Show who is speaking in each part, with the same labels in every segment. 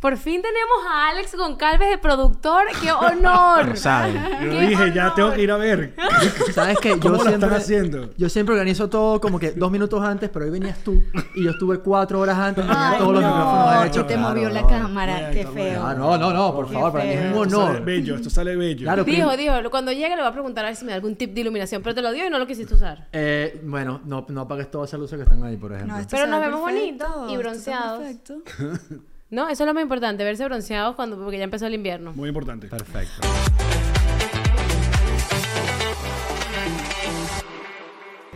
Speaker 1: Por fin tenemos a Alex Goncalves de productor. ¡Qué honor!
Speaker 2: Lo sabe.
Speaker 1: ¡Qué
Speaker 3: Yo dije, ya
Speaker 1: honor!
Speaker 3: tengo que ir a ver.
Speaker 4: ¿Sabes qué?
Speaker 3: ¿Cómo
Speaker 4: Yo
Speaker 3: lo están
Speaker 4: siempre,
Speaker 3: haciendo?
Speaker 4: yo siempre organizo todo como que dos minutos antes, pero hoy venías tú y yo estuve cuatro horas antes tenía
Speaker 5: Ay,
Speaker 4: todos los
Speaker 5: no,
Speaker 4: micrófonos
Speaker 5: que
Speaker 4: hechos.
Speaker 5: te
Speaker 4: Claro,
Speaker 5: movió la
Speaker 4: no.
Speaker 5: cámara, qué feo.
Speaker 4: Ah, no, no, no, por
Speaker 5: Qué
Speaker 4: favor, para mí es
Speaker 5: feo.
Speaker 4: un
Speaker 3: Esto sale
Speaker 4: honor.
Speaker 3: bello, esto sale bello.
Speaker 4: Claro, prim-
Speaker 1: Dijo, dijo, cuando llegue le voy a preguntar a ver si me da algún tip de iluminación, pero te lo dio y no lo quisiste usar.
Speaker 4: Eh, bueno, no, no apagues todas esas luces que están ahí, por ejemplo.
Speaker 5: No, esto
Speaker 1: Pero
Speaker 5: se
Speaker 1: nos
Speaker 5: ve
Speaker 1: vemos bonitos
Speaker 5: perfecto,
Speaker 1: y
Speaker 5: esto está
Speaker 1: bronceados.
Speaker 5: Perfecto.
Speaker 1: No, eso es lo más importante, verse bronceados cuando, porque ya empezó el invierno.
Speaker 3: Muy importante.
Speaker 4: Perfecto.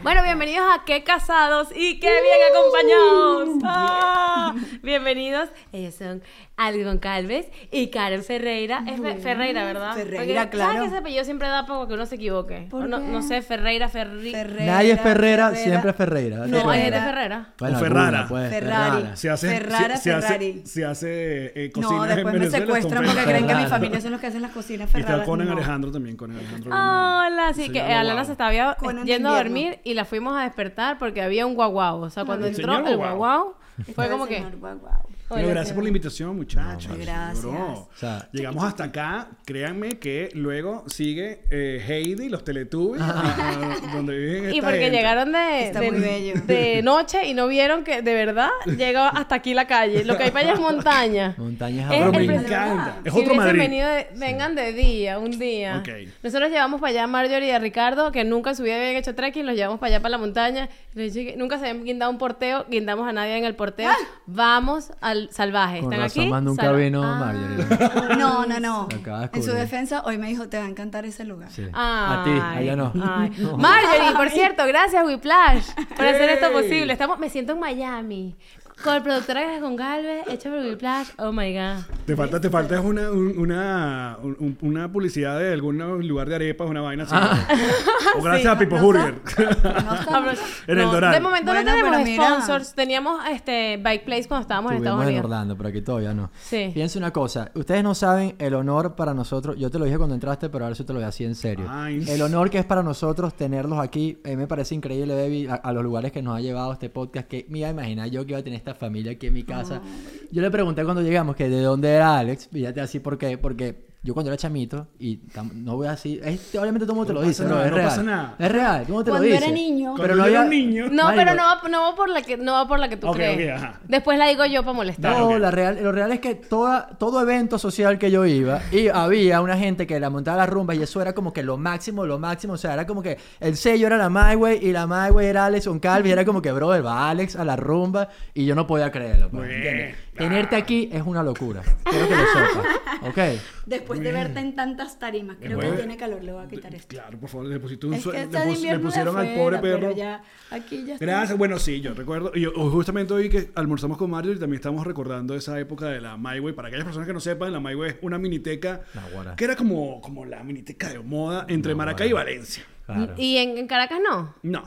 Speaker 1: Bueno, bienvenidos a Qué Casados y Qué Bien
Speaker 5: Uh,
Speaker 1: Acompañados. ¡Ah! Bienvenidos, ellos son Alex Goncalves y Karen Ferreira. Es Fe- Ferreira, ¿verdad?
Speaker 5: Ferreira,
Speaker 1: Porque,
Speaker 5: claro.
Speaker 1: ¿Sabes que ese apellido siempre da para que uno se equivoque?
Speaker 5: ¿Por
Speaker 1: O no,
Speaker 5: qué?
Speaker 1: no sé, Ferreira, Ferri...
Speaker 5: Ferreira,
Speaker 4: Nadie es Ferrera, siempre es Ferreira.
Speaker 5: No,
Speaker 1: No, hay gente
Speaker 5: Ferreira.
Speaker 1: Ferrera.
Speaker 4: Bueno,
Speaker 3: O Ferrara.
Speaker 4: alguna, pues,
Speaker 5: Ferrari.
Speaker 4: Ferrara.
Speaker 3: Se hace,
Speaker 5: Ferrara,
Speaker 3: se, se hace,
Speaker 5: Ferrari.
Speaker 3: se hace eh, cocinas
Speaker 5: No,
Speaker 3: en
Speaker 5: después me
Speaker 3: Venezuela, son
Speaker 5: secuestran porque
Speaker 3: Ferrari.
Speaker 5: creen que mi
Speaker 4: Ferrara.
Speaker 5: familia son los que hacen las cocinas
Speaker 3: Y está
Speaker 5: Ferrara.
Speaker 3: Conan
Speaker 5: No.
Speaker 3: Alejandro también, Conan Alejandro.
Speaker 1: Hola, así
Speaker 3: Se
Speaker 1: que eh,
Speaker 3: llama
Speaker 1: Alana
Speaker 3: Guau.
Speaker 1: se estaba ya-
Speaker 5: Conan de
Speaker 1: yendo a
Speaker 5: invierno.
Speaker 1: dormir y la fuimos a despertar porque había un guaguao. O sea, cuando
Speaker 3: El
Speaker 1: entró
Speaker 3: señor
Speaker 1: el
Speaker 3: guaguao.
Speaker 1: guaguao, fue
Speaker 5: Estaba
Speaker 1: como
Speaker 5: el
Speaker 1: que...
Speaker 5: Este señor Guau Guau.
Speaker 3: Pero
Speaker 1: Hola,
Speaker 3: gracias por la invitación, muchachos.
Speaker 5: No, gracias.
Speaker 3: Bro.
Speaker 4: sea,
Speaker 3: Llegamos hasta acá. Créanme que luego sigue eh, Heidi, los Teletubbies,
Speaker 4: Ah.
Speaker 3: y- donde viven
Speaker 1: Y
Speaker 3: esta
Speaker 1: porque
Speaker 3: gente.
Speaker 1: llegaron de,
Speaker 5: Está
Speaker 1: de-
Speaker 5: muy bello.
Speaker 1: de noche y no vieron que de verdad llegaba hasta aquí la calle. Lo que hay para allá es montaña.
Speaker 4: Montañas
Speaker 1: Es
Speaker 3: Pero Ah, me
Speaker 1: el
Speaker 4: abruptas.
Speaker 1: presidente.
Speaker 3: encanta. Es
Speaker 1: Si
Speaker 3: otro
Speaker 1: hubiesen
Speaker 3: Madrid.
Speaker 1: venido de- vengan de día, un día.
Speaker 3: Ok.
Speaker 1: Nosotros llevamos para allá a Marjorie y a Ricardo, que nunca en su vida habían hecho trekking, los llevamos para allá para la montaña. Les dije que nunca se habían guindado un porteo, guindamos a nadie en el porteo.
Speaker 5: ¡Ah!
Speaker 1: Vamos al salvaje.
Speaker 4: Con
Speaker 1: ¿Están
Speaker 4: razón
Speaker 1: aquí?
Speaker 4: más nunca
Speaker 1: Salva-
Speaker 4: vino
Speaker 1: Ah.
Speaker 4: Marjorie.
Speaker 5: No, no, no.
Speaker 4: Lo acabas de
Speaker 5: En su
Speaker 4: descubrir.
Speaker 5: defensa, hoy me dijo, te va a encantar ese lugar.
Speaker 4: Sí.
Speaker 1: Ay,
Speaker 4: a ti, a ella no.
Speaker 1: ay. Marjorie, por cierto, gracias Whiplash por hacer esto
Speaker 3: Yay.
Speaker 1: posible. Estamos, me siento en Miami con el productor Agnes Goncalves, hecho por Whiplash. Oh my god.
Speaker 3: Te falta, te falta es una, un- una, un- una publicidad de algún lugar de arepas, una vaina así. O gracias a Pipo Burger.
Speaker 5: No está-
Speaker 1: Abro-
Speaker 3: En el
Speaker 1: No,
Speaker 3: Doral.
Speaker 1: De momento
Speaker 5: Bueno,
Speaker 1: no
Speaker 5: pero
Speaker 1: tenemos
Speaker 5: mira.
Speaker 1: sponsors. Teníamos este Bike Place cuando estábamos en Estados
Speaker 4: Estuvimos
Speaker 1: Unidos.
Speaker 4: en Orlando, pero aquí todavía no.
Speaker 1: Sí.
Speaker 4: Piensa una cosa, ustedes no saben el honor para nosotros, yo te lo dije cuando entraste, pero ahora sí te lo voy así en serio.
Speaker 3: Ay.
Speaker 4: El honor que es para nosotros tenerlos aquí, a mí me parece increíble, baby, a, a los lugares que nos ha llevado este podcast, que me iba a imaginar yo que iba a tener esta familia aquí en mi casa. Yo le pregunté cuando llegamos que de dónde era Alex, fíjate así por qué, porque yo cuando era chamito, y tam- no voy a decir, es- obviamente todo el mundo te lo
Speaker 3: No
Speaker 4: dice,
Speaker 3: pasa
Speaker 4: no,
Speaker 3: nada,
Speaker 4: es
Speaker 3: no
Speaker 4: real.
Speaker 3: pasa nada.
Speaker 4: Es real, todo el mundo te lo
Speaker 5: Cuando
Speaker 4: dice.
Speaker 5: era niño.
Speaker 3: Cuando yo era un niño.
Speaker 1: No,
Speaker 4: Marico,
Speaker 1: pero no va, no va por la que no va por la que tú
Speaker 3: Ok, ok,
Speaker 1: crees.
Speaker 3: ajá.
Speaker 1: Después la digo yo para molestar.
Speaker 3: Claro,
Speaker 4: No,
Speaker 3: ok.
Speaker 4: la real, lo real es que toda, todo evento social que yo iba, y había una gente que la montaba la rumba y eso era como que lo máximo, lo máximo. O sea, era como que el sello era la MyWay y la MyWay era Alex Calvi. Era como que, brother, va Alex a la rumba y yo no podía creerlo. pues,
Speaker 3: Bueno.
Speaker 4: ¿entiendes?
Speaker 3: Ah.
Speaker 4: Tenerte aquí es una locura. Quiero que lo sepas. ¿Ok?
Speaker 5: Después de verte en tantas tarimas, creo que
Speaker 3: Bueno.
Speaker 5: tiene calor, le voy a quitar esto.
Speaker 3: Claro, por favor, le, pusiste un
Speaker 5: Es
Speaker 3: sue-
Speaker 5: que
Speaker 3: le
Speaker 5: está de
Speaker 3: pus- le
Speaker 5: invierno de
Speaker 3: pusieron al
Speaker 5: afuera,
Speaker 3: pobre perro.
Speaker 5: Pero ya, aquí ya está.
Speaker 3: Gracias, bueno, sí, yo recuerdo. Y yo, justamente hoy que almorzamos con Mario y también estamos recordando esa época de la MyWay. Para aquellas personas que no sepan, la MyWay es una miniteca
Speaker 4: Naguará.
Speaker 3: que era como, como la miniteca de moda entre Maracay y Valencia.
Speaker 4: Claro.
Speaker 1: Y en, en Caracas no.
Speaker 3: No.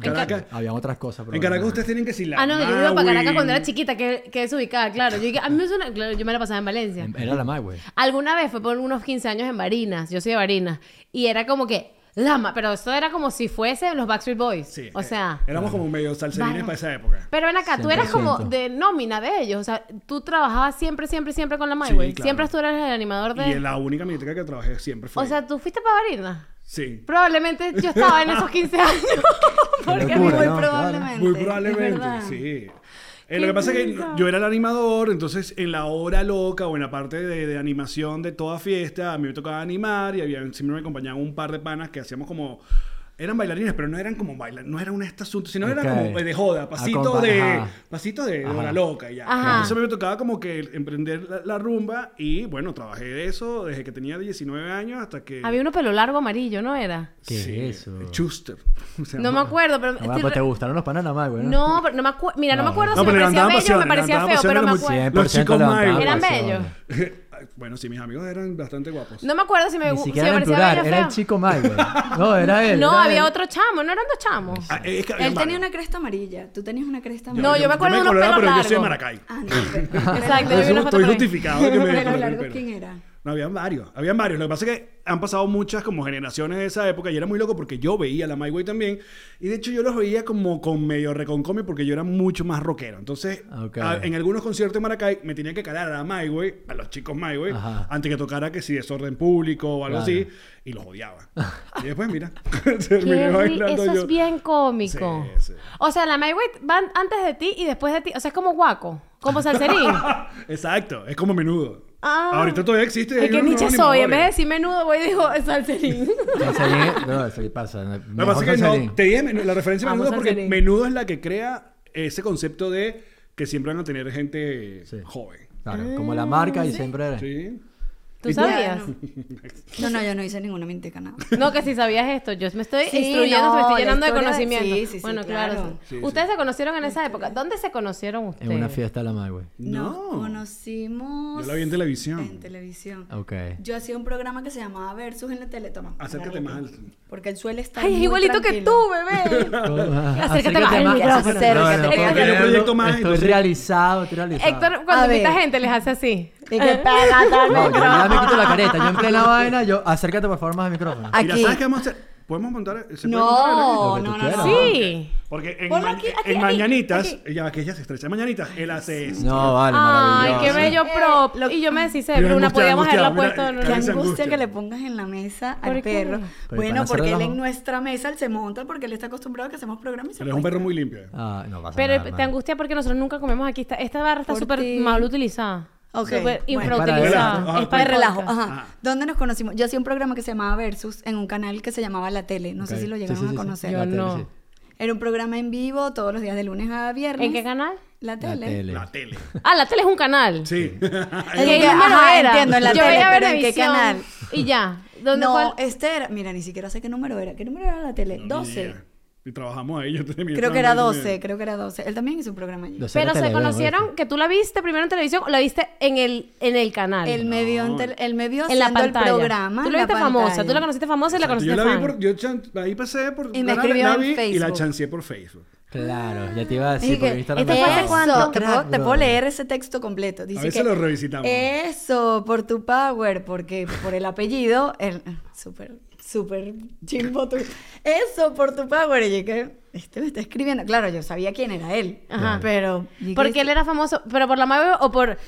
Speaker 3: Caracas,
Speaker 4: Habían otras cosas.
Speaker 3: en
Speaker 4: probablemente.
Speaker 3: Caracas ustedes tienen que si la
Speaker 1: ah, no, yo iba para
Speaker 3: Maui,
Speaker 1: Caracas cuando era chiquita, que, que es ubicada, claro. Yo dije, a mí me suena, claro, yo me la pasaba en Valencia.
Speaker 4: Era la MyWay.
Speaker 1: Alguna vez fue por unos 15 años en Barinas, yo soy de Barinas, y era como que lama, pero eso era como si fuese los Backstreet Boys.
Speaker 3: Sí,
Speaker 1: o
Speaker 3: eh,
Speaker 1: sea,
Speaker 3: éramos como medio salserines
Speaker 1: Barra.
Speaker 3: para esa época.
Speaker 1: Pero ven acá, tú eras como
Speaker 4: 100%.
Speaker 1: de nómina de ellos. O sea, tú trabajabas siempre, siempre, siempre con la MyWay.
Speaker 3: Sí, claro.
Speaker 1: Siempre tú eras el animador de.
Speaker 3: Y en la única miniteca que trabajé siempre fue.
Speaker 1: O sea, tú fuiste para Barina.
Speaker 3: sí.
Speaker 1: Probablemente yo estaba en esos 15 años. porque
Speaker 4: locura,
Speaker 5: muy
Speaker 4: ¿no? Claro.
Speaker 5: probablemente.
Speaker 3: Muy
Speaker 5: es
Speaker 3: probablemente,
Speaker 5: verdad.
Speaker 3: sí. Eh,
Speaker 1: Qué
Speaker 3: lo que pasa es que
Speaker 1: risa.
Speaker 3: yo era el animador, entonces en la hora loca o en la parte de, de animación de toda fiesta, a mí me tocaba animar y había, siempre me acompañaban un par de panas que hacíamos como... Eran bailarines, pero no eran como bailar, no era un este asunto, sino
Speaker 4: Ok.
Speaker 3: era como de joda, pasito
Speaker 4: Acompa-
Speaker 3: de,
Speaker 4: ajá.
Speaker 3: pasito de
Speaker 4: Ajá.
Speaker 3: hora loca y ya.
Speaker 1: Ajá.
Speaker 3: Entonces me tocaba como que emprender la, la rumba y bueno, trabajé de eso desde que tenía 19 años hasta que...
Speaker 1: Había uno pelo largo amarillo, ¿no era?
Speaker 4: ¿Qué es
Speaker 3: Sí,
Speaker 4: eso?
Speaker 3: Schuster. Se
Speaker 1: No me
Speaker 3: llamaba.
Speaker 1: acuerdo, pero.
Speaker 4: Ah, bueno, pero te gustaron los panas la MyWay, ¿no?
Speaker 1: Este No, pero no me acuerdo. Mira, no, me
Speaker 4: No.
Speaker 1: acuerdo
Speaker 3: No,
Speaker 1: si me
Speaker 3: pero
Speaker 1: parecía
Speaker 3: levantaban
Speaker 1: bello o me
Speaker 3: pasiones,
Speaker 1: parecía feo,
Speaker 3: levantaban
Speaker 1: pero me
Speaker 3: pasiones
Speaker 1: acuerdo.
Speaker 3: muy- Los chicos
Speaker 4: levantaban
Speaker 1: Eran
Speaker 4: pasiones.
Speaker 1: bellos.
Speaker 3: bueno, sí, mis amigos eran bastante guapos.
Speaker 1: No me acuerdo si me, gu-
Speaker 4: Ni
Speaker 1: si me
Speaker 4: siquiera era en
Speaker 1: parecía
Speaker 4: plural,
Speaker 1: bello o
Speaker 4: era el
Speaker 1: feo.
Speaker 4: chico MyWay. No, era él.
Speaker 1: No,
Speaker 4: era
Speaker 1: había
Speaker 4: él.
Speaker 1: otro chamo, no eran dos chamos.
Speaker 3: Ah, es que había
Speaker 5: Él
Speaker 3: varios.
Speaker 5: tenía una cresta amarilla. Tú tenías una cresta
Speaker 1: No,
Speaker 5: amarilla.
Speaker 1: yo me acuerdo de unos
Speaker 3: coloraba,
Speaker 1: pelos
Speaker 3: pero yo soy de
Speaker 1: largos.
Speaker 3: Maracay.
Speaker 5: Ah, no, pero-
Speaker 1: Exacto,
Speaker 3: Por
Speaker 1: yo
Speaker 3: eso
Speaker 1: vi una foto
Speaker 3: estoy
Speaker 1: por ahí.
Speaker 3: justificado de que me
Speaker 5: Pero
Speaker 3: coloren el
Speaker 5: largo,
Speaker 3: pelo.
Speaker 5: ¿quién era?
Speaker 3: No, habían varios. Habían varios. Lo que pasa es que han pasado muchas como generaciones de esa época y era muy loco porque yo veía la My Way también. Y de hecho yo los veía como con medio reconcomio porque yo era mucho más rockero. Entonces,
Speaker 4: Ah, Ok.
Speaker 3: a- en algunos conciertos de Maracay me tenía que calar a My Way, a los chicos My Way,
Speaker 4: Ajá.
Speaker 3: antes que tocara que si desorden público o algo
Speaker 4: Claro.
Speaker 3: así. Y los odiaba. y después, mira,
Speaker 1: Qué
Speaker 3: terminé
Speaker 1: ri-
Speaker 3: bailando
Speaker 1: Eso
Speaker 3: yo.
Speaker 1: es bien cómico.
Speaker 3: Sí, sí.
Speaker 1: O sea, la My Way van antes de ti y después de ti. O sea, es como guaco, como salserín.
Speaker 3: Exacto, es como menudo.
Speaker 1: Ah.
Speaker 3: Ahorita todavía existe.
Speaker 1: Es
Speaker 3: yo
Speaker 1: que
Speaker 3: no- no
Speaker 1: Nietzsche
Speaker 3: ni me
Speaker 1: soy. En
Speaker 3: acuerdo.
Speaker 1: vez de decir menudo, voy y digo salserín.
Speaker 4: No sé bien- no, eso qué pasa.
Speaker 3: Lo
Speaker 4: no- mejor
Speaker 3: que pasa es que
Speaker 4: Salserín.
Speaker 3: no, te dije men- la referencia a
Speaker 1: Vamos
Speaker 3: menudo porque
Speaker 1: Salserín.
Speaker 3: menudo es la que crea ese concepto de que siempre van a tener gente
Speaker 4: Sí.
Speaker 3: joven.
Speaker 4: Claro, como la marca
Speaker 1: Ah,
Speaker 4: y siempre...
Speaker 3: ¿Sí?
Speaker 1: ¿Tú
Speaker 3: ¿Y
Speaker 1: sabías?
Speaker 5: No, no, yo no hice ninguna mentira nada.
Speaker 1: No, que si sabías esto. Yo me estoy
Speaker 5: Sí,
Speaker 1: instruyendo,
Speaker 5: no,
Speaker 1: me estoy
Speaker 5: la
Speaker 1: llenando de
Speaker 5: historia-
Speaker 1: conocimiento.
Speaker 5: sí, sí, sí,
Speaker 1: bueno, claro.
Speaker 5: claro.
Speaker 3: Sí,
Speaker 1: ustedes se conocieron en esa época. ¿Dónde se conocieron ustedes?
Speaker 4: En una fiesta de la Magüey.
Speaker 5: Nos
Speaker 3: No.
Speaker 5: conocimos.
Speaker 3: Yo la vi en televisión.
Speaker 5: En televisión.
Speaker 4: Ah, Ok.
Speaker 5: Yo hacía un programa que se llamaba Versus en la Teletoma.
Speaker 3: Acércate más al.
Speaker 5: Porque él suele estar.
Speaker 1: Ay, es
Speaker 5: muy
Speaker 1: igualito que
Speaker 5: tranquilo.
Speaker 1: tú, bebé. Acércate más al micro, acércate.
Speaker 4: No, no, puedo
Speaker 1: Porque hay un
Speaker 4: creerlo.
Speaker 3: proyecto más,
Speaker 4: Estoy
Speaker 3: entonces-
Speaker 4: realizado, estoy realizado.
Speaker 1: Héctor, cuando
Speaker 5: A
Speaker 1: invita
Speaker 5: ver.
Speaker 1: gente, les hace así.
Speaker 5: Y que pégate al
Speaker 4: No, yo
Speaker 5: micro.
Speaker 4: ya me quito la careta. Yo en plena vaina, yo... Acércate por favor más al micrófono.
Speaker 5: Aquí.
Speaker 3: Mira, ¿sabes qué vamos a hacer? ¿Podemos montar? ¿Se puede montar el aire?
Speaker 5: No,
Speaker 4: Lo que tú
Speaker 5: no, no,
Speaker 4: quieras.
Speaker 5: no.
Speaker 1: Sí.
Speaker 3: Porque en,
Speaker 5: Ponlo
Speaker 3: Ma-
Speaker 5: aquí, aquí,
Speaker 3: en
Speaker 5: aquí,
Speaker 3: Mañanitas,
Speaker 5: aquí.
Speaker 3: ella va que ella se estrecha. En Mañanitas, él hace esto.
Speaker 4: No, vale,
Speaker 1: Ay,
Speaker 4: maravilloso.
Speaker 1: qué bello
Speaker 5: Eh,
Speaker 1: prop. y yo me deshice de
Speaker 3: Mira,
Speaker 1: Bruna.
Speaker 3: angustiada,
Speaker 1: Podíamos haberla
Speaker 3: angustiada,
Speaker 1: puesto en
Speaker 3: mira,
Speaker 5: Qué
Speaker 1: una...
Speaker 3: cabeza- esa
Speaker 5: angustia,
Speaker 3: angustia.
Speaker 5: que le pongas en la mesa
Speaker 1: ¿Por qué?
Speaker 5: al perro.
Speaker 4: Pero van a
Speaker 5: bueno,
Speaker 4: hacer
Speaker 5: porque él
Speaker 4: relajo.
Speaker 5: en nuestra mesa él se monta porque él está acostumbrado a que hacemos programas. y se
Speaker 3: Pero es un
Speaker 5: acuesta.
Speaker 3: perro muy limpio. eh.
Speaker 4: Ah, no pasa
Speaker 1: Pero
Speaker 4: nada,
Speaker 1: te
Speaker 4: hermano.
Speaker 1: angustia porque nosotros nunca comemos aquí. Esta, esta barra está
Speaker 5: Por
Speaker 1: súper
Speaker 5: ti.
Speaker 1: mal utilizada.
Speaker 5: Ok,
Speaker 1: Súper
Speaker 5: bueno.
Speaker 1: infrautilizada.
Speaker 3: Relajo, ajá,
Speaker 1: es para
Speaker 5: De relajo. Ajá.
Speaker 3: Ajá.
Speaker 5: ¿Dónde nos conocimos? Yo hacía un programa que se llamaba Versus en un canal que se llamaba La Tele. No
Speaker 4: Ok.
Speaker 5: sé si lo
Speaker 4: Sí,
Speaker 5: llegaron
Speaker 4: sí, sí, sí.
Speaker 5: a conocer.
Speaker 1: Yo
Speaker 4: La tele,
Speaker 1: no.
Speaker 4: sí.
Speaker 5: Era un programa en vivo todos los días de lunes a viernes.
Speaker 1: ¿En qué canal?
Speaker 5: La
Speaker 4: La
Speaker 5: Tele.
Speaker 4: tele.
Speaker 3: La tele.
Speaker 1: Ah, la tele es un canal.
Speaker 3: Sí.
Speaker 5: En
Speaker 1: ¿Qué
Speaker 5: que-
Speaker 1: número
Speaker 5: ajá,
Speaker 1: era?
Speaker 5: Entiendo, en la
Speaker 1: Yo
Speaker 5: tele,
Speaker 1: veía
Speaker 5: pero ¿en qué
Speaker 1: Venevisión
Speaker 5: canal?
Speaker 1: Y ya. ¿Dónde
Speaker 5: no,
Speaker 1: cuál?
Speaker 5: este era, mira, ni siquiera sé qué número era. ¿Qué número era la tele? 12.
Speaker 3: Y trabajamos ahí. Yo tenía
Speaker 5: Creo que era 12, creo que era 12. Él también hizo un programa allí.
Speaker 4: Los
Speaker 1: Pero
Speaker 4: ceros
Speaker 1: se
Speaker 4: te le veo,
Speaker 1: conocieron que tú la viste primero en televisión o la viste en el, en el canal.
Speaker 5: Él me vio, en tel- él me vio
Speaker 1: en la
Speaker 5: haciendo
Speaker 1: pantalla.
Speaker 5: el programa.
Speaker 1: Tú la
Speaker 5: en
Speaker 1: viste famosa, tú la
Speaker 5: pantalla.
Speaker 1: conociste famosa y la
Speaker 3: Yo
Speaker 1: conociste
Speaker 3: la
Speaker 1: fan.
Speaker 3: vi por. Yo chan- ahí pasé por.
Speaker 5: Y me
Speaker 3: la-
Speaker 5: escribió
Speaker 3: la
Speaker 5: en
Speaker 3: vi Y la
Speaker 5: Facebook.
Speaker 3: chanceé por Facebook.
Speaker 4: Claro, ya te iba a
Speaker 5: Dije
Speaker 4: decir
Speaker 5: que,
Speaker 4: porque Instagram
Speaker 1: ¿esto
Speaker 4: me
Speaker 1: fue hace
Speaker 4: acaba.
Speaker 1: cuánto?
Speaker 5: Eso, te puedo,
Speaker 4: Crack,
Speaker 5: te puedo
Speaker 4: brother.
Speaker 5: leer ese texto completo. Dice
Speaker 3: A veces
Speaker 5: que,
Speaker 3: lo revisitamos.
Speaker 5: Eso, por tu power, porque por el apellido, el, súper, súper chimbo tú. Eso, por tu power. Y yo que, este me está escribiendo. Claro, yo sabía quién era él.
Speaker 1: Ajá.
Speaker 5: Pero.
Speaker 1: Porque él era famoso, pero por la madre o por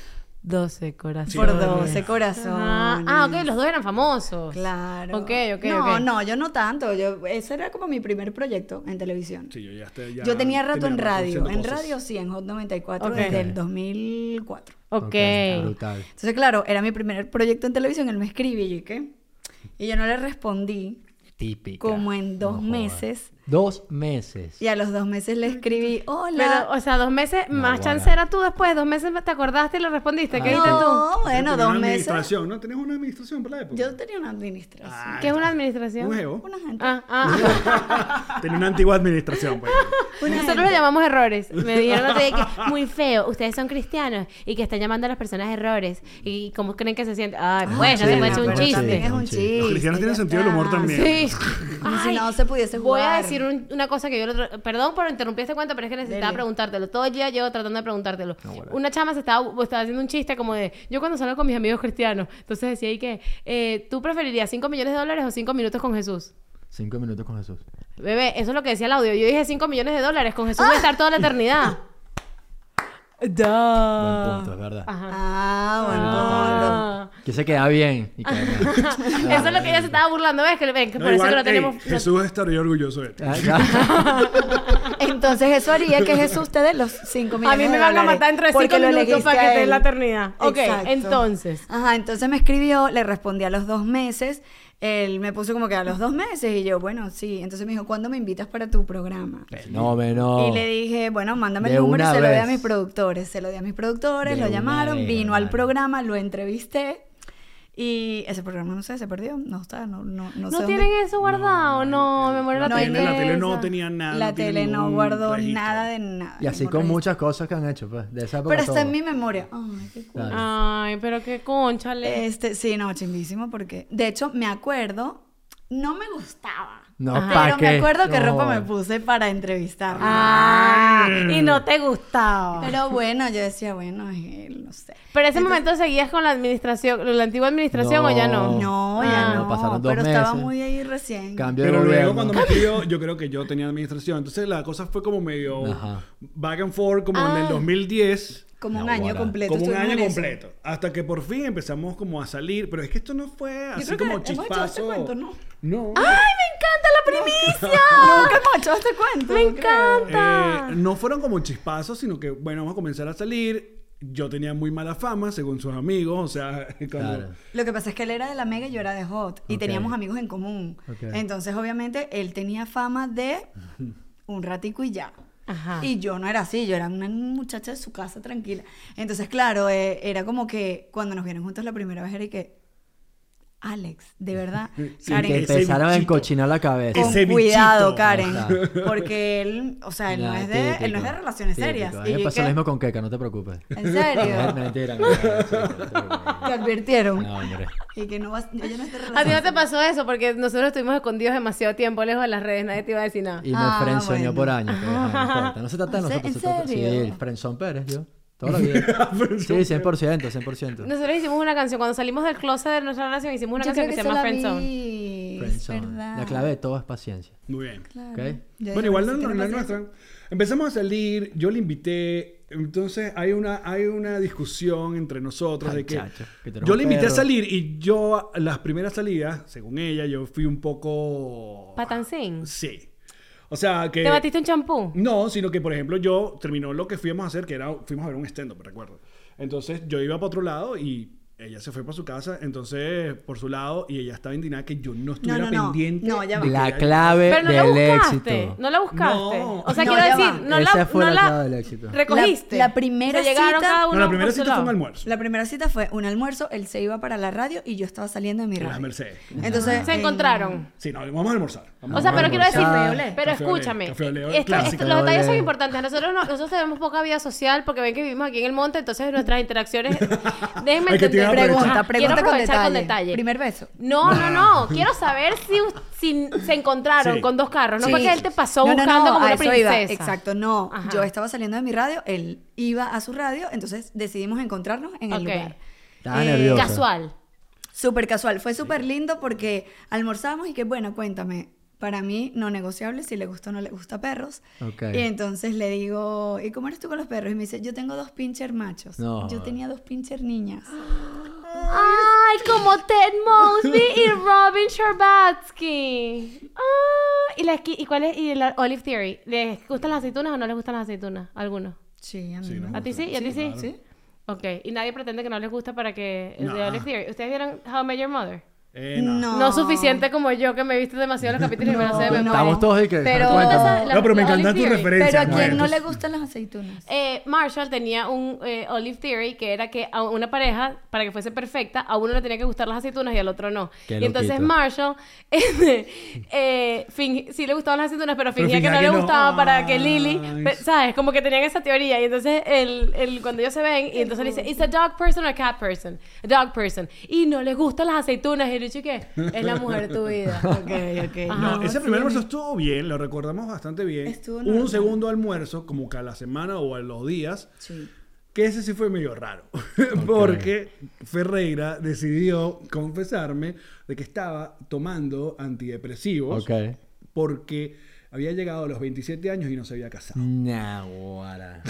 Speaker 1: 12 corazones.
Speaker 5: Por 12 corazones.
Speaker 1: Ajá. Ah, ok, los dos eran famosos.
Speaker 5: Claro.
Speaker 1: Ok, ok.
Speaker 5: No,
Speaker 1: ok.
Speaker 5: no, yo no tanto. Yo, ese era como mi primer proyecto en televisión.
Speaker 3: Sí, yo ya estoy- ya
Speaker 5: yo tenía rato en radio.
Speaker 3: haciendo
Speaker 5: En
Speaker 3: cosas.
Speaker 5: radio sí, en Hot 94
Speaker 1: Ok.
Speaker 5: desde el 2004.
Speaker 1: Ok.
Speaker 4: Ok, Brutal.
Speaker 5: Entonces, claro, era mi primer proyecto en televisión. Él me escribe y yo, ¿qué? Y yo no le respondí.
Speaker 4: Típica.
Speaker 5: Como en dos
Speaker 4: jodas.
Speaker 5: meses.
Speaker 4: Dos meses.
Speaker 5: Y a los dos meses le escribí, hola.
Speaker 1: Pero, o sea, dos meses,
Speaker 4: No,
Speaker 1: más
Speaker 4: bueno.
Speaker 1: chancera tú después, dos meses te acordaste y le respondiste. ¿Qué dijiste tú?
Speaker 5: Ah, no, bueno,
Speaker 3: Tenía
Speaker 5: dos
Speaker 3: una
Speaker 5: meses.
Speaker 3: administración, ¿no? Tenías una administración para la época.
Speaker 5: Yo tenía una administración.
Speaker 3: Ah,
Speaker 1: ¿Qué es una
Speaker 3: Un
Speaker 1: administración?
Speaker 3: geo.
Speaker 5: Una gente.
Speaker 1: Ah, ah.
Speaker 3: Tenía una antigua administración, pues.
Speaker 5: Una
Speaker 1: Nosotros lo llamamos errores. Me dijeron otro día que muy feo, ustedes son cristianos y que están llamando a las personas errores. ¿Y cómo creen que se sienten? Ay,
Speaker 5: Ah,
Speaker 1: bueno,
Speaker 4: Ah, sí,
Speaker 1: se puede
Speaker 4: no,
Speaker 1: ser un
Speaker 4: pero
Speaker 5: también
Speaker 1: chiste.
Speaker 5: es un
Speaker 4: Sí.
Speaker 5: chiste.
Speaker 3: Los cristianos tienen
Speaker 5: ya
Speaker 3: sentido del humor
Speaker 5: está.
Speaker 3: también.
Speaker 1: Sí.
Speaker 5: Como si
Speaker 1: Ay,
Speaker 5: no se pudiese
Speaker 1: Voy a
Speaker 5: jugar.
Speaker 1: decir un- una cosa que yo el otro- Perdón por interrumpir este cuento, pero es que necesitaba
Speaker 5: Dele.
Speaker 1: preguntártelo. Todo el día llevo tratando de preguntártelo.
Speaker 4: bueno.
Speaker 1: Una chama se estaba, estaba haciendo un chiste como de... Yo cuando salgo con mis amigos cristianos, entonces decía ahí que... eh, ¿Tú preferirías 5 millones de dólares o 5 minutos con Jesús?
Speaker 4: Cinco minutos con Jesús.
Speaker 1: Bebé, eso es lo que decía el audio. Yo dije 5 millones de dólares. Con Jesús voy a estar toda la eternidad.
Speaker 4: Buen
Speaker 1: Da.
Speaker 4: punto, es verdad.
Speaker 1: Ajá.
Speaker 5: Ah, bueno.
Speaker 1: Ah.
Speaker 4: Que se queda bien. Y queda bien.
Speaker 1: Eso es lo que ella se estaba burlando, ¿ves? Que, ven, que
Speaker 3: No,
Speaker 1: por eso
Speaker 3: igual,
Speaker 1: que no
Speaker 3: ey,
Speaker 1: tenemos... no-
Speaker 3: Jesús estaría orgulloso de ti.
Speaker 4: Ah, ya.
Speaker 5: Entonces eso haría que Jesús te dé los 5 millones
Speaker 1: A mí me
Speaker 5: de
Speaker 1: van a
Speaker 5: dólares,
Speaker 1: matar dentro de
Speaker 5: porque
Speaker 1: cinco
Speaker 5: lo
Speaker 1: minutos
Speaker 5: elegiste
Speaker 1: para
Speaker 5: a
Speaker 1: que te dé
Speaker 5: él.
Speaker 1: la eternidad. Ok,
Speaker 5: Exacto.
Speaker 1: entonces.
Speaker 5: Ajá, entonces me escribió, le respondí a los dos meses. Él me puso como que a los dos meses y yo, bueno, sí. Entonces me dijo, ¿cuándo me invitas para tu programa?
Speaker 4: No, me no.
Speaker 5: Y le dije, bueno, mándame
Speaker 4: De
Speaker 5: el número y
Speaker 4: una
Speaker 5: se lo di a
Speaker 4: vez.
Speaker 5: mis productores. Se lo di a mis productores,
Speaker 4: De
Speaker 5: lo
Speaker 4: una
Speaker 5: llamaron,
Speaker 4: vez,
Speaker 5: vino al
Speaker 4: hermano.
Speaker 5: programa, lo entrevisté. Y ese programa, no sé, se perdió. No está, no, no, no, sé
Speaker 1: ¿No
Speaker 5: dónde-
Speaker 1: tienen eso guardado? No, me muero la
Speaker 5: No,
Speaker 3: La, tele, la tele no
Speaker 1: tristeza.
Speaker 3: tenía
Speaker 4: Ah,
Speaker 3: nada.
Speaker 5: La
Speaker 3: no tiene
Speaker 5: tele no
Speaker 3: ningún
Speaker 5: guardó
Speaker 3: registro.
Speaker 5: nada de nada.
Speaker 4: Y así
Speaker 5: ningún
Speaker 4: con
Speaker 5: registro.
Speaker 4: muchas cosas que han hecho, pues. De esa época.
Speaker 5: Pero está en
Speaker 4: todo.
Speaker 5: mi memoria. Ay, qué cool.
Speaker 4: Claro.
Speaker 1: Ay, pero qué conchale.
Speaker 5: Eh, Este, sí, no, chimbísimo, porque de hecho me acuerdo, no me gustaba.
Speaker 4: No,
Speaker 1: Ajá.
Speaker 4: ¿pa'
Speaker 5: Pero me
Speaker 4: qué?
Speaker 5: acuerdo que
Speaker 4: No.
Speaker 5: ropa me puse para entrevistar.
Speaker 1: Ah, y no te gustaba.
Speaker 5: Pero bueno, yo decía, bueno, eh, no sé.
Speaker 1: Pero ese momento seguías con la administración, la antigua administración o ya no.
Speaker 5: No,
Speaker 1: Ah.
Speaker 5: ya no.
Speaker 4: Pasaron dos
Speaker 5: pero estaba
Speaker 4: meses.
Speaker 5: muy ahí recién.
Speaker 4: Cambio de
Speaker 3: Pero luego
Speaker 4: gobierno.
Speaker 3: cuando me escribió, yo creo que yo tenía administración. Entonces la cosa fue como medio
Speaker 4: Ajá.
Speaker 3: back and forth, como en
Speaker 1: Ah.
Speaker 3: el 2010.
Speaker 5: Como un
Speaker 4: No,
Speaker 5: año
Speaker 4: guarda.
Speaker 5: completo.
Speaker 3: Como un
Speaker 5: estuvimos
Speaker 3: año
Speaker 5: en eso.
Speaker 3: completo. Hasta que por fin empezamos como a salir. Pero es que esto no fue así
Speaker 5: creo que
Speaker 3: como
Speaker 5: hemos hecho
Speaker 3: chispazo.
Speaker 5: este cuento, ¿no?
Speaker 3: No.
Speaker 1: ¡Ay, me encanta la primicia!
Speaker 5: Nunca hemos hecho este cuento.
Speaker 1: ¡Me
Speaker 5: no creo.
Speaker 1: encanta!
Speaker 3: Eh, no fueron como chispazos, sino que, bueno, vamos a comenzar a salir. Yo tenía muy mala fama, según sus amigos. O sea, cuando-
Speaker 4: Claro.
Speaker 5: Lo que pasa es que él era de la Mega y yo era de Hot. Y
Speaker 4: Ok.
Speaker 5: teníamos amigos en común.
Speaker 4: Ok.
Speaker 5: Entonces, obviamente, él tenía fama de un ratico y ya.
Speaker 1: Ajá.
Speaker 5: Y yo no era así, yo era una muchacha de su casa tranquila. Entonces, claro, eh, era como que cuando nos vieron juntos la primera vez era y que, Alex, de verdad,
Speaker 3: Sí,
Speaker 4: Y
Speaker 5: Karen,
Speaker 4: que
Speaker 3: Ese
Speaker 4: empezaron a
Speaker 3: bichito.
Speaker 4: encochinar la cabeza.
Speaker 5: con
Speaker 3: Ese bichito.
Speaker 5: cuidado, Karen.
Speaker 4: Ahí está.
Speaker 5: Porque él, o sea, él no,
Speaker 4: Nah,
Speaker 5: es de, él no es
Speaker 4: típico,
Speaker 5: de relaciones
Speaker 4: típico.
Speaker 5: serias.
Speaker 4: A
Speaker 5: Y
Speaker 4: mí me
Speaker 5: yo
Speaker 4: pasó
Speaker 5: que-
Speaker 4: lo mismo con Keca, no te preocupes.
Speaker 5: ¿En serio?
Speaker 4: No, mentira, no, no, no, sí, no te preocupes.
Speaker 5: Te advirtieron.
Speaker 4: No, hombre.
Speaker 5: Y que no vas, ella no es de
Speaker 1: A ti no
Speaker 5: relaciones
Speaker 1: te pasó eso porque nosotros estuvimos escondidos demasiado tiempo lejos de las redes, nadie te iba a decir nada.
Speaker 4: Y me
Speaker 5: Ah, bueno.
Speaker 4: frenzoneó por años. pero ajá, no importa. No se trata de
Speaker 5: ¿En se- en
Speaker 4: nosotros. se trata-
Speaker 5: serio?
Speaker 4: Sí, el frenzón Pérez, yo. Toda la
Speaker 1: Ah,
Speaker 4: vida. sí, 100%, 100%.
Speaker 1: Nosotros hicimos una canción, cuando salimos del closet de nuestra relación, hicimos una
Speaker 5: Yo
Speaker 1: canción
Speaker 5: creo
Speaker 1: que, se
Speaker 5: eso
Speaker 1: llama
Speaker 5: la
Speaker 1: Friendzone.
Speaker 5: vi, es
Speaker 4: Friendzone.
Speaker 5: verdad.
Speaker 4: La clave de todo es paciencia.
Speaker 3: Muy bien.
Speaker 5: Claro.
Speaker 4: ¿Ok?
Speaker 5: Ya
Speaker 3: Bueno,
Speaker 5: digo,
Speaker 3: igual
Speaker 5: si
Speaker 3: no, no,
Speaker 5: tiene
Speaker 3: no es
Speaker 5: paciencia.
Speaker 3: nuestra. Empezamos a salir, yo le invité. Entonces hay una, hay una discusión entre nosotros
Speaker 4: Ay,
Speaker 3: de que,
Speaker 4: chacho, que tú eres
Speaker 3: yo
Speaker 4: un
Speaker 3: le invité a
Speaker 4: perro.
Speaker 3: salir y yo las primeras salidas, según ella, yo fui un poco...
Speaker 1: Patancín.
Speaker 3: Sí. O sea que...
Speaker 1: ¿Te batiste un champú?
Speaker 3: No, sino que, por ejemplo, yo terminó lo que fuimos a hacer, que era, fuimos a ver un stand-up, recuerdo. Entonces yo iba para otro lado y ella se fue para su casa, entonces por su lado, y ella estaba indignada que yo no estuviera
Speaker 5: no, no.
Speaker 3: pendiente.
Speaker 5: No, ya va.
Speaker 3: de que
Speaker 4: La
Speaker 3: ella-
Speaker 4: clave
Speaker 1: Pero no la
Speaker 4: del
Speaker 1: buscaste,
Speaker 4: éxito.
Speaker 1: no la buscaste.
Speaker 3: No.
Speaker 1: O sea,
Speaker 5: No,
Speaker 1: quiero
Speaker 5: ya
Speaker 1: decir,
Speaker 5: va.
Speaker 1: no la,
Speaker 4: Esa fue
Speaker 1: no
Speaker 4: la
Speaker 1: la
Speaker 4: clave del éxito.
Speaker 1: recogiste.
Speaker 5: La- la primera
Speaker 1: O sea, llegaron
Speaker 5: cita-
Speaker 1: cada uno
Speaker 3: No, la
Speaker 1: por
Speaker 3: primera
Speaker 1: su
Speaker 3: cita fue un
Speaker 1: lado.
Speaker 3: almuerzo.
Speaker 5: La primera cita fue un almuerzo, él se iba para la radio y yo estaba saliendo de mi
Speaker 3: En las
Speaker 5: radio.
Speaker 3: Mercedes.
Speaker 5: Entonces eh,
Speaker 1: Se
Speaker 5: en-
Speaker 1: encontraron.
Speaker 3: Sí, no, vamos a almorzar. Vamos
Speaker 1: O sea,
Speaker 3: a
Speaker 1: pero quiero decir,
Speaker 4: almorzar.
Speaker 1: pero
Speaker 3: Café olé,
Speaker 1: escúchame,
Speaker 3: café olé,
Speaker 1: esto- esto-
Speaker 3: clásico.
Speaker 1: los detalles son
Speaker 4: Olé.
Speaker 1: importantes. Nosotros, no- nosotros tenemos poca vida social porque ven que vivimos aquí en el monte, entonces nuestras interacciones. Déjenme
Speaker 3: Hay que
Speaker 1: entender.
Speaker 3: tirar para
Speaker 5: pregunta,
Speaker 3: aprovechar.
Speaker 1: Ah, Quiero
Speaker 5: pregunta con
Speaker 1: aprovechar
Speaker 5: detalle.
Speaker 1: con detalle.
Speaker 5: Primer beso.
Speaker 1: No, no, no. Quiero saber si, si se encontraron
Speaker 3: Sí.
Speaker 1: con dos carros. No
Speaker 5: Sí.
Speaker 1: fue que él te pasó
Speaker 5: No, no,
Speaker 1: buscando
Speaker 5: no,
Speaker 1: como una
Speaker 5: a eso iba.
Speaker 1: princesa.
Speaker 5: Exacto, no.
Speaker 1: Ajá.
Speaker 5: Yo estaba saliendo de mi radio, él iba a su radio, entonces decidimos encontrarnos en el
Speaker 1: Ok.
Speaker 5: lugar.
Speaker 4: Estaba nerviosa.
Speaker 1: Casual.
Speaker 5: Súper casual, fue súper lindo porque almorzamos y que bueno, cuéntame, para mí no negociable si le gusta o no le gusta perros.
Speaker 4: Ok.
Speaker 5: Y entonces le digo, ¿y cómo eres tú con los perros? Y me dice, yo tengo dos pincher machos.
Speaker 4: No.
Speaker 5: Yo tenía dos pincher niñas.
Speaker 1: Ay, como Ted Mosby y Robin Scherbatsky. Ah, ¿y, la, esqui- ¿Y cuál es? ¿Y la Olive Theory? ¿Les gustan las aceitunas o no les gustan las aceitunas? ¿Algunos?
Speaker 5: Sí, a mí
Speaker 3: Sí,
Speaker 5: me
Speaker 3: ¿no?
Speaker 1: ¿A ti sí? ¿Y a ti sí?
Speaker 5: Sí.
Speaker 1: Ok, y nadie pretende que no les gusta para que...
Speaker 3: No.
Speaker 1: De Olive Theory. ¿Ustedes vieron How I Met Your Mother?
Speaker 3: Eh, no.
Speaker 5: No.
Speaker 1: No. suficiente como yo, que me he visto demasiado los capítulos y me lo sé de
Speaker 5: No.
Speaker 1: memoria.
Speaker 4: Estamos todos de que.
Speaker 5: Pero-
Speaker 4: cuéntame.
Speaker 1: La-
Speaker 3: No, pero me
Speaker 1: la
Speaker 3: encantan
Speaker 1: Olive
Speaker 3: tus
Speaker 1: Theory.
Speaker 3: referencias.
Speaker 5: Pero a quien
Speaker 3: Mario.
Speaker 5: no le gustan las aceitunas.
Speaker 1: Eh, Marshall tenía un eh, Olive Theory que era que a una pareja, para que fuese perfecta, a uno le tenía que gustar las aceitunas y al otro no.
Speaker 4: Qué
Speaker 1: y entonces
Speaker 4: loquito.
Speaker 1: Marshall eh, fingi- sí le gustaban las aceitunas, pero fingía que
Speaker 3: fingía
Speaker 1: no
Speaker 3: que
Speaker 1: le
Speaker 3: no. Ah,
Speaker 1: gustaban para que Lily,
Speaker 3: Ay.
Speaker 1: pe- ¿sabes? Como que tenían esa teoría. Y entonces el, el- cuando ellos se ven, y entonces le dice, ¿Is a dog person or a cat person? A dog person. Y no les gustan las aceitunas. Y yo dije, ¿qué? Es la mujer de tu vida.
Speaker 5: Ok, ok.
Speaker 1: Ajá.
Speaker 3: No, ese primer almuerzo estuvo bien, lo recordamos bastante bien.
Speaker 5: Estuvo
Speaker 3: Hubo
Speaker 5: normal.
Speaker 3: un segundo almuerzo, como que a la semana o a los días,
Speaker 5: Sí.
Speaker 3: que ese sí fue medio raro. Porque Ferreira decidió confesarme de que estaba tomando antidepresivos
Speaker 4: Ok.
Speaker 3: porque había llegado a los 27 años y no se había
Speaker 4: Mm.
Speaker 3: casado.
Speaker 4: Nah, guara.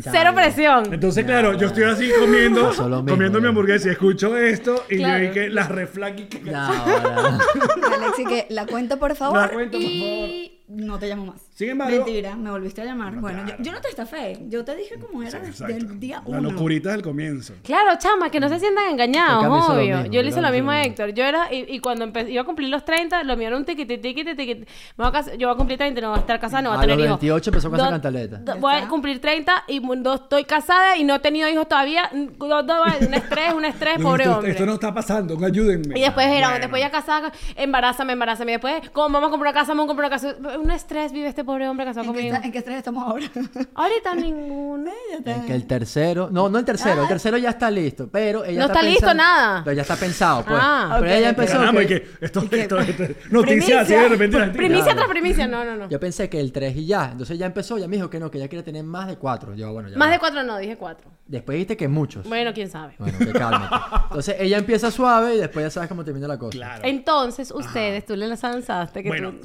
Speaker 1: Cero presión.
Speaker 3: Entonces, claro, yo estoy así comiendo,
Speaker 4: Pasó lo mismo,
Speaker 3: comiendo mi
Speaker 4: ya.
Speaker 3: hamburguesa y escucho esto y
Speaker 1: Claro.
Speaker 3: yo dije, la reflaqui que...
Speaker 4: Nah, guara.
Speaker 5: Alexi, que la cuenta por favor.
Speaker 3: La cuenta, por
Speaker 5: y no te llamo más.
Speaker 3: Sin embargo-
Speaker 5: Mentira, me volviste a llamar.
Speaker 3: No,
Speaker 5: bueno,
Speaker 3: claro.
Speaker 5: yo, yo no te estafé. Yo te dije cómo era desde el día
Speaker 3: La
Speaker 5: uno.
Speaker 3: locurita del comienzo.
Speaker 1: Claro, chama, que no se sientan engañados,
Speaker 4: Acá me hizo lo
Speaker 1: obvio.
Speaker 4: mismo,
Speaker 1: yo le hice
Speaker 4: acá
Speaker 1: lo
Speaker 4: me hizo
Speaker 1: mismo
Speaker 4: lo
Speaker 1: a
Speaker 4: mismo.
Speaker 1: Héctor. Yo era, y, y cuando empe- iba a cumplir los 30, lo mío era un tiquiti, tiquiti, tiquiti. Me voy a cas- yo voy a cumplir 30, no voy a estar casada, no voy a,
Speaker 4: A
Speaker 1: tener
Speaker 4: los
Speaker 1: hijos.
Speaker 4: 28 empezó con esa
Speaker 1: Do-
Speaker 4: cantaleta.
Speaker 1: do-
Speaker 5: Ya
Speaker 1: voy a
Speaker 5: está.
Speaker 1: cumplir 30 y mu- no estoy casada y no he tenido hijos todavía. Mm, do- do- Un estrés, un estrés, pobre
Speaker 3: esto,
Speaker 1: hombre.
Speaker 3: esto no está pasando, ayúdenme.
Speaker 1: Y después era,
Speaker 3: Bueno.
Speaker 1: después ya casada, embarázame, embarázame. Y después, ¿cómo vamos a comprar una casa? Vamos a comprar una casa. Un estrés vive este pobre hombre casado
Speaker 5: ¿En qué,
Speaker 1: conmigo.
Speaker 5: esta- en qué estrés estamos ahora?
Speaker 1: Ahorita ninguno.
Speaker 4: Es que el tercero, no, no el tercero, el tercero ya está listo, pero ella
Speaker 1: Ah. No está listo
Speaker 4: pensando-
Speaker 1: nada.
Speaker 4: Pero ya está pensado, pues.
Speaker 1: Ah,
Speaker 4: pero
Speaker 5: ok,
Speaker 4: ella
Speaker 5: ok.
Speaker 4: empezó.
Speaker 3: Caramba,
Speaker 4: que-
Speaker 3: y que esto, esto, esto- noticias así de repente. la gente- ah,
Speaker 1: Primicia
Speaker 4: Claro.
Speaker 1: tras primicia. No, no, no.
Speaker 4: Yo pensé que el 3 y ya. Entonces ya empezó, ya me dijo que no, que ya quiere tener más de 4. Yo, bueno, ya.
Speaker 1: Más
Speaker 4: no.
Speaker 1: de cuatro no, dije cuatro.
Speaker 4: Después dijiste que
Speaker 3: pues,
Speaker 4: muchos.
Speaker 1: Bueno, quién sabe.
Speaker 4: Bueno, que calma. Entonces ella empieza suave y después ya sabes cómo termina la cosa.
Speaker 3: Claro.
Speaker 1: Entonces, ustedes, tú le las lanzaste. Que
Speaker 3: Bueno,
Speaker 1: tú-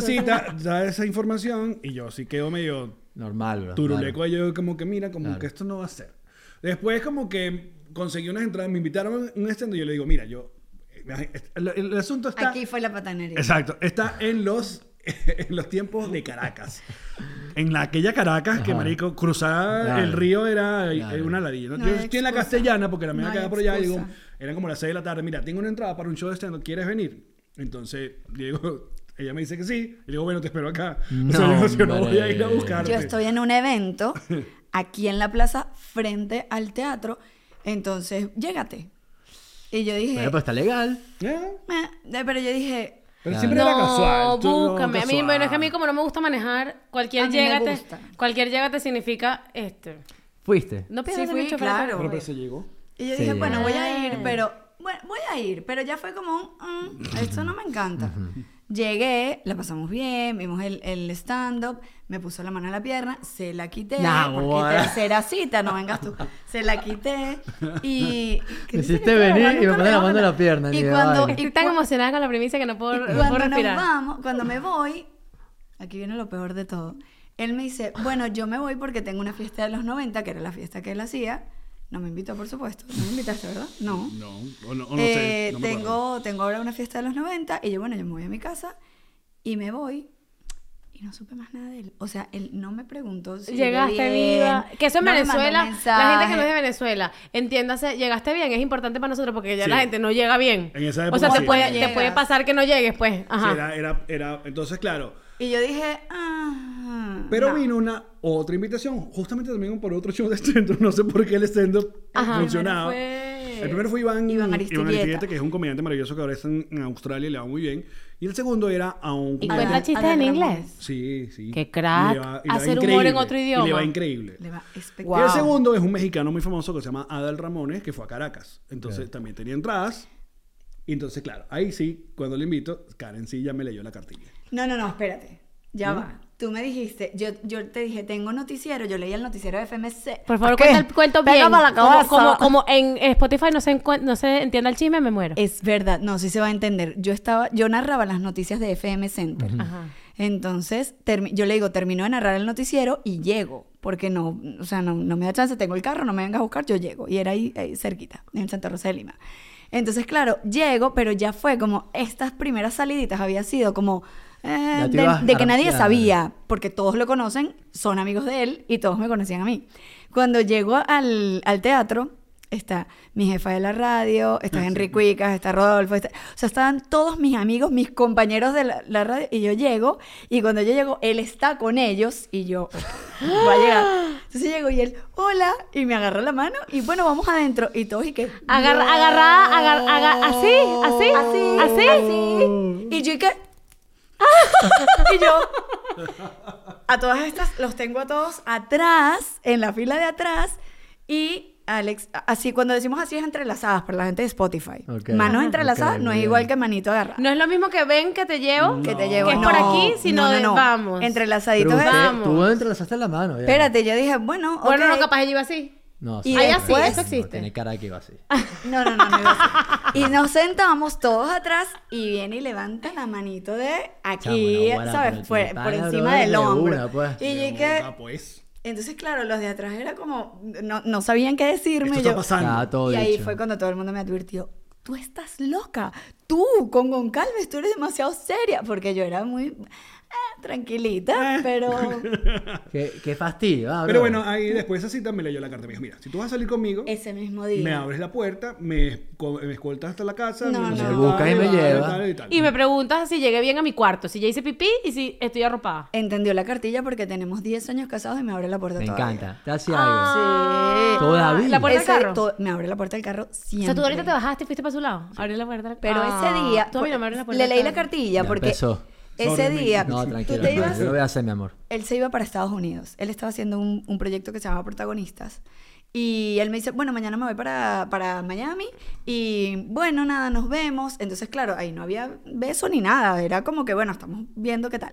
Speaker 3: cita, da esa información y yo sí quedo medio
Speaker 4: Normal, bro.
Speaker 3: turuleco.
Speaker 4: claro.
Speaker 3: y Yo como que, mira, como que esto no va a ser. Después como que conseguí unas entradas, me invitaron a un stand y yo le digo, mira, yo... eh, El, el asunto está...
Speaker 5: Aquí fue la patanería.
Speaker 3: Exacto, está en los, en los tiempos de Caracas. En la, aquella Caracas que,
Speaker 4: Ajá.
Speaker 3: marico, cruzar
Speaker 4: Claro.
Speaker 3: el río era eh,
Speaker 4: Claro.
Speaker 3: una ladilla. ¿no?
Speaker 5: No
Speaker 3: Yo
Speaker 5: hay
Speaker 3: estoy en la
Speaker 5: excusa.
Speaker 3: castellana porque la
Speaker 5: No
Speaker 3: me iba a
Speaker 5: hay
Speaker 3: quedar por allá y digo,
Speaker 5: excusa.
Speaker 3: eran como las 6 de la tarde, mira, tengo una entrada para un show de stand ¿quieres venir? Entonces, Diego, ella me dice que sí, y digo, bueno, te espero acá. o sea,
Speaker 4: No,
Speaker 3: yo, yo no
Speaker 4: hombre.
Speaker 3: voy a ir a buscarte. ¿Eh?
Speaker 5: Yo estoy en un evento aquí en la plaza frente al teatro, entonces llégate. Y yo dije,
Speaker 4: Bueno, pero pues, está legal.
Speaker 3: ¿Eh?
Speaker 5: "Meh", de- pero yo dije,
Speaker 3: Pero
Speaker 4: Claro.
Speaker 3: siempre era
Speaker 1: No,
Speaker 3: casual. tú no,
Speaker 1: búscame. A mí,
Speaker 3: casual.
Speaker 1: bueno, es que a mí como no me gusta manejar,
Speaker 5: A
Speaker 1: cualquier
Speaker 5: mí me
Speaker 1: llégate,
Speaker 5: gusta.
Speaker 1: cualquier llégate significa este.
Speaker 4: Fuiste.
Speaker 1: No
Speaker 5: sí
Speaker 1: piensas en
Speaker 5: fui,
Speaker 1: el chofer,
Speaker 5: claro.
Speaker 3: Pero, pero
Speaker 5: obvio.
Speaker 3: se llegó.
Speaker 5: Y yo
Speaker 4: Sí.
Speaker 5: dije, bueno, voy a ir,
Speaker 1: Ah.
Speaker 5: pero bueno, voy a ir, pero ya fue como un, "Mm, esto no me encanta. Llegué, la pasamos bien, vimos el, el stand-up, me puso la mano en la pierna, se la quité,
Speaker 4: Nah,
Speaker 5: porque
Speaker 4: guara.
Speaker 5: tercera cita, no vengas tú, se la quité y... ¿qué
Speaker 4: Me
Speaker 5: dice
Speaker 4: hiciste
Speaker 5: que te la
Speaker 4: venir
Speaker 5: mano
Speaker 4: y me
Speaker 5: con
Speaker 4: pones la mano en la
Speaker 5: otra?
Speaker 4: pierna, ni
Speaker 5: Y
Speaker 4: de
Speaker 5: cuando...
Speaker 3: pues,
Speaker 4: vaina.
Speaker 5: y
Speaker 1: Estoy tan
Speaker 5: cua-
Speaker 1: emocionada con la primicia que no puedo, no
Speaker 5: y
Speaker 1: puedo
Speaker 5: cuando nos
Speaker 1: respirar.
Speaker 5: vamos, cuando me voy, aquí viene lo peor de todo. Él me dice, bueno, yo me voy porque tengo una fiesta de los 90, que era la fiesta que él hacía. No me invitó, por supuesto. No me invitaste, ¿verdad? No.
Speaker 3: No, o no, o no
Speaker 5: Eh,
Speaker 3: sé. no me acuerdo.
Speaker 5: tengo, tengo ahora una fiesta de los 90 y yo, bueno, yo me voy a mi casa y me voy y no supe más nada de él. O sea, él no me preguntó si llegué
Speaker 1: Llegaste
Speaker 5: bien,
Speaker 1: viva. Que eso en
Speaker 5: no me mandó
Speaker 1: Venezuela, la gente que no es de
Speaker 5: mensaje.
Speaker 1: Venezuela, entiéndase, llegaste bien, es importante para nosotros porque ya
Speaker 3: Sí.
Speaker 1: la gente no llega bien.
Speaker 3: En esa
Speaker 1: o sea,
Speaker 3: época
Speaker 1: te,
Speaker 3: sí.
Speaker 1: puede,
Speaker 5: No
Speaker 1: te
Speaker 5: llegas.
Speaker 1: puede pasar que no llegues, pues.
Speaker 3: Sí,
Speaker 1: Ajá.
Speaker 3: era, era, era, entonces, claro,
Speaker 5: Y yo dije, ah,
Speaker 3: Pero
Speaker 5: no.
Speaker 3: vino una otra invitación, justamente también por otro show de stand no sé por qué el stand-up
Speaker 1: Ajá.
Speaker 3: funcionaba.
Speaker 1: El primero fue-
Speaker 3: El primero fue Iván,
Speaker 5: Iván Aristilleta.
Speaker 3: que es un comediante maravilloso que ahora está en, en Australia y le va muy bien. Y el segundo era a un
Speaker 1: Y cuenta
Speaker 5: Alan- Alan
Speaker 3: comediante-
Speaker 1: chistes en
Speaker 5: Ramón.
Speaker 1: inglés.
Speaker 3: Sí, sí.
Speaker 1: Qué crack.
Speaker 3: Y le va- y le va
Speaker 1: Hacer humor en
Speaker 3: increíble.
Speaker 1: otro
Speaker 3: Y le
Speaker 1: idioma.
Speaker 3: va increíble.
Speaker 5: Le va espectacular.
Speaker 3: Y el
Speaker 1: Wow.
Speaker 3: segundo es un mexicano muy famoso que se llama Adal Ramones, que fue a Caracas. Entonces también tenía entradas. Y entonces, claro, ahí sí, cuando le invito, Karen sí ya me leyó la cartilla.
Speaker 5: No, no, no, espérate.
Speaker 4: ¿Mm?
Speaker 5: Ya va. Tú me dijiste, yo, yo te dije, tengo noticiero, yo leí el noticiero de FMC.
Speaker 1: Por favor,
Speaker 5: ¿Qué?
Speaker 1: cuenta el cuento
Speaker 5: Pega
Speaker 1: bien.
Speaker 5: pa' la
Speaker 1: como,
Speaker 5: cabeza.
Speaker 1: como, como en Spotify no se, encuen- no se entienda el chisme, me muero.
Speaker 5: Es verdad, no, sí se va a entender. Yo estaba, yo narraba las noticias de FM Center.
Speaker 1: Ajá.
Speaker 5: Entonces, termi- yo le digo, termino de narrar el noticiero y llego, porque no, o sea, no, no me da chance, tengo el carro, no me vengas a buscar, yo llego. Y era ahí, ahí cerquita, en Santa Rosa de Lima. Entonces, claro, llego, pero ya fue como estas primeras saliditas había sido como eh,
Speaker 4: te
Speaker 5: de,
Speaker 4: ibas
Speaker 5: de que nadie
Speaker 4: harteando.
Speaker 5: sabía, porque todos lo conocen, son amigos de él y todos me conocían a mí. Cuando llego al, al teatro, está mi jefa de la radio, está Henry Cuicas, está Rodolfo, está- o sea, estaban todos mis amigos, mis compañeros de la, la radio, y yo llego, y cuando yo llego, él está con ellos, y yo, ok, va a llegar. Entonces llego y él, hola, y me agarra la mano, y bueno, vamos adentro, y todos, y que...
Speaker 1: Agarra, agarra, agarra, agarra, así, así, así, así.
Speaker 5: Y yo, y que... y yo, a todas estas, los tengo a todos atrás, en la fila de atrás, y Alex, así, cuando decimos así es entrelazadas, para la gente de Spotify.
Speaker 4: Ok.
Speaker 5: Manos
Speaker 4: Ajá.
Speaker 5: entrelazadas
Speaker 4: Ok,
Speaker 5: no
Speaker 4: muy
Speaker 5: es
Speaker 4: bien.
Speaker 5: igual que manito agarrada.
Speaker 1: No es lo mismo que ven que te llevo,
Speaker 5: que te llevo.
Speaker 1: que es
Speaker 5: no,
Speaker 1: por aquí, sino
Speaker 5: no, no,
Speaker 1: de
Speaker 5: no.
Speaker 1: vamos.
Speaker 4: Pero
Speaker 5: Entrelazaditos.
Speaker 4: usted-
Speaker 5: es-
Speaker 1: Vamos.
Speaker 4: tú entrelazaste la mano. ya.
Speaker 5: Espérate, yo dije, bueno,
Speaker 1: Bueno,
Speaker 5: ok.
Speaker 1: no, capaz ella iba así.
Speaker 4: No,
Speaker 5: Y
Speaker 4: no,
Speaker 5: después-
Speaker 4: no,
Speaker 1: eso existe.
Speaker 4: Tiene cara de que iba así.
Speaker 5: Ah, No, no, no, no iba así. Y nos sentamos todos atrás y viene y levanta la manito de aquí,
Speaker 4: Chamo, no, guarda, pero
Speaker 5: ¿sabes? Fue-
Speaker 4: chupala,
Speaker 5: por encima
Speaker 4: brother,
Speaker 5: del
Speaker 4: de
Speaker 5: hombro.
Speaker 4: una, pues.
Speaker 5: Y yo
Speaker 3: Llegó,
Speaker 5: que...
Speaker 3: ah, pues,
Speaker 5: Entonces, claro, los de atrás era como... No, no sabían qué decirme.
Speaker 3: esto
Speaker 5: yo,
Speaker 3: está pasando.
Speaker 4: Estaba todo
Speaker 5: y ahí
Speaker 4: dicho.
Speaker 5: fue cuando todo el mundo me advirtió, tú estás loca, tú con Goncalves, tú eres demasiado seria, porque yo era muy ah, tranquilita, pero...
Speaker 4: Qué, qué fastidio. ah,
Speaker 3: Pero
Speaker 4: bro.
Speaker 3: bueno, ahí después de esa cita me leyó la carta. Me dijo, mira, si tú vas a salir conmigo,
Speaker 5: Ese mismo día.
Speaker 3: me abres la puerta, me, co- me escoltas hasta la casa,
Speaker 5: No,
Speaker 3: no sé
Speaker 5: no.
Speaker 3: qué
Speaker 5: Me
Speaker 4: buscas y
Speaker 3: tal,
Speaker 4: me
Speaker 3: tal,
Speaker 4: llevas.
Speaker 3: tal, y tal.
Speaker 1: Y me preguntas si llegué bien a mi cuarto, si ya hice pipí y si estoy arropada.
Speaker 5: Entendió la cartilla porque tenemos 10 años casados y me abre la
Speaker 3: ah.
Speaker 5: puerta
Speaker 4: Me
Speaker 5: todavía.
Speaker 4: encanta. Te hace algo.
Speaker 1: Ah,
Speaker 4: Todavía.
Speaker 1: La puerta
Speaker 5: Ese
Speaker 1: del carro.
Speaker 5: to- me abre la puerta del carro siempre.
Speaker 1: O sea, tú ahorita te bajaste y fuiste para su lado. Abrí la puerta. del-
Speaker 5: Pero
Speaker 1: Ah.
Speaker 5: ese día
Speaker 1: Tú a mí no me
Speaker 5: pues,
Speaker 1: abres la puerta
Speaker 5: le
Speaker 1: del
Speaker 5: leí la
Speaker 1: carro.
Speaker 5: cartilla
Speaker 4: Ya
Speaker 5: porque
Speaker 4: empezó.
Speaker 5: Ese
Speaker 3: Sobre mí.
Speaker 5: día,
Speaker 4: No, tranquilo.
Speaker 5: tú te
Speaker 4: hermano,
Speaker 5: ibas
Speaker 4: Yo lo voy a hacer, mi amor.
Speaker 5: él se iba para Estados Unidos. Él estaba haciendo un, un proyecto que se llama Protagonistas. Y él me dice, bueno, mañana me voy para, para Miami y bueno, nada, nos vemos. Entonces, claro, ahí no había beso ni nada. Era como que, bueno, estamos viendo qué tal.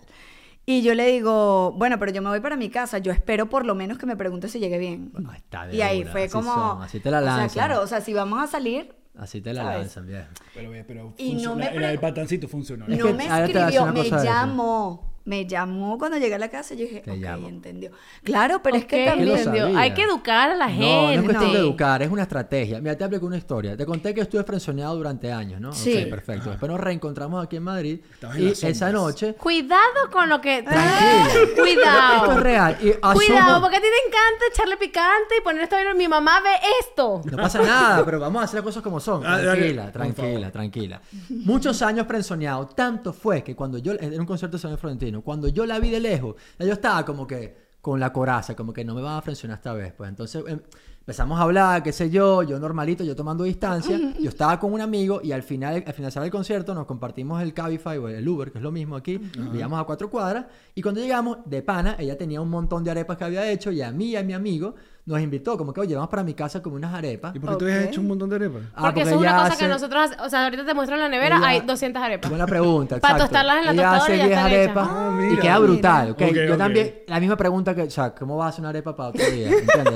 Speaker 5: Y yo le digo, bueno, pero yo me voy para mi casa. Yo espero por lo menos que me pregunte si llegué bien.
Speaker 4: No, está de
Speaker 5: y ahí
Speaker 4: una,
Speaker 5: fue
Speaker 4: así
Speaker 5: como...
Speaker 4: son, así te la
Speaker 5: O
Speaker 4: lanzan.
Speaker 5: sea, claro, o sea, si vamos a salir,
Speaker 4: Así te la
Speaker 5: ¿Sabes?
Speaker 4: lanzan, viejo.
Speaker 3: Pero, ve, pero
Speaker 5: Y no me
Speaker 3: funciona-
Speaker 5: pre-
Speaker 3: el, el patancito funcionó.
Speaker 4: Es
Speaker 5: no
Speaker 4: que
Speaker 5: me
Speaker 4: ahora te voy a decir
Speaker 5: escribió,
Speaker 4: una
Speaker 5: me
Speaker 4: cosa de eso.
Speaker 5: llamó. Me llamó cuando llegué a la casa y yo dije,
Speaker 4: Te
Speaker 5: ok,
Speaker 4: llamo.
Speaker 5: entendió. Claro, pero es que
Speaker 1: Ok,
Speaker 4: que lo
Speaker 5: también...
Speaker 1: entendió.
Speaker 4: sabía.
Speaker 1: Hay que educar a la
Speaker 4: No, no
Speaker 1: gente.
Speaker 4: es cuestión de
Speaker 5: no.
Speaker 4: educar, es una estrategia. Mira, te hablé con una historia. Te conté que estuve frenzoneado durante años, ¿no?
Speaker 5: Sí.
Speaker 4: Ok, perfecto. Después nos reencontramos aquí en Madrid.
Speaker 3: Estabas en
Speaker 4: Y
Speaker 3: las sombras.
Speaker 4: esa noche.
Speaker 1: Cuidado con lo que.
Speaker 4: Tranquila.
Speaker 1: Cuidado.
Speaker 4: Esto es real. Y asumo-
Speaker 1: Cuidado, porque a ti te encanta echarle picante y poner esto en mi mamá ve esto.
Speaker 4: No pasa nada, pero vamos a hacer las cosas como son.
Speaker 3: Ah, dale,
Speaker 4: Tranquila,
Speaker 3: por
Speaker 4: tranquila,
Speaker 3: favor.
Speaker 4: tranquila. Muchos años prensoneado. Tanto fue que cuando yo, en un concierto de San Florentino, cuando yo la vi de lejos, ya yo estaba como que con la coraza, como que no me van a frencionar esta vez. Pues entonces em, empezamos a hablar, qué sé yo, yo normalito, yo tomando distancia. Yo estaba con un amigo y al final, al finalizar el concierto, nos compartimos el Cabify o el Uber, que es lo mismo aquí. Vivíamos a cuatro cuadras y cuando llegamos, de pana, ella tenía un montón de arepas que había hecho y a mí y a mi amigo nos invitó, como que, oye, vamos para mi casa como unas arepas.
Speaker 3: ¿Y por qué tú habías
Speaker 5: Ok.
Speaker 3: hecho un montón de arepas?
Speaker 4: Ah,
Speaker 1: porque, eso es una
Speaker 4: ella
Speaker 1: cosa
Speaker 4: hace-
Speaker 1: que nosotros. hace- O sea, ahorita te muestro en la nevera,
Speaker 4: ella-
Speaker 1: hay 200 arepas.
Speaker 4: Buena pregunta,
Speaker 1: Para
Speaker 4: exacto.
Speaker 1: tostarlas en la
Speaker 4: Ella
Speaker 1: tostadora
Speaker 4: hace
Speaker 1: y ya
Speaker 4: 10
Speaker 1: están
Speaker 4: arepas
Speaker 1: hechas.
Speaker 3: Ah,
Speaker 4: y
Speaker 3: mira.
Speaker 4: queda brutal, ¿ok?
Speaker 3: Ok,
Speaker 4: Yo
Speaker 3: ok.
Speaker 4: también, la misma pregunta que, o sea, ¿cómo vas a hacer una arepa para otro día? ¿Entiendes?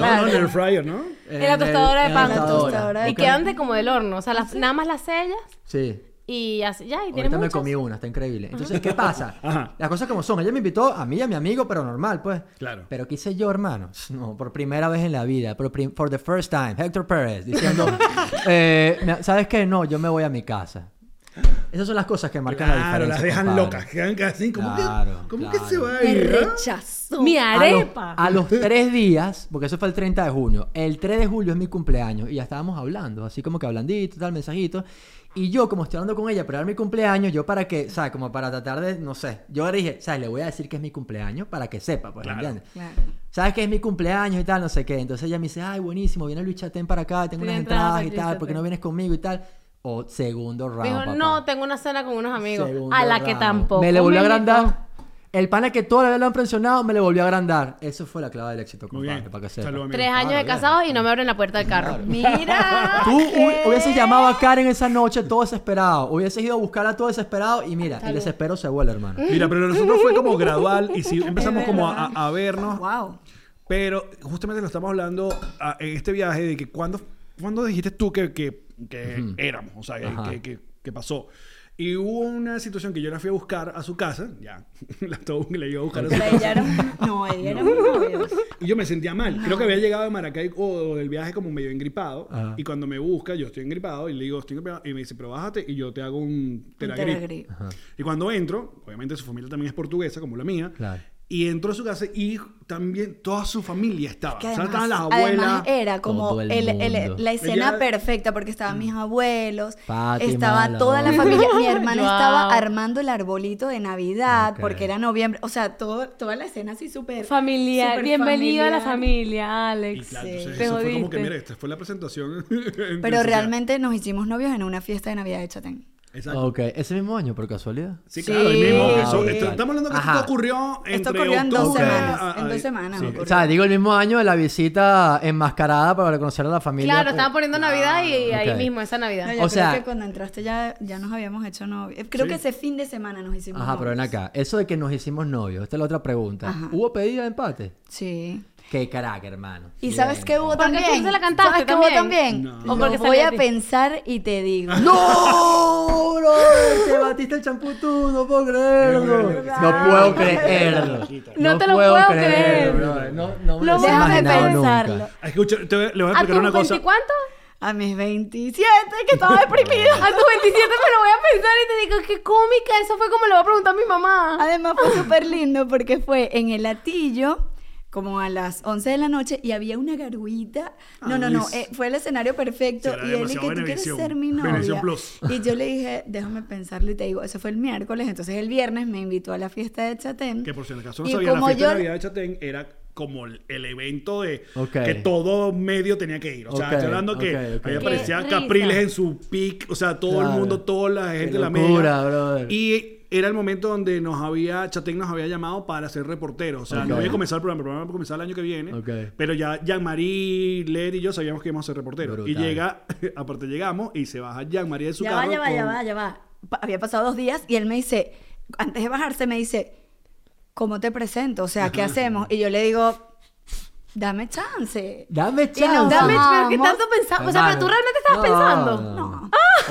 Speaker 3: No, no, en el fryer, ¿no?
Speaker 1: En la tostadora de
Speaker 4: en
Speaker 1: pan.
Speaker 4: la
Speaker 5: La
Speaker 4: tostadora.
Speaker 5: tostadora
Speaker 1: Y
Speaker 5: ok.
Speaker 1: quedan de como del horno. O sea, las- nada más las sellas
Speaker 4: Sí.
Speaker 1: y así. Ya, y tiene
Speaker 4: Ahorita me
Speaker 1: muchas.
Speaker 4: comí una, está increíble. Entonces, ¿qué pasa?
Speaker 3: Ajá.
Speaker 4: Las cosas como son. Ella me invitó a mí y a mi amigo, pero normal, pues.
Speaker 3: Claro.
Speaker 4: Pero ¿qué hice yo, hermano? No, por primera vez en la vida, por, prim- for the first time, Héctor Pérez, diciendo, eh, me- ¿sabes qué? No, yo me voy a mi casa. Esas son las cosas que marcan la
Speaker 3: Claro,
Speaker 4: diferencia.
Speaker 3: las dejan
Speaker 4: compadre.
Speaker 3: locas. Quedan casi. ¿Cómo,
Speaker 4: Claro,
Speaker 3: que, ¿cómo
Speaker 4: claro.
Speaker 3: que se va a
Speaker 5: Me
Speaker 3: ir? ah?
Speaker 5: rechazó.
Speaker 1: Mi
Speaker 4: A los-
Speaker 1: arepa.
Speaker 4: A los, tres días, porque eso fue el 30 de junio, el 3 de julio es mi cumpleaños y ya estábamos hablando, así como que hablandito, tal, mensajito. Y yo, como estoy hablando con ella, pero era mi cumpleaños, yo para que, ¿sabes? Como para tratar de, no sé, yo le dije, ¿sabes? Le voy a decir que es mi cumpleaños para que sepa, pues, ¿entiendes?
Speaker 5: Claro.
Speaker 4: ¿Sabes que es mi cumpleaños y tal? No sé qué. Entonces ella me dice, ay, buenísimo, viene Luis Chatén para acá,
Speaker 1: Tiene
Speaker 4: tengo unas
Speaker 1: entradas
Speaker 4: entradas
Speaker 1: para
Speaker 4: y
Speaker 1: Luis
Speaker 4: tal, ¿por qué no
Speaker 1: Chatén.
Speaker 4: vienes conmigo y tal? O segundo round,
Speaker 1: Dijo,
Speaker 4: papá.
Speaker 1: no, tengo una cena con unos amigos.
Speaker 4: Segundo
Speaker 1: a la que
Speaker 4: round.
Speaker 1: tampoco.
Speaker 4: Me le volvió a
Speaker 1: me
Speaker 4: agrandar.
Speaker 1: invitó.
Speaker 4: El pana que toda la vida lo han presionado, me le volvió a agrandar. Eso fue la clave del éxito,
Speaker 3: Muy
Speaker 4: compadre,
Speaker 3: bien.
Speaker 4: para que sepa.
Speaker 3: Saludos, amigo.
Speaker 1: Tres años de
Speaker 4: bien.
Speaker 1: casados y no me abren la puerta del carro.
Speaker 5: Mira.
Speaker 4: Tú hu-
Speaker 5: ¿qué?
Speaker 4: hubieses llamado a Karen esa noche todo desesperado. Hubieses ido a buscarla todo desesperado y mira, el desespero se vuela, hermano.
Speaker 3: Mira, pero nosotros fue como gradual y sí empezamos como a, a- a vernos,
Speaker 5: Wow.
Speaker 3: pero justamente lo estamos hablando ah, en este viaje de que cuando, cuando dijiste tú que, que, que éramos, o sea, que-
Speaker 4: Ajá.
Speaker 3: que, que- que pasó. Y hubo una situación que yo la fui a buscar a su casa, ya, la, to- la iba a buscar a su
Speaker 5: Pero
Speaker 3: casa.
Speaker 5: ella era un- No, ella era muy novio.
Speaker 3: Y yo me sentía mal. Creo que había llegado de Maracay o, o del viaje como medio engripado.
Speaker 4: Ajá.
Speaker 3: Y cuando me busca, yo estoy engripado y le digo, estoy engripado. Y me dice, pero bájate y yo te hago un teragrip.
Speaker 5: teragrip.
Speaker 3: Y cuando entro, obviamente su familia también es portuguesa, como la mía.
Speaker 4: Claro.
Speaker 3: Y entro a su casa y también toda su familia estaba.
Speaker 5: Que
Speaker 3: o sea, estaban
Speaker 5: además,
Speaker 3: las
Speaker 5: además
Speaker 3: abuelas.
Speaker 5: era como
Speaker 4: Todo el
Speaker 5: el- el-
Speaker 4: mundo.
Speaker 5: la escena
Speaker 3: Ella-
Speaker 5: perfecta porque estaban mis abuelos,
Speaker 4: Fátima,
Speaker 5: estaba
Speaker 4: la
Speaker 5: toda la
Speaker 4: abuela.
Speaker 5: familia, mi hermana
Speaker 1: Wow.
Speaker 5: estaba armando el arbolito de Navidad
Speaker 4: Ok.
Speaker 5: porque era noviembre, o sea, todo, toda la escena así súper
Speaker 1: Familiar.
Speaker 5: súper
Speaker 1: Bienvenido a la
Speaker 5: familiar.
Speaker 1: familia,
Speaker 3: Y
Speaker 1: Alex.
Speaker 3: claro,
Speaker 5: Sí.
Speaker 3: entonces
Speaker 1: Te
Speaker 3: eso fue como
Speaker 1: jodiste.
Speaker 3: que, mira, esta fue la presentación.
Speaker 5: eh, Pero
Speaker 3: Entonces,
Speaker 5: realmente nos hicimos novios en una fiesta de Navidad de Chatén.
Speaker 3: ya. Exacto.
Speaker 4: Ok, ese mismo año, por casualidad.
Speaker 3: Sí,
Speaker 5: Sí.
Speaker 3: claro, el mismo.
Speaker 4: Ah,
Speaker 3: eso-
Speaker 4: ok.
Speaker 3: esto- estamos hablando que
Speaker 4: Ajá.
Speaker 3: esto ocurrió entre
Speaker 5: Esto ocurrió en dos
Speaker 3: octubre
Speaker 5: semanas,
Speaker 3: a-
Speaker 5: en
Speaker 3: a-
Speaker 5: dos semanas
Speaker 3: sí.
Speaker 5: ocurrió.
Speaker 4: O sea, digo el mismo año de la visita enmascarada para conocer a la familia. Oh.
Speaker 1: Claro, estaban poniendo Navidad y ahí
Speaker 4: Ok.
Speaker 1: mismo, esa Navidad.
Speaker 5: No, yo creo
Speaker 4: O sea-
Speaker 5: que cuando entraste ya, ya nos habíamos hecho novios. Eh, Creo
Speaker 3: Sí.
Speaker 5: que ese fin de semana nos hicimos
Speaker 4: Ajá, pero ven
Speaker 5: novios.
Speaker 4: acá. Eso de que nos hicimos novios, esta es la otra pregunta.
Speaker 5: Ajá.
Speaker 4: ¿Hubo pedida de empate?
Speaker 5: Sí.
Speaker 4: Qué caraca, hermano.
Speaker 5: ¿Y sabes qué
Speaker 1: ¿Por
Speaker 5: hubo
Speaker 1: qué
Speaker 5: también?
Speaker 1: tú se la cantaste
Speaker 5: ¿Sabes qué hubo
Speaker 1: también?
Speaker 5: también?
Speaker 1: No. ¿O porque
Speaker 5: Lo voy
Speaker 1: salió a
Speaker 5: a
Speaker 1: ti?
Speaker 5: pensar y te digo.
Speaker 4: ¡No! Bro, te batiste el champú tú, no puedo creerlo. No puedo creerlo.
Speaker 1: No te lo puedo creer.
Speaker 4: bro. No, no me
Speaker 1: Lo
Speaker 4: lo hubiese
Speaker 1: déjame
Speaker 4: imaginado
Speaker 5: pensarlo.
Speaker 4: nunca.
Speaker 3: Ah, Escucha, te voy- le voy a
Speaker 1: ¿A
Speaker 3: explicar una
Speaker 1: tus
Speaker 3: cosa.
Speaker 1: 20 cuánto?
Speaker 5: A mis 27, que estaba deprimida.
Speaker 1: A tus 27 me lo voy a pensar y te digo, qué cómica, eso fue como lo va a preguntar mi mamá.
Speaker 5: Además fue súper lindo porque fue en el latillo, como a las 11 de la noche, y había una garuita. No, no, no,
Speaker 3: Luis.
Speaker 5: eh, fue el escenario perfecto.
Speaker 3: Será
Speaker 5: Y él y
Speaker 3: demasiado
Speaker 5: que tú quieres
Speaker 3: Venevisión.
Speaker 5: ser mi
Speaker 3: Venevisión
Speaker 5: novia.
Speaker 3: Plus.
Speaker 5: Y yo le dije, déjame pensarlo y te digo, eso fue el miércoles, entonces el viernes me invitó a la fiesta de Chatén.
Speaker 3: Que por si acaso no
Speaker 5: Y
Speaker 3: sabía, la
Speaker 5: como
Speaker 3: fiesta de
Speaker 5: yo-
Speaker 3: Navidad de Chatén era como el, el evento de
Speaker 4: Ok.
Speaker 3: que todo medio tenía que ir. O sea,
Speaker 4: Ok,
Speaker 3: estoy hablando que
Speaker 4: ok, ok.
Speaker 3: ahí aparecía
Speaker 1: Qué risa.
Speaker 3: Capriles en su pic, o sea, todo
Speaker 4: Claro.
Speaker 3: el mundo, toda la gente,
Speaker 4: Qué
Speaker 3: la
Speaker 4: locura,
Speaker 3: media.
Speaker 4: brother.
Speaker 3: Y era el momento donde nos había, Chatén nos había llamado para ser reporteros. O sea, no
Speaker 4: Ok.
Speaker 3: había comenzado el programa, el programa comenzar el año que viene.
Speaker 4: Ok.
Speaker 3: Pero ya Jean-Marie, Led y yo sabíamos que íbamos a ser reporteros. Y
Speaker 4: Brutal.
Speaker 3: llega, aparte llegamos y se baja Jean-Marie de su
Speaker 5: ya va,
Speaker 3: carro.
Speaker 5: ya va, ya
Speaker 3: con-
Speaker 5: va, ya va. Pa- había pasado dos días y él me dice, antes de bajarse, me dice, ¿cómo te presento? O sea, ¿qué hacemos? Y yo le digo, dame chance.
Speaker 4: Dame
Speaker 1: Y
Speaker 4: chance.
Speaker 1: no, dame, pero ¿qué
Speaker 5: Vamos.
Speaker 1: tanto pensabas? O sea, pero tú
Speaker 4: Hermano.
Speaker 1: realmente estabas
Speaker 4: No,
Speaker 1: pensando.
Speaker 4: no,
Speaker 5: No.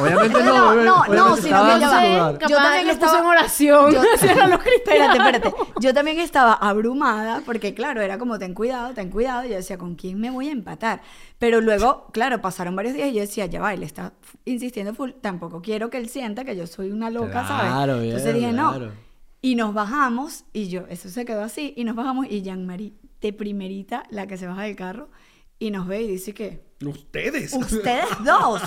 Speaker 4: Obviamente no.
Speaker 5: No, no,
Speaker 4: obviamente-
Speaker 5: no,
Speaker 4: obviamente
Speaker 5: sino que ya
Speaker 4: estaba en
Speaker 5: va.
Speaker 4: su lugar.
Speaker 5: Yo también
Speaker 1: lo
Speaker 5: estaba-
Speaker 1: puse en oración.
Speaker 5: Yo-
Speaker 1: gracias a los cristianos.
Speaker 5: Espérate, espérate. Yo también estaba abrumada porque, claro, era como ten cuidado, ten cuidado. Yo decía, ¿con quién me voy a empatar? Pero luego, claro, pasaron varios días y yo decía, ya va, él está f- insistiendo full. Tampoco quiero que él sienta que yo soy una loca,
Speaker 4: Claro,
Speaker 5: ¿sabes?
Speaker 4: bien,
Speaker 5: Entonces dije,
Speaker 4: claro.
Speaker 5: no. Y nos bajamos y yo, eso se quedó así. Y nos bajamos y Jean-Marie, de primerita, la que se baja del carro, y nos ve y dice que.
Speaker 3: Ustedes.
Speaker 5: Ustedes dos.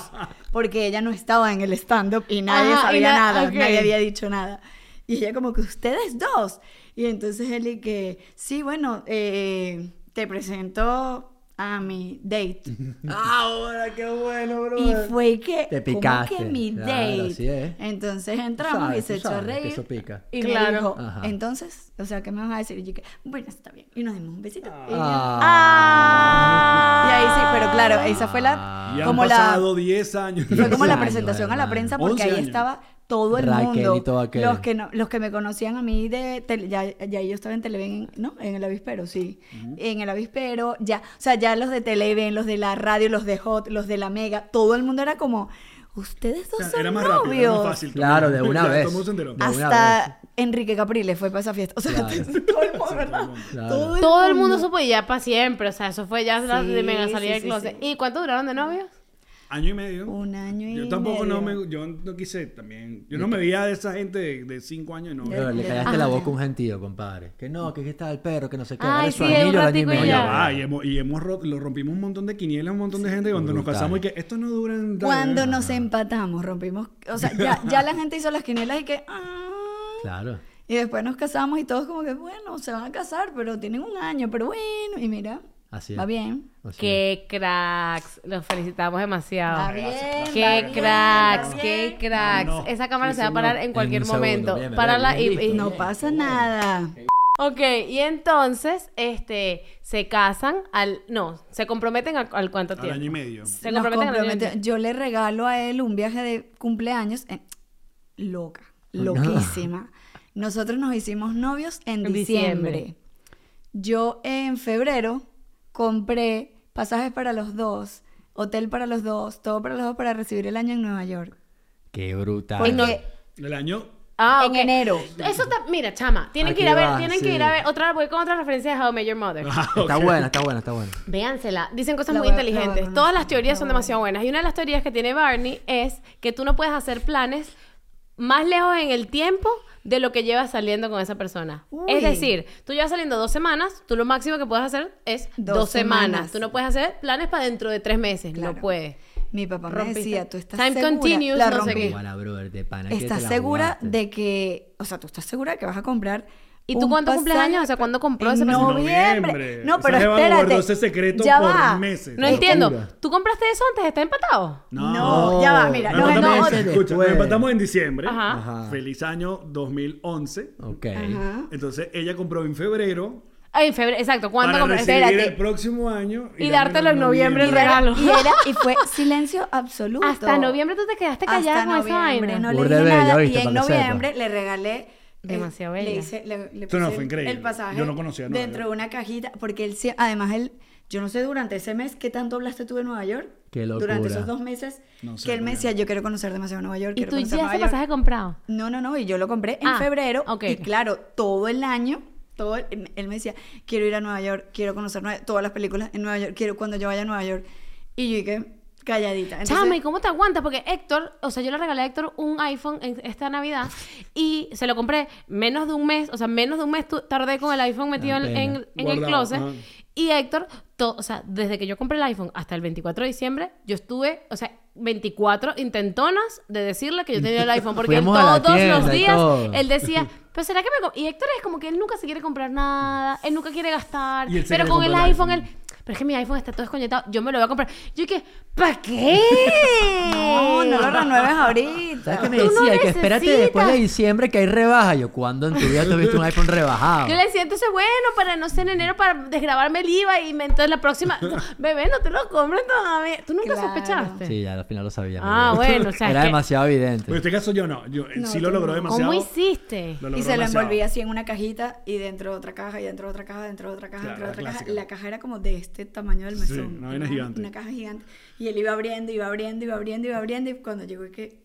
Speaker 5: Porque ella no estaba en el stand-up y nadie
Speaker 1: Ajá, y
Speaker 5: sabía
Speaker 1: na-
Speaker 5: nada,
Speaker 1: ok.
Speaker 5: nadie había dicho nada. Y ella como que ustedes dos. Y entonces él y que, sí, bueno, eh, te presento a mi date.
Speaker 4: Ahora, qué bueno, bro.
Speaker 5: Y fue que...
Speaker 4: Te
Speaker 5: ¿cómo
Speaker 4: picaste.
Speaker 5: que mi
Speaker 4: Claro,
Speaker 5: date?
Speaker 4: así es.
Speaker 5: Entonces entramos
Speaker 4: sabes,
Speaker 5: y se
Speaker 4: tú
Speaker 5: echó a
Speaker 4: sabes que
Speaker 5: reír.
Speaker 4: eso pica.
Speaker 5: Y
Speaker 1: Claro.
Speaker 5: me dijo,
Speaker 4: Ajá.
Speaker 5: entonces, o sea, ¿qué me vas a decir? Y yo que, bueno, está bien. Y nos dimos un besito. Y yo-
Speaker 4: Ah.
Speaker 5: "Ah". Y ahí sí, pero claro, esa fue la...
Speaker 3: Y han
Speaker 5: como la...
Speaker 3: pasado 10 años.
Speaker 5: Fue como la
Speaker 4: años,
Speaker 5: presentación a la
Speaker 4: hermano.
Speaker 5: prensa porque
Speaker 3: 11
Speaker 5: ahí
Speaker 3: años.
Speaker 5: estaba todo el
Speaker 4: Raquel
Speaker 5: mundo.
Speaker 4: y todo aquello.
Speaker 5: los que no, los que me conocían a mí de tele- ya, ya yo estaba en Televen, ¿no? En el avispero, sí. En el avispero, ya, o sea, ya los de Televen, los de la radio, los de Hot, los de la Mega, todo el mundo era como ustedes dos
Speaker 3: O sea,
Speaker 5: son
Speaker 3: era más
Speaker 5: novios. Ah.
Speaker 3: rápido, era más fácil.
Speaker 4: Claro, de una
Speaker 3: Ya,
Speaker 4: vez.
Speaker 3: Todo el mundo se enteró.
Speaker 4: De una
Speaker 5: Hasta Enrique Capriles fue para esa fiesta. O sea,
Speaker 4: Claro.
Speaker 5: todo el mundo, ¿verdad?
Speaker 4: Claro.
Speaker 5: Todo el
Speaker 1: Todo el mundo supo y ya para siempre. O sea, eso fue ya la
Speaker 5: Sí,
Speaker 1: de mega salida
Speaker 5: sí,
Speaker 1: del
Speaker 5: sí,
Speaker 1: closet.
Speaker 5: sí.
Speaker 1: ¿Y cuánto duraron de novios?
Speaker 3: Año y medio.
Speaker 5: Un año y
Speaker 3: Yo tampoco no
Speaker 5: medio.
Speaker 3: me... Yo no quise también... Yo no me veía de esa gente de- de 5 años y no.
Speaker 4: Pero le
Speaker 5: Ah,
Speaker 4: callaste la
Speaker 5: ya.
Speaker 4: boca a un gentío, compadre. Que no, que aquí está el perro, que no se qué.
Speaker 1: Ay,
Speaker 4: dale su
Speaker 1: sí, un
Speaker 4: anillo al año y
Speaker 1: ratico y
Speaker 4: medio.
Speaker 1: ya.
Speaker 3: Ya va, y hemos, y hemos ro- lo rompimos un montón de quinielas, un montón de gente. Cuando
Speaker 4: Brutal.
Speaker 3: nos casamos, y que esto no dura en tal-
Speaker 5: Cuando nos empatamos, rompimos. O sea, ya, ya la gente hizo las quinielas y que. ah.
Speaker 4: Claro.
Speaker 5: Y después nos casamos y todos, como que bueno, se van a casar, pero tienen un año, pero bueno. Y mira,
Speaker 4: Así es.
Speaker 5: va bien.
Speaker 4: Así es.
Speaker 1: Qué cracks. Los felicitamos demasiado.
Speaker 5: Va bien. va
Speaker 1: Ah, Qué
Speaker 5: bien,
Speaker 1: cracks,
Speaker 5: va
Speaker 1: qué
Speaker 5: bien.
Speaker 1: cracks.
Speaker 3: No, no.
Speaker 1: Esa cámara
Speaker 3: Sí,
Speaker 1: se va a
Speaker 3: señor.
Speaker 1: parar en cualquier
Speaker 4: un segundo.
Speaker 1: momento.
Speaker 4: Bien, bien,
Speaker 1: Párala
Speaker 4: bien,
Speaker 1: y, eh,
Speaker 4: listo.
Speaker 1: y-
Speaker 5: No pasa nada.
Speaker 1: Ok, y entonces, este, se casan al, no, se comprometen al, al cuánto
Speaker 3: Al
Speaker 1: tiempo.
Speaker 3: año y medio.
Speaker 1: Se
Speaker 5: Nos
Speaker 1: comprometen al año y
Speaker 5: compromete-
Speaker 1: medio.
Speaker 5: Yo le regalo a él un viaje de cumpleaños. eh, loca, loquísima. Nosotros nos hicimos novios en
Speaker 1: En diciembre.
Speaker 5: diciembre. Yo en febrero compré pasajes para los dos, hotel para los dos, todo para los dos para recibir el año en Nueva York.
Speaker 4: Qué brutal.
Speaker 5: Porque
Speaker 3: El año.
Speaker 1: Ah,
Speaker 5: en
Speaker 1: ok.
Speaker 5: enero.
Speaker 1: Eso ta- mira, chama, tienen
Speaker 4: Aquí
Speaker 1: que ir a ver,
Speaker 4: va,
Speaker 1: tienen
Speaker 4: sí.
Speaker 1: que ir a ver otra, voy con otra referencia de How I Met Your Mother.
Speaker 3: ah,
Speaker 4: Está buena, está buena, está buena.
Speaker 1: Véansela, dicen cosas
Speaker 5: La
Speaker 1: muy
Speaker 5: voy a- la voy a
Speaker 1: inteligentes.
Speaker 5: conocer,
Speaker 1: Todas las teorías
Speaker 5: la
Speaker 1: son
Speaker 5: voy a ver.
Speaker 1: demasiado buenas. Y una de las teorías que tiene Barney es que tú no puedes hacer planes más lejos en el tiempo de lo que llevas saliendo con esa persona.
Speaker 5: Uy.
Speaker 1: Es decir, tú llevas saliendo dos semanas, tú lo máximo que puedes hacer es dos,
Speaker 5: Dos
Speaker 1: semanas.
Speaker 5: semanas.
Speaker 1: Tú no puedes hacer planes para dentro de tres meses. No
Speaker 5: Claro.
Speaker 1: puedes.
Speaker 5: Mi papá me
Speaker 1: Rompiste.
Speaker 5: decía, tú estás
Speaker 1: Time
Speaker 5: segura.
Speaker 1: continues,
Speaker 5: La
Speaker 1: no sé
Speaker 5: rompí.
Speaker 1: qué.
Speaker 4: Guara, brother, de pana. que te
Speaker 5: ¿Estás
Speaker 4: la
Speaker 5: segura
Speaker 4: jugaste.
Speaker 5: de que, o sea, tú estás segura que vas a comprar
Speaker 1: ¿Y tú
Speaker 5: un
Speaker 1: cuándo cumples
Speaker 5: pasaje
Speaker 1: años? O sea, ¿cuándo compró
Speaker 5: en
Speaker 1: ese pasaje?
Speaker 5: noviembre?
Speaker 3: Noviembre.
Speaker 5: No,
Speaker 3: Esa
Speaker 5: pero
Speaker 3: jeva lo
Speaker 5: espérate.
Speaker 3: guardó ese secreto
Speaker 5: ya
Speaker 3: por
Speaker 5: va.
Speaker 3: meses.
Speaker 1: No
Speaker 3: Locura.
Speaker 1: entiendo. ¿Tú compraste eso antes? ¿Está empatado?
Speaker 5: No, ya va, mira,
Speaker 3: Nos
Speaker 5: no, no,
Speaker 3: empatamos,
Speaker 5: no,
Speaker 3: escucha, nos
Speaker 4: después.
Speaker 3: empatamos en diciembre.
Speaker 1: Ajá.
Speaker 4: Ajá.
Speaker 3: Feliz año 2011.
Speaker 4: Ok.
Speaker 5: Ajá.
Speaker 3: Entonces ella compró en febrero
Speaker 1: Ah, En febrero, exacto. ¿Cuándo
Speaker 3: para
Speaker 1: compraste?
Speaker 3: recibir
Speaker 5: Espérate.
Speaker 3: el próximo año
Speaker 1: Y dártelo en noviembre el
Speaker 5: Y era-
Speaker 1: regalo.
Speaker 5: Y, era, y fue silencio absoluto.
Speaker 1: Hasta noviembre tú te quedaste callada
Speaker 5: Hasta
Speaker 1: con esa
Speaker 5: noviembre,
Speaker 1: vaina.
Speaker 5: No le
Speaker 4: Burda
Speaker 5: dije
Speaker 4: bella,
Speaker 5: nada.
Speaker 4: ¿viste?
Speaker 5: Y en
Speaker 4: Para que sepa.
Speaker 5: noviembre le regalé. eh,
Speaker 1: Demasiado bella.
Speaker 5: Le hice, le, le
Speaker 3: Esto no,
Speaker 5: puse
Speaker 3: fue increíble.
Speaker 5: El pasaje
Speaker 3: Yo no conocía Nueva
Speaker 5: Dentro de
Speaker 3: York.
Speaker 5: una cajita. Porque él, sí- además, él. Yo no sé durante ese mes qué tanto hablaste tú de Nueva York.
Speaker 4: Qué
Speaker 5: Durante
Speaker 4: locura.
Speaker 5: esos dos meses.
Speaker 3: No sé,
Speaker 5: que él me
Speaker 3: Mariana.
Speaker 5: decía, yo quiero conocer demasiado Nueva York.
Speaker 1: ¿Y
Speaker 5: quiero
Speaker 1: tú
Speaker 5: conocer
Speaker 1: ya
Speaker 5: Nueva
Speaker 1: ese
Speaker 5: York".
Speaker 1: pasaje comprado?
Speaker 5: No, no, no, y yo lo compré en
Speaker 1: Ah,
Speaker 5: febrero.
Speaker 1: ok,
Speaker 5: Y
Speaker 1: ok.
Speaker 5: claro, todo el año, todo el- él me decía, quiero ir a Nueva York, quiero conocer Nueva- todas las películas en Nueva York, quiero cuando yo vaya a Nueva York. Y yo dije, calladita. Entonces,
Speaker 1: Chama, ¿y cómo te aguantas? Porque Héctor, o sea, yo le regalé a Héctor un iPhone en esta Navidad y se lo compré menos de un mes, o sea, menos de un mes tu- tardé con el iPhone metido en,
Speaker 4: pena.
Speaker 1: en- en el
Speaker 3: Guardado,
Speaker 1: closet.
Speaker 3: ajá.
Speaker 1: Y Héctor, to- o sea, desde que yo compré el iPhone hasta el 24 de diciembre, yo estuve, o sea, 24 intentonas de decirle que yo tenía el iPhone, porque él
Speaker 4: Fuimos a la
Speaker 1: todos los
Speaker 4: tienda y
Speaker 1: días,
Speaker 4: todo.
Speaker 1: él decía, pero será que me... com-?" Y Héctor es como que él nunca se quiere comprar nada, él nunca quiere gastar,
Speaker 3: Y él se
Speaker 1: pero
Speaker 3: quiere
Speaker 1: con el
Speaker 3: comprar el
Speaker 1: iPhone,
Speaker 3: iPhone.
Speaker 1: él... pero es que mi iPhone está todo desconectado, yo me lo voy a comprar. Yo dije, ¿para qué?
Speaker 5: No, no lo renueves
Speaker 4: ¿Sabes
Speaker 5: ahorita.
Speaker 4: qué me
Speaker 1: Tú
Speaker 4: decía?
Speaker 1: no
Speaker 4: que espérate después de
Speaker 1: necesitas.
Speaker 4: diciembre que hay rebaja. Yo, ¿cuándo en tu vida tú has visto un iPhone rebajado?
Speaker 1: Yo le decía, entonces, bueno, para no ser en enero, para desgrabarme el IVA y me, entonces la próxima. No, bebé, no te lo compres todavía. ¿Tú nunca
Speaker 5: Claro.
Speaker 1: sospechaste?
Speaker 4: Sí, ya al final lo sabía.
Speaker 1: Ah,
Speaker 4: mi vida.
Speaker 1: bueno, o sea,
Speaker 4: Era
Speaker 1: que-
Speaker 4: demasiado evidente.
Speaker 3: Pero en este caso yo no. Yo, eh,
Speaker 5: No,
Speaker 3: sí lo
Speaker 5: tú
Speaker 3: logró
Speaker 5: no.
Speaker 3: demasiado.
Speaker 1: ¿Cómo hiciste?
Speaker 3: Lo
Speaker 5: Y
Speaker 3: logró
Speaker 5: se lo
Speaker 3: demasiado.
Speaker 5: envolví así en una cajita y dentro de otra caja y dentro de otra caja, dentro de otra caja, dentro
Speaker 3: Claro,
Speaker 5: de otra
Speaker 3: la
Speaker 5: caja.
Speaker 3: clásica.
Speaker 5: La caja era como de este tamaño del
Speaker 3: Sí,
Speaker 5: mesón.
Speaker 3: una vaina gigante.
Speaker 5: Una caja gigante. Y él iba abriendo, iba abriendo, iba abriendo, iba abriendo. Y cuando llegó es que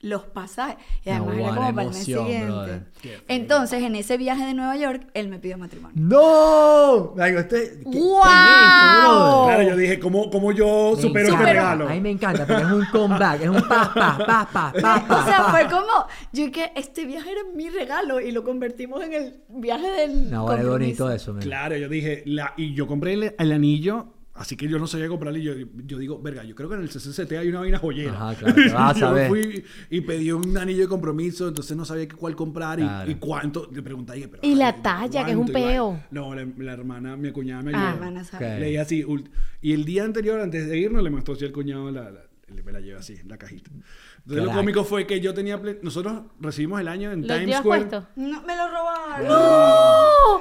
Speaker 5: los pasajes. Y
Speaker 4: No,
Speaker 5: además era
Speaker 4: guau,
Speaker 5: como
Speaker 4: la
Speaker 5: para el mes
Speaker 4: emoción, brother.
Speaker 5: siguiente. Entonces, en ese viaje de Nueva York, él me pidió matrimonio.
Speaker 4: ¡No! Marico, este- ¿qué- qué es esto,
Speaker 1: ¡Guau!
Speaker 4: brother?
Speaker 3: Claro, yo dije, ¿cómo, cómo yo
Speaker 4: Me
Speaker 3: supero este
Speaker 4: encanta.
Speaker 3: regalo?
Speaker 4: A mí me encanta, pero es un comeback. Es un pa, pa, pa, pa, pa, pa,
Speaker 5: O sea,
Speaker 4: pa.
Speaker 5: fue como, yo que este viaje era mi regalo y lo convertimos en el viaje del
Speaker 4: No, vale,
Speaker 5: compromiso.
Speaker 4: bonito eso, men.
Speaker 3: Claro, yo dije, la, y yo compré el, el anillo, así que yo no sabía comprarle. Y yo, yo digo, verga, yo creo que en el CCCT hay una vaina joyera.
Speaker 4: Ajá, claro, te vas a
Speaker 3: yo
Speaker 4: saber.
Speaker 3: fui y pedí un anillo de compromiso, entonces no sabía qué- cuál comprar y,
Speaker 4: Claro.
Speaker 3: y cuánto. Le pregunté, dije, pero,
Speaker 1: Y la
Speaker 3: ay,
Speaker 1: talla, que es un
Speaker 3: ¿cuánto? Y vaina.
Speaker 1: peo.
Speaker 3: No, la, la hermana, mi cuñada me ayudó.
Speaker 5: Ah, van a saber.
Speaker 4: Ok.
Speaker 3: Le dije así. ul- Y el día anterior, antes de irnos, le mostró así al cuñado la. la- le- me la llevé así, la cajita. Entonces
Speaker 4: Crack.
Speaker 3: lo cómico fue que yo tenía... ple- Nosotros recibimos el año en
Speaker 1: ¿Lo
Speaker 3: Times
Speaker 1: llevas
Speaker 3: Square.
Speaker 1: puesto?
Speaker 5: No, me lo robaron.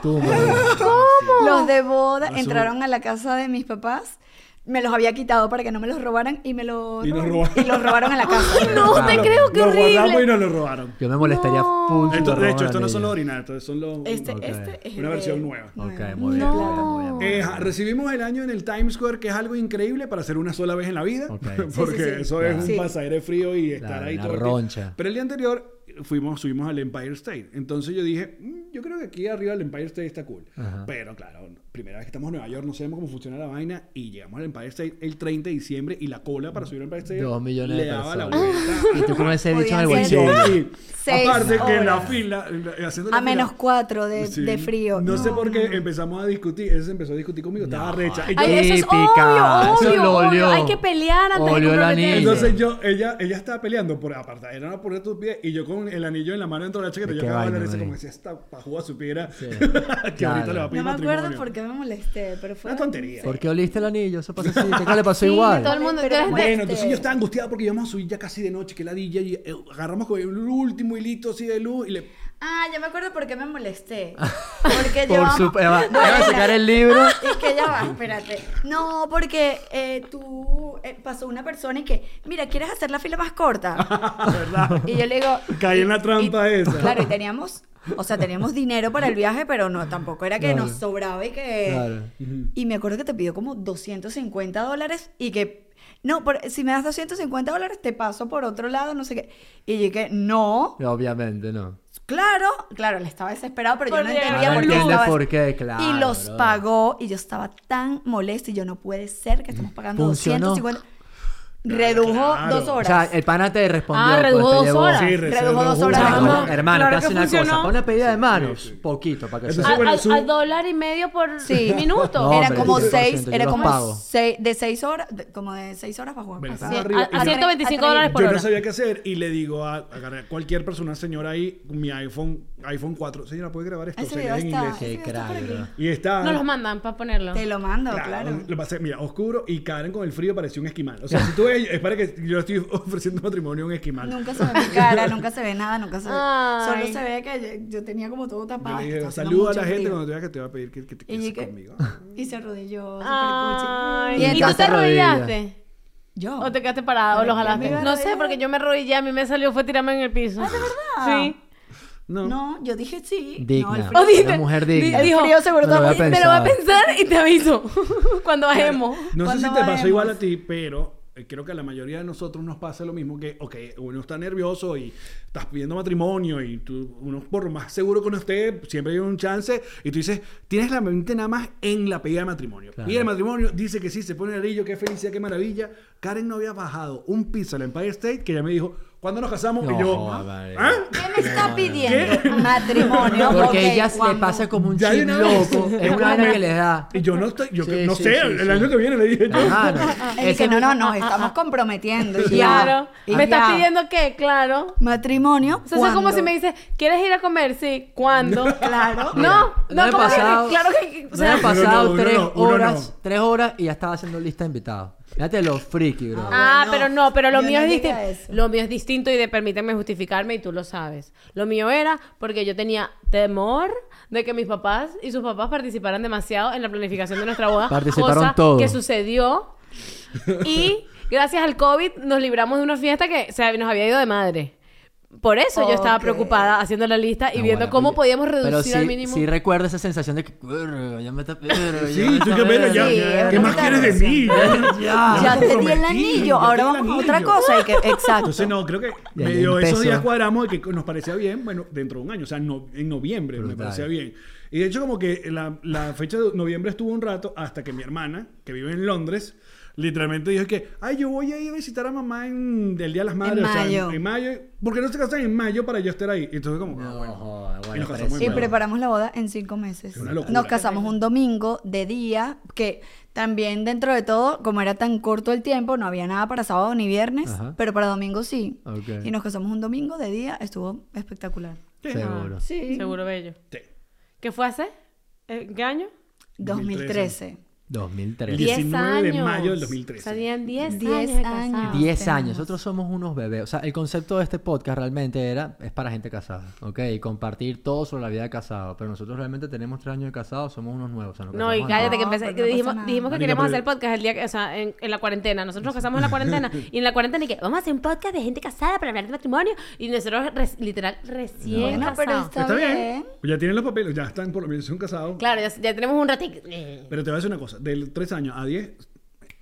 Speaker 4: Tú, marico.
Speaker 5: Los de boda
Speaker 3: Azul.
Speaker 5: entraron a la casa de mis papás. Me los había quitado para que no me los robaran y me los
Speaker 3: Y los
Speaker 5: robaron.
Speaker 3: robaron.
Speaker 5: Y los robaron en la casa.
Speaker 1: No, te
Speaker 4: Claro.
Speaker 1: creo que
Speaker 3: Lo guardamos y
Speaker 1: horrible.
Speaker 3: nos lo robaron.
Speaker 4: Yo me molestaría full. si
Speaker 3: Esto-
Speaker 4: me
Speaker 3: de hecho,
Speaker 4: roban
Speaker 3: estos no
Speaker 4: anillo.
Speaker 3: son los originales, son los...
Speaker 5: Este,
Speaker 4: Ok.
Speaker 5: este es
Speaker 3: Una
Speaker 5: el
Speaker 3: versión
Speaker 5: de-
Speaker 3: nueva.
Speaker 4: Ok, muy bien.
Speaker 1: No.
Speaker 4: muy bien, muy bien.
Speaker 3: Eh, ja, recibimos el año en el Times Square, que es algo increíble para hacer una sola vez en la vida,
Speaker 4: Ok.
Speaker 3: porque
Speaker 5: Sí, sí, sí.
Speaker 3: eso
Speaker 4: Claro.
Speaker 3: es un
Speaker 5: Sí.
Speaker 3: pasaire frío y estar
Speaker 4: Claro,
Speaker 3: ahí
Speaker 4: una
Speaker 3: todo el día.
Speaker 4: roncha.
Speaker 3: Pero el día anterior fuimos, subimos al Empire State, entonces yo dije, "Mm, yo creo que aquí arriba el Empire State está cool.
Speaker 4: Ajá.
Speaker 3: Pero claro, primera vez que estamos en Nueva York, no sabemos cómo funciona la vaina y llegamos al Empire State el 30 de diciembre y la cola para subir al Empire State
Speaker 4: Dos millones
Speaker 3: le
Speaker 4: de
Speaker 3: daba la
Speaker 4: personas.
Speaker 3: vuelta.
Speaker 4: Y tú con ese bicho en el
Speaker 5: Podían
Speaker 3: Sí,
Speaker 5: ser
Speaker 4: bolsillo.
Speaker 3: sí.
Speaker 5: Seis
Speaker 3: Aparte que en la
Speaker 5: horas.
Speaker 3: fila, en la- haciendo la
Speaker 5: A menos
Speaker 3: fila-
Speaker 5: cuatro de,
Speaker 3: Sí.
Speaker 5: de frío.
Speaker 3: No, sé por qué empezamos a discutir. Él se empezó a discutir conmigo. Estaba recha. Y yo-
Speaker 1: Ay, eso es
Speaker 4: Típica.
Speaker 1: obvio,
Speaker 4: Eso
Speaker 1: obvio,
Speaker 4: lo
Speaker 1: obvio.
Speaker 4: olió.
Speaker 1: Hay que pelear antes de
Speaker 4: Olió el
Speaker 1: comprometerse.
Speaker 4: anillo.
Speaker 3: entonces yo, ella, ella estaba peleando por apartar. Era una por tus pies. Y yo con el anillo en la mano dentro de la chaqueta.
Speaker 4: ¿De
Speaker 3: Yo
Speaker 4: qué
Speaker 3: acababa de hablar
Speaker 4: vaina,
Speaker 3: eso como
Speaker 4: marico?
Speaker 3: si esta pajúa supiera que
Speaker 4: Claro.
Speaker 3: ahorita le va a pedir
Speaker 5: No me acuerdo
Speaker 3: matrimonio.
Speaker 5: por qué me molesté, pero fue.
Speaker 3: Una tontería.
Speaker 4: ¿Por qué oliste el anillo? Eso pasa así. ¿Qué le pasó
Speaker 1: Sí,
Speaker 4: igual?
Speaker 1: Todo el mundo.
Speaker 5: Pero
Speaker 1: tú eres de-
Speaker 3: Bueno,
Speaker 5: Este-
Speaker 3: entonces yo estaba angustiada porque íbamos a subir ya casi de noche, que la DJ, y eh, agarramos con el último hilito así de luz y le...
Speaker 5: Ah, ya me acuerdo por qué me molesté. Porque
Speaker 4: Por
Speaker 5: llevamos-
Speaker 4: su- ya va,
Speaker 5: No,
Speaker 4: ya va a
Speaker 5: espera.
Speaker 4: sacar el libro.
Speaker 1: Ah.
Speaker 5: Es que ya va, espérate. No, porque eh, tú eh, pasó una persona y que, mira, ¿quieres hacer la fila más corta?
Speaker 3: ¿Verdad?
Speaker 5: Y yo le digo.
Speaker 3: Caí en la
Speaker 5: y-
Speaker 3: trampa
Speaker 5: y-
Speaker 3: esa.
Speaker 5: Claro, y teníamos. O sea, teníamos dinero para el viaje, pero no, tampoco era que
Speaker 4: Claro.
Speaker 5: nos sobraba y que.
Speaker 4: Claro.
Speaker 5: Y me acuerdo que te pidió como 250 dólares y que. No, por- si me das 250 dólares, te paso por otro lado, no sé qué. Y yo que, no.
Speaker 4: Obviamente, no.
Speaker 5: Claro, claro, él estaba desesperado, pero yo no
Speaker 1: Porque
Speaker 5: entendía
Speaker 1: no
Speaker 5: por qué.
Speaker 1: entiende
Speaker 5: estaba-
Speaker 4: por qué, claro,
Speaker 5: Y los
Speaker 4: bro.
Speaker 5: pagó y yo estaba tan molesta y yo no puede ser que estamos pagando
Speaker 4: Funcionó.
Speaker 5: 250. Redujo
Speaker 3: Claro.
Speaker 5: dos
Speaker 4: O
Speaker 5: horas.
Speaker 4: sea, eh, el pana te respondió.
Speaker 1: Ah,
Speaker 4: pues,
Speaker 1: redujo
Speaker 4: te
Speaker 1: dos
Speaker 4: llevó-
Speaker 1: horas.
Speaker 3: Sí,
Speaker 1: Redujo
Speaker 3: reservó
Speaker 5: dos
Speaker 3: una-
Speaker 5: horas.
Speaker 4: Chama,
Speaker 5: Claro,
Speaker 4: hermano,
Speaker 1: claro
Speaker 4: te
Speaker 1: que
Speaker 4: hace una cosa.
Speaker 1: funcionó.
Speaker 4: Pon una pedida de manos. Poquito, para que
Speaker 3: Entonces,
Speaker 4: sea.
Speaker 3: bueno,
Speaker 1: a, a-
Speaker 3: su-
Speaker 1: a dólar y medio por
Speaker 5: Sí.
Speaker 1: minuto.
Speaker 4: No,
Speaker 5: era
Speaker 4: hombre,
Speaker 5: como
Speaker 4: 15%,
Speaker 5: seis,
Speaker 4: yo
Speaker 5: era
Speaker 4: los
Speaker 5: como
Speaker 4: pago.
Speaker 5: seis, de seis horas, de- como de seis horas bajó.
Speaker 3: Bueno,
Speaker 5: a-
Speaker 3: estaba
Speaker 1: Sí,
Speaker 5: a-
Speaker 3: arriba.
Speaker 5: a-
Speaker 1: a, a 125 dólares por
Speaker 3: Yo no
Speaker 1: hora.
Speaker 3: sabía qué hacer y le digo a, a cualquier persona, señora, ahí, mi iPhone, iPhone 4, señora, ¿puede grabar esto?
Speaker 5: Ese
Speaker 3: Se
Speaker 5: video
Speaker 3: queda en
Speaker 5: está-
Speaker 3: inglés.
Speaker 4: Qué
Speaker 5: Sí, está por
Speaker 4: crack,
Speaker 5: aquí.
Speaker 4: bro.
Speaker 3: Y está...
Speaker 1: No los mandan para ponerlo.
Speaker 5: Te lo mando,
Speaker 3: Claro,
Speaker 5: claro.
Speaker 3: Lo pasé, mira, oscuro y Karen con el frío parecía un esquimal. O sea, si tú ves, es para que yo le estoy ofreciendo matrimonio a un esquimal.
Speaker 5: Nunca se ve mi cara, nunca se ve nada, nunca se ve.
Speaker 1: Ay.
Speaker 5: Solo se ve que yo, yo tenía como todo tapado.
Speaker 3: Yo
Speaker 5: que
Speaker 3: dije,
Speaker 5: estaba haciendo
Speaker 3: saluda a
Speaker 5: mucho
Speaker 3: la gente
Speaker 5: frío.
Speaker 3: cuando te vea que te va a pedir que, que te
Speaker 5: Y
Speaker 3: cases
Speaker 5: que-
Speaker 3: conmigo.
Speaker 5: Y se arrodilló, súper
Speaker 1: Ay,
Speaker 5: cuchi.
Speaker 1: ¿Y tú te
Speaker 4: Quedaste arrodillada.
Speaker 1: arrodillaste?
Speaker 5: Yo.
Speaker 1: ¿O te quedaste parada o los
Speaker 5: Pero yo
Speaker 1: jalaste?
Speaker 5: me iba a
Speaker 1: No sé,
Speaker 5: arrodillar.
Speaker 1: porque yo me arrodillé, a mí me salió fue tirarme en el piso. ¿Ah, de
Speaker 5: verdad?
Speaker 1: Sí.
Speaker 3: No.
Speaker 5: No, yo dije sí. No, el
Speaker 4: Digna.
Speaker 5: frío-
Speaker 1: O dijiste-
Speaker 4: Una mujer
Speaker 1: di-
Speaker 4: digna.
Speaker 1: dijo,
Speaker 5: frío seguro
Speaker 4: Me lo voy a
Speaker 1: te lo voy
Speaker 4: pensar.
Speaker 1: a pensar y te aviso cuando bajemos.
Speaker 3: No sé si
Speaker 5: ¿Cuándo
Speaker 3: te pasó
Speaker 5: vayamos?
Speaker 3: igual a ti, pero eh, creo que a la mayoría de nosotros nos pasa lo mismo que, ok, uno está nervioso y estás pidiendo matrimonio y tú, uno por más seguro con usted, siempre hay un chance y tú dices, tienes la mente nada más en la pedida de matrimonio.
Speaker 4: Claro.
Speaker 3: Pide el matrimonio, dice que sí, se pone el anillo, qué felicidad, qué maravilla. Karen no había bajado un piso al Empire State que ya me dijo, ¿Cuándo nos casamos?
Speaker 4: No,
Speaker 3: y yo,
Speaker 4: vale.
Speaker 3: ¿ah?
Speaker 5: ¿Qué me está pidiendo?
Speaker 3: ¿Qué?
Speaker 5: Matrimonio.
Speaker 4: Porque
Speaker 5: ok,
Speaker 4: ellas le
Speaker 5: ¿cuándo?
Speaker 4: pasa como un
Speaker 3: Ya de
Speaker 4: chip
Speaker 3: una vez.
Speaker 4: loco. Es una vaina que les da.
Speaker 3: Y yo no estoy, yo que-
Speaker 4: Sí,
Speaker 3: no
Speaker 4: sí,
Speaker 3: sé,
Speaker 4: sí,
Speaker 3: el
Speaker 4: sí.
Speaker 3: año que viene le dije yo.
Speaker 4: Ajá,
Speaker 1: Ah,
Speaker 5: Y
Speaker 1: eh,
Speaker 4: Ese- Ah,
Speaker 5: que ah, no, no, nos estamos comprometiendo. y ya,
Speaker 1: Claro.
Speaker 5: y
Speaker 1: ¿Me estás
Speaker 5: ya.
Speaker 1: pidiendo qué? Claro.
Speaker 5: Matrimonio.
Speaker 1: Eso es como
Speaker 5: ¿cuándo?
Speaker 1: si me dices, ¿quieres ir a comer? Sí. ¿Cuándo?
Speaker 5: Claro.
Speaker 1: No,
Speaker 4: No
Speaker 1: no,
Speaker 4: he
Speaker 1: como que-
Speaker 4: pasado.
Speaker 1: claro que. O
Speaker 4: No
Speaker 1: sea,
Speaker 4: había pasado
Speaker 3: Uno no, uno
Speaker 4: tres
Speaker 3: no, uno
Speaker 4: horas, tres horas y ya estaba haciendo lista de invitados. Fíjate los friki, bro.
Speaker 1: Ah,
Speaker 5: Bueno,
Speaker 1: pero no, pero lo
Speaker 5: yo
Speaker 1: mío
Speaker 5: no
Speaker 1: es
Speaker 5: llegué a
Speaker 1: distinto.
Speaker 5: eso.
Speaker 1: Lo mío es distinto y de permíteme justificarme y tú lo sabes. Lo mío era porque yo tenía temor de que mis papás y sus papás participaran demasiado en la planificación de nuestra boda.
Speaker 4: Participaron
Speaker 1: cosa
Speaker 4: todos.
Speaker 1: que sucedió. Y gracias al COVID nos libramos de una fiesta que se nos había ido de madre. Por eso yo estaba
Speaker 5: Ok.
Speaker 1: preocupada haciendo la lista y
Speaker 4: No,
Speaker 1: viendo
Speaker 4: Ah, bueno,
Speaker 1: cómo
Speaker 4: oye,
Speaker 1: podíamos
Speaker 4: pero
Speaker 1: reducir
Speaker 4: sí-
Speaker 1: al mínimo.
Speaker 4: Sí recuerdo esa sensación de que... "Urr, Ya me está... urr, ya me
Speaker 3: Sí, tú
Speaker 4: está-
Speaker 3: qué pena, ya.
Speaker 5: Sí, es
Speaker 3: ¿Qué
Speaker 5: una
Speaker 3: más quieres de mí?
Speaker 4: Ya.
Speaker 5: Ah, Ya
Speaker 3: me
Speaker 5: te di el
Speaker 3: comprometí, ya
Speaker 5: anillo,
Speaker 3: te
Speaker 5: ahora
Speaker 3: di el
Speaker 5: vamos a
Speaker 3: anillo.
Speaker 5: otra cosa. y que- exacto.
Speaker 3: Entonces, no, creo que
Speaker 4: Y ahí
Speaker 3: medio
Speaker 4: empezó.
Speaker 3: esos días cuadramos y que nos parecía bien, bueno, dentro de un año, o sea, no- en noviembre me
Speaker 4: Brutal.
Speaker 3: parecía bien. Y de hecho, como que la, la fecha de noviembre estuvo un rato hasta que mi hermana, que vive en Londres, literalmente dijo que, ay, yo voy a ir a visitar a mamá en el Día de las Madres, o sea,
Speaker 5: mayo.
Speaker 3: en mayo, porque no se casan en mayo para yo estar ahí. Y entonces, como, ah, bueno.
Speaker 4: joda, bueno,
Speaker 3: Y nos casamos
Speaker 4: parece-
Speaker 3: en
Speaker 5: Y
Speaker 3: Bueno.
Speaker 5: preparamos la boda en cinco meses.
Speaker 3: Una locura.
Speaker 5: Nos casamos un domingo de día, que también dentro de todo, como era tan corto el tiempo, no había nada para sábado ni viernes,
Speaker 4: Ajá.
Speaker 5: pero para domingo sí.
Speaker 4: Ok.
Speaker 5: Y nos casamos un domingo de día, estuvo espectacular.
Speaker 4: Seguro.
Speaker 5: Sí.
Speaker 1: Seguro bello.
Speaker 3: Sí.
Speaker 1: ¿Qué fue hace? ¿Eh, ¿Qué año?
Speaker 5: 2013.
Speaker 4: 2003.
Speaker 1: Diez
Speaker 3: 19 de
Speaker 1: años.
Speaker 3: mayo del 2013.
Speaker 1: O sea, tenían 10
Speaker 5: Diez
Speaker 1: años. de
Speaker 5: años.
Speaker 1: casados.
Speaker 4: 10 años.
Speaker 5: tenemos.
Speaker 4: Nosotros somos unos bebés. O sea, el concepto de este podcast realmente era, es para gente casada, ¿ok? Y compartir todo sobre la vida de casado. Pero nosotros realmente tenemos 3 años de casado, somos unos nuevos. o sea, nos
Speaker 1: No, y
Speaker 4: casamos
Speaker 1: cállate
Speaker 5: No,
Speaker 1: que empecé, que
Speaker 5: pero no pasa
Speaker 1: dijimos,
Speaker 5: nada.
Speaker 1: dijimos que
Speaker 3: Marica,
Speaker 1: queríamos
Speaker 3: pero-
Speaker 1: hacer podcast el día que, o sea, en, en la cuarentena. Nosotros nos casamos en la cuarentena. y en la cuarentena y que vamos a hacer un podcast de gente casada para hablar de matrimonio. Y nosotros res- literal recién
Speaker 5: Bueno, pero
Speaker 1: casados.
Speaker 5: está, bien.
Speaker 3: Pues Ya tienen los papeles, ya están por lo menos son casados.
Speaker 1: Claro, ya, ya tenemos un ratito. Eh.
Speaker 3: Pero te voy a decir una cosa, de 3 años a 10,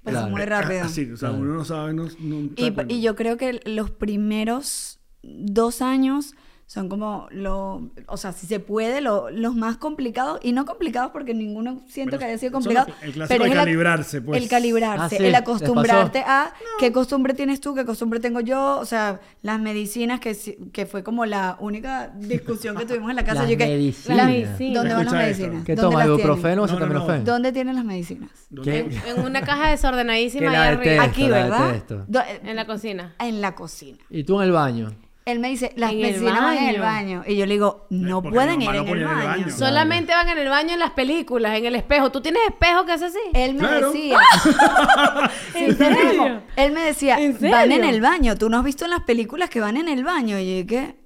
Speaker 5: Pasó
Speaker 4: Claro.
Speaker 5: muy Pues rápido.
Speaker 3: así, o sea,
Speaker 4: Claro.
Speaker 3: uno no sabe, no, no
Speaker 5: Y,
Speaker 3: sabe
Speaker 5: y yo creo que los primeros dos años son como lo, o sea, si se puede, lo- los más complicados, y no complicados porque ninguno siento
Speaker 3: Bueno,
Speaker 5: que haya sido
Speaker 3: son
Speaker 5: complicado.
Speaker 3: los- el clásico
Speaker 5: pero
Speaker 3: de
Speaker 5: es ac-
Speaker 3: calibrarse, pues.
Speaker 5: El calibrarse,
Speaker 4: Ah, sí,
Speaker 5: el
Speaker 4: les
Speaker 5: acostumbrarte
Speaker 4: pasó.
Speaker 5: a qué costumbre tienes tú, qué costumbre tengo yo, o sea, las medicinas que, si- que fue como la única discusión que tuvimos en la casa.
Speaker 4: Las
Speaker 5: Yo que-
Speaker 4: medicinas.
Speaker 5: las-
Speaker 1: Medicinas.
Speaker 5: ¿Dónde van las
Speaker 3: Escucha esto.
Speaker 5: medicinas?
Speaker 4: ¿Qué
Speaker 5: ¿Dónde
Speaker 4: toma?
Speaker 5: las tienen?
Speaker 4: ¿Ibuprofeno o
Speaker 3: No, no, no.
Speaker 4: acetaminofén?
Speaker 5: ¿Dónde tienen las medicinas?
Speaker 4: ¿Qué?
Speaker 1: En una caja desordenadísima
Speaker 4: Que
Speaker 1: ahí
Speaker 4: la
Speaker 1: arriba.
Speaker 4: detesto,
Speaker 5: Aquí,
Speaker 4: la
Speaker 5: ¿verdad?
Speaker 4: detesto.
Speaker 5: Do-
Speaker 1: En la cocina.
Speaker 5: en la cocina.
Speaker 4: ¿Y tú en el baño?
Speaker 5: Él me dice, las
Speaker 1: En el
Speaker 5: medicinas van en el
Speaker 1: baño.
Speaker 5: baño. Y yo le digo, no
Speaker 3: porque
Speaker 5: pueden
Speaker 3: mi
Speaker 5: ir
Speaker 3: mamá
Speaker 5: en
Speaker 3: no
Speaker 5: el
Speaker 3: ponía en el
Speaker 5: baño.
Speaker 3: baño.
Speaker 4: Claro.
Speaker 1: Solamente van en el baño en las películas, en el espejo. ¿Tú tienes espejo que hace así?
Speaker 5: Él me
Speaker 3: Claro.
Speaker 5: decía,
Speaker 1: ¿En
Speaker 5: Eh, Sí, tenemos.
Speaker 1: serio?
Speaker 5: él me decía,
Speaker 1: ¿En serio?
Speaker 5: van en el baño. Tú no has visto en las películas que van en el baño. Y yo, ¿qué?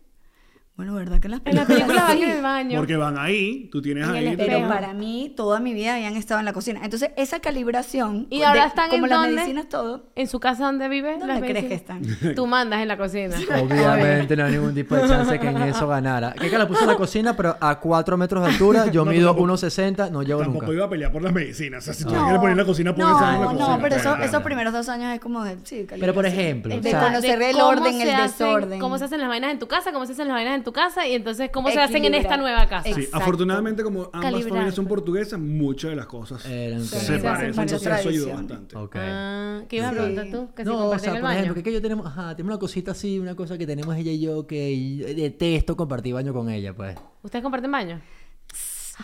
Speaker 5: Bueno, ¿verdad que en las
Speaker 1: En las
Speaker 5: películas?
Speaker 1: películas van
Speaker 5: sí?
Speaker 1: en el baño.
Speaker 3: Porque van ahí, tú tienes
Speaker 1: En el
Speaker 3: ahí. tú
Speaker 1: espejo.
Speaker 5: Pero
Speaker 3: tienes-
Speaker 5: para mí, toda mi vida habían estado en la cocina. Entonces, esa calibración.
Speaker 1: ¿Y
Speaker 5: de-
Speaker 1: ahora están
Speaker 5: Como
Speaker 1: en
Speaker 5: las
Speaker 1: dónde?
Speaker 5: medicinas, todo.
Speaker 1: ¿En su casa donde vive?
Speaker 5: ¿Dónde
Speaker 1: las
Speaker 5: crees que
Speaker 1: medicinas? Tú mandas en la cocina.
Speaker 4: Obviamente no hay ningún tipo de chance que en eso ganara. Keka la puso en la cocina, pero a 4 metros de altura. Yo
Speaker 3: No,
Speaker 4: mido
Speaker 3: tampoco.
Speaker 4: 1,60, no llego
Speaker 3: Tampoco
Speaker 4: nunca.
Speaker 3: iba a pelear por las medicinas. O sea, si tú quieres poner en la cocina, puedes
Speaker 5: no,
Speaker 3: estar en la cocina.
Speaker 5: No, pero eso-
Speaker 3: Claro.
Speaker 5: esos primeros dos años es como de. Sí,
Speaker 4: Pero por
Speaker 5: calibración.
Speaker 4: ejemplo,
Speaker 5: El
Speaker 4: o
Speaker 5: de
Speaker 4: sea,
Speaker 5: conocer el
Speaker 1: cómo
Speaker 5: orden,
Speaker 1: se
Speaker 5: el
Speaker 1: hacen-
Speaker 5: desorden.
Speaker 1: Cómo se hacen las vainas en tu casa, cómo se hacen las vainas en tu casa y entonces cómo se hacen en esta
Speaker 5: Equilibrar.
Speaker 1: nueva casa.
Speaker 5: Ex-
Speaker 3: Sí,
Speaker 5: Exacto.
Speaker 3: afortunadamente, como ambas
Speaker 1: Calibrarse.
Speaker 3: familias son portuguesas, muchas de las cosas
Speaker 4: Eran
Speaker 3: se,
Speaker 4: como-
Speaker 5: Se hacen
Speaker 3: parecen.
Speaker 5: muchas
Speaker 3: Entonces, eso ayudó
Speaker 5: tradiciones.
Speaker 3: bastante.
Speaker 4: Ok.
Speaker 1: Ah, ¿Qué ibas a
Speaker 5: Sí.
Speaker 1: preguntar tú? Que si
Speaker 4: No, o
Speaker 1: compartían
Speaker 4: sea,
Speaker 1: el
Speaker 4: por
Speaker 1: baño.
Speaker 4: ejemplo, que, que yo tenemos, ajá, tenemos una cosita así, una cosa que tenemos ella y yo que y detesto compartir baño con ella, pues.
Speaker 1: ¿Ustedes comparten baño?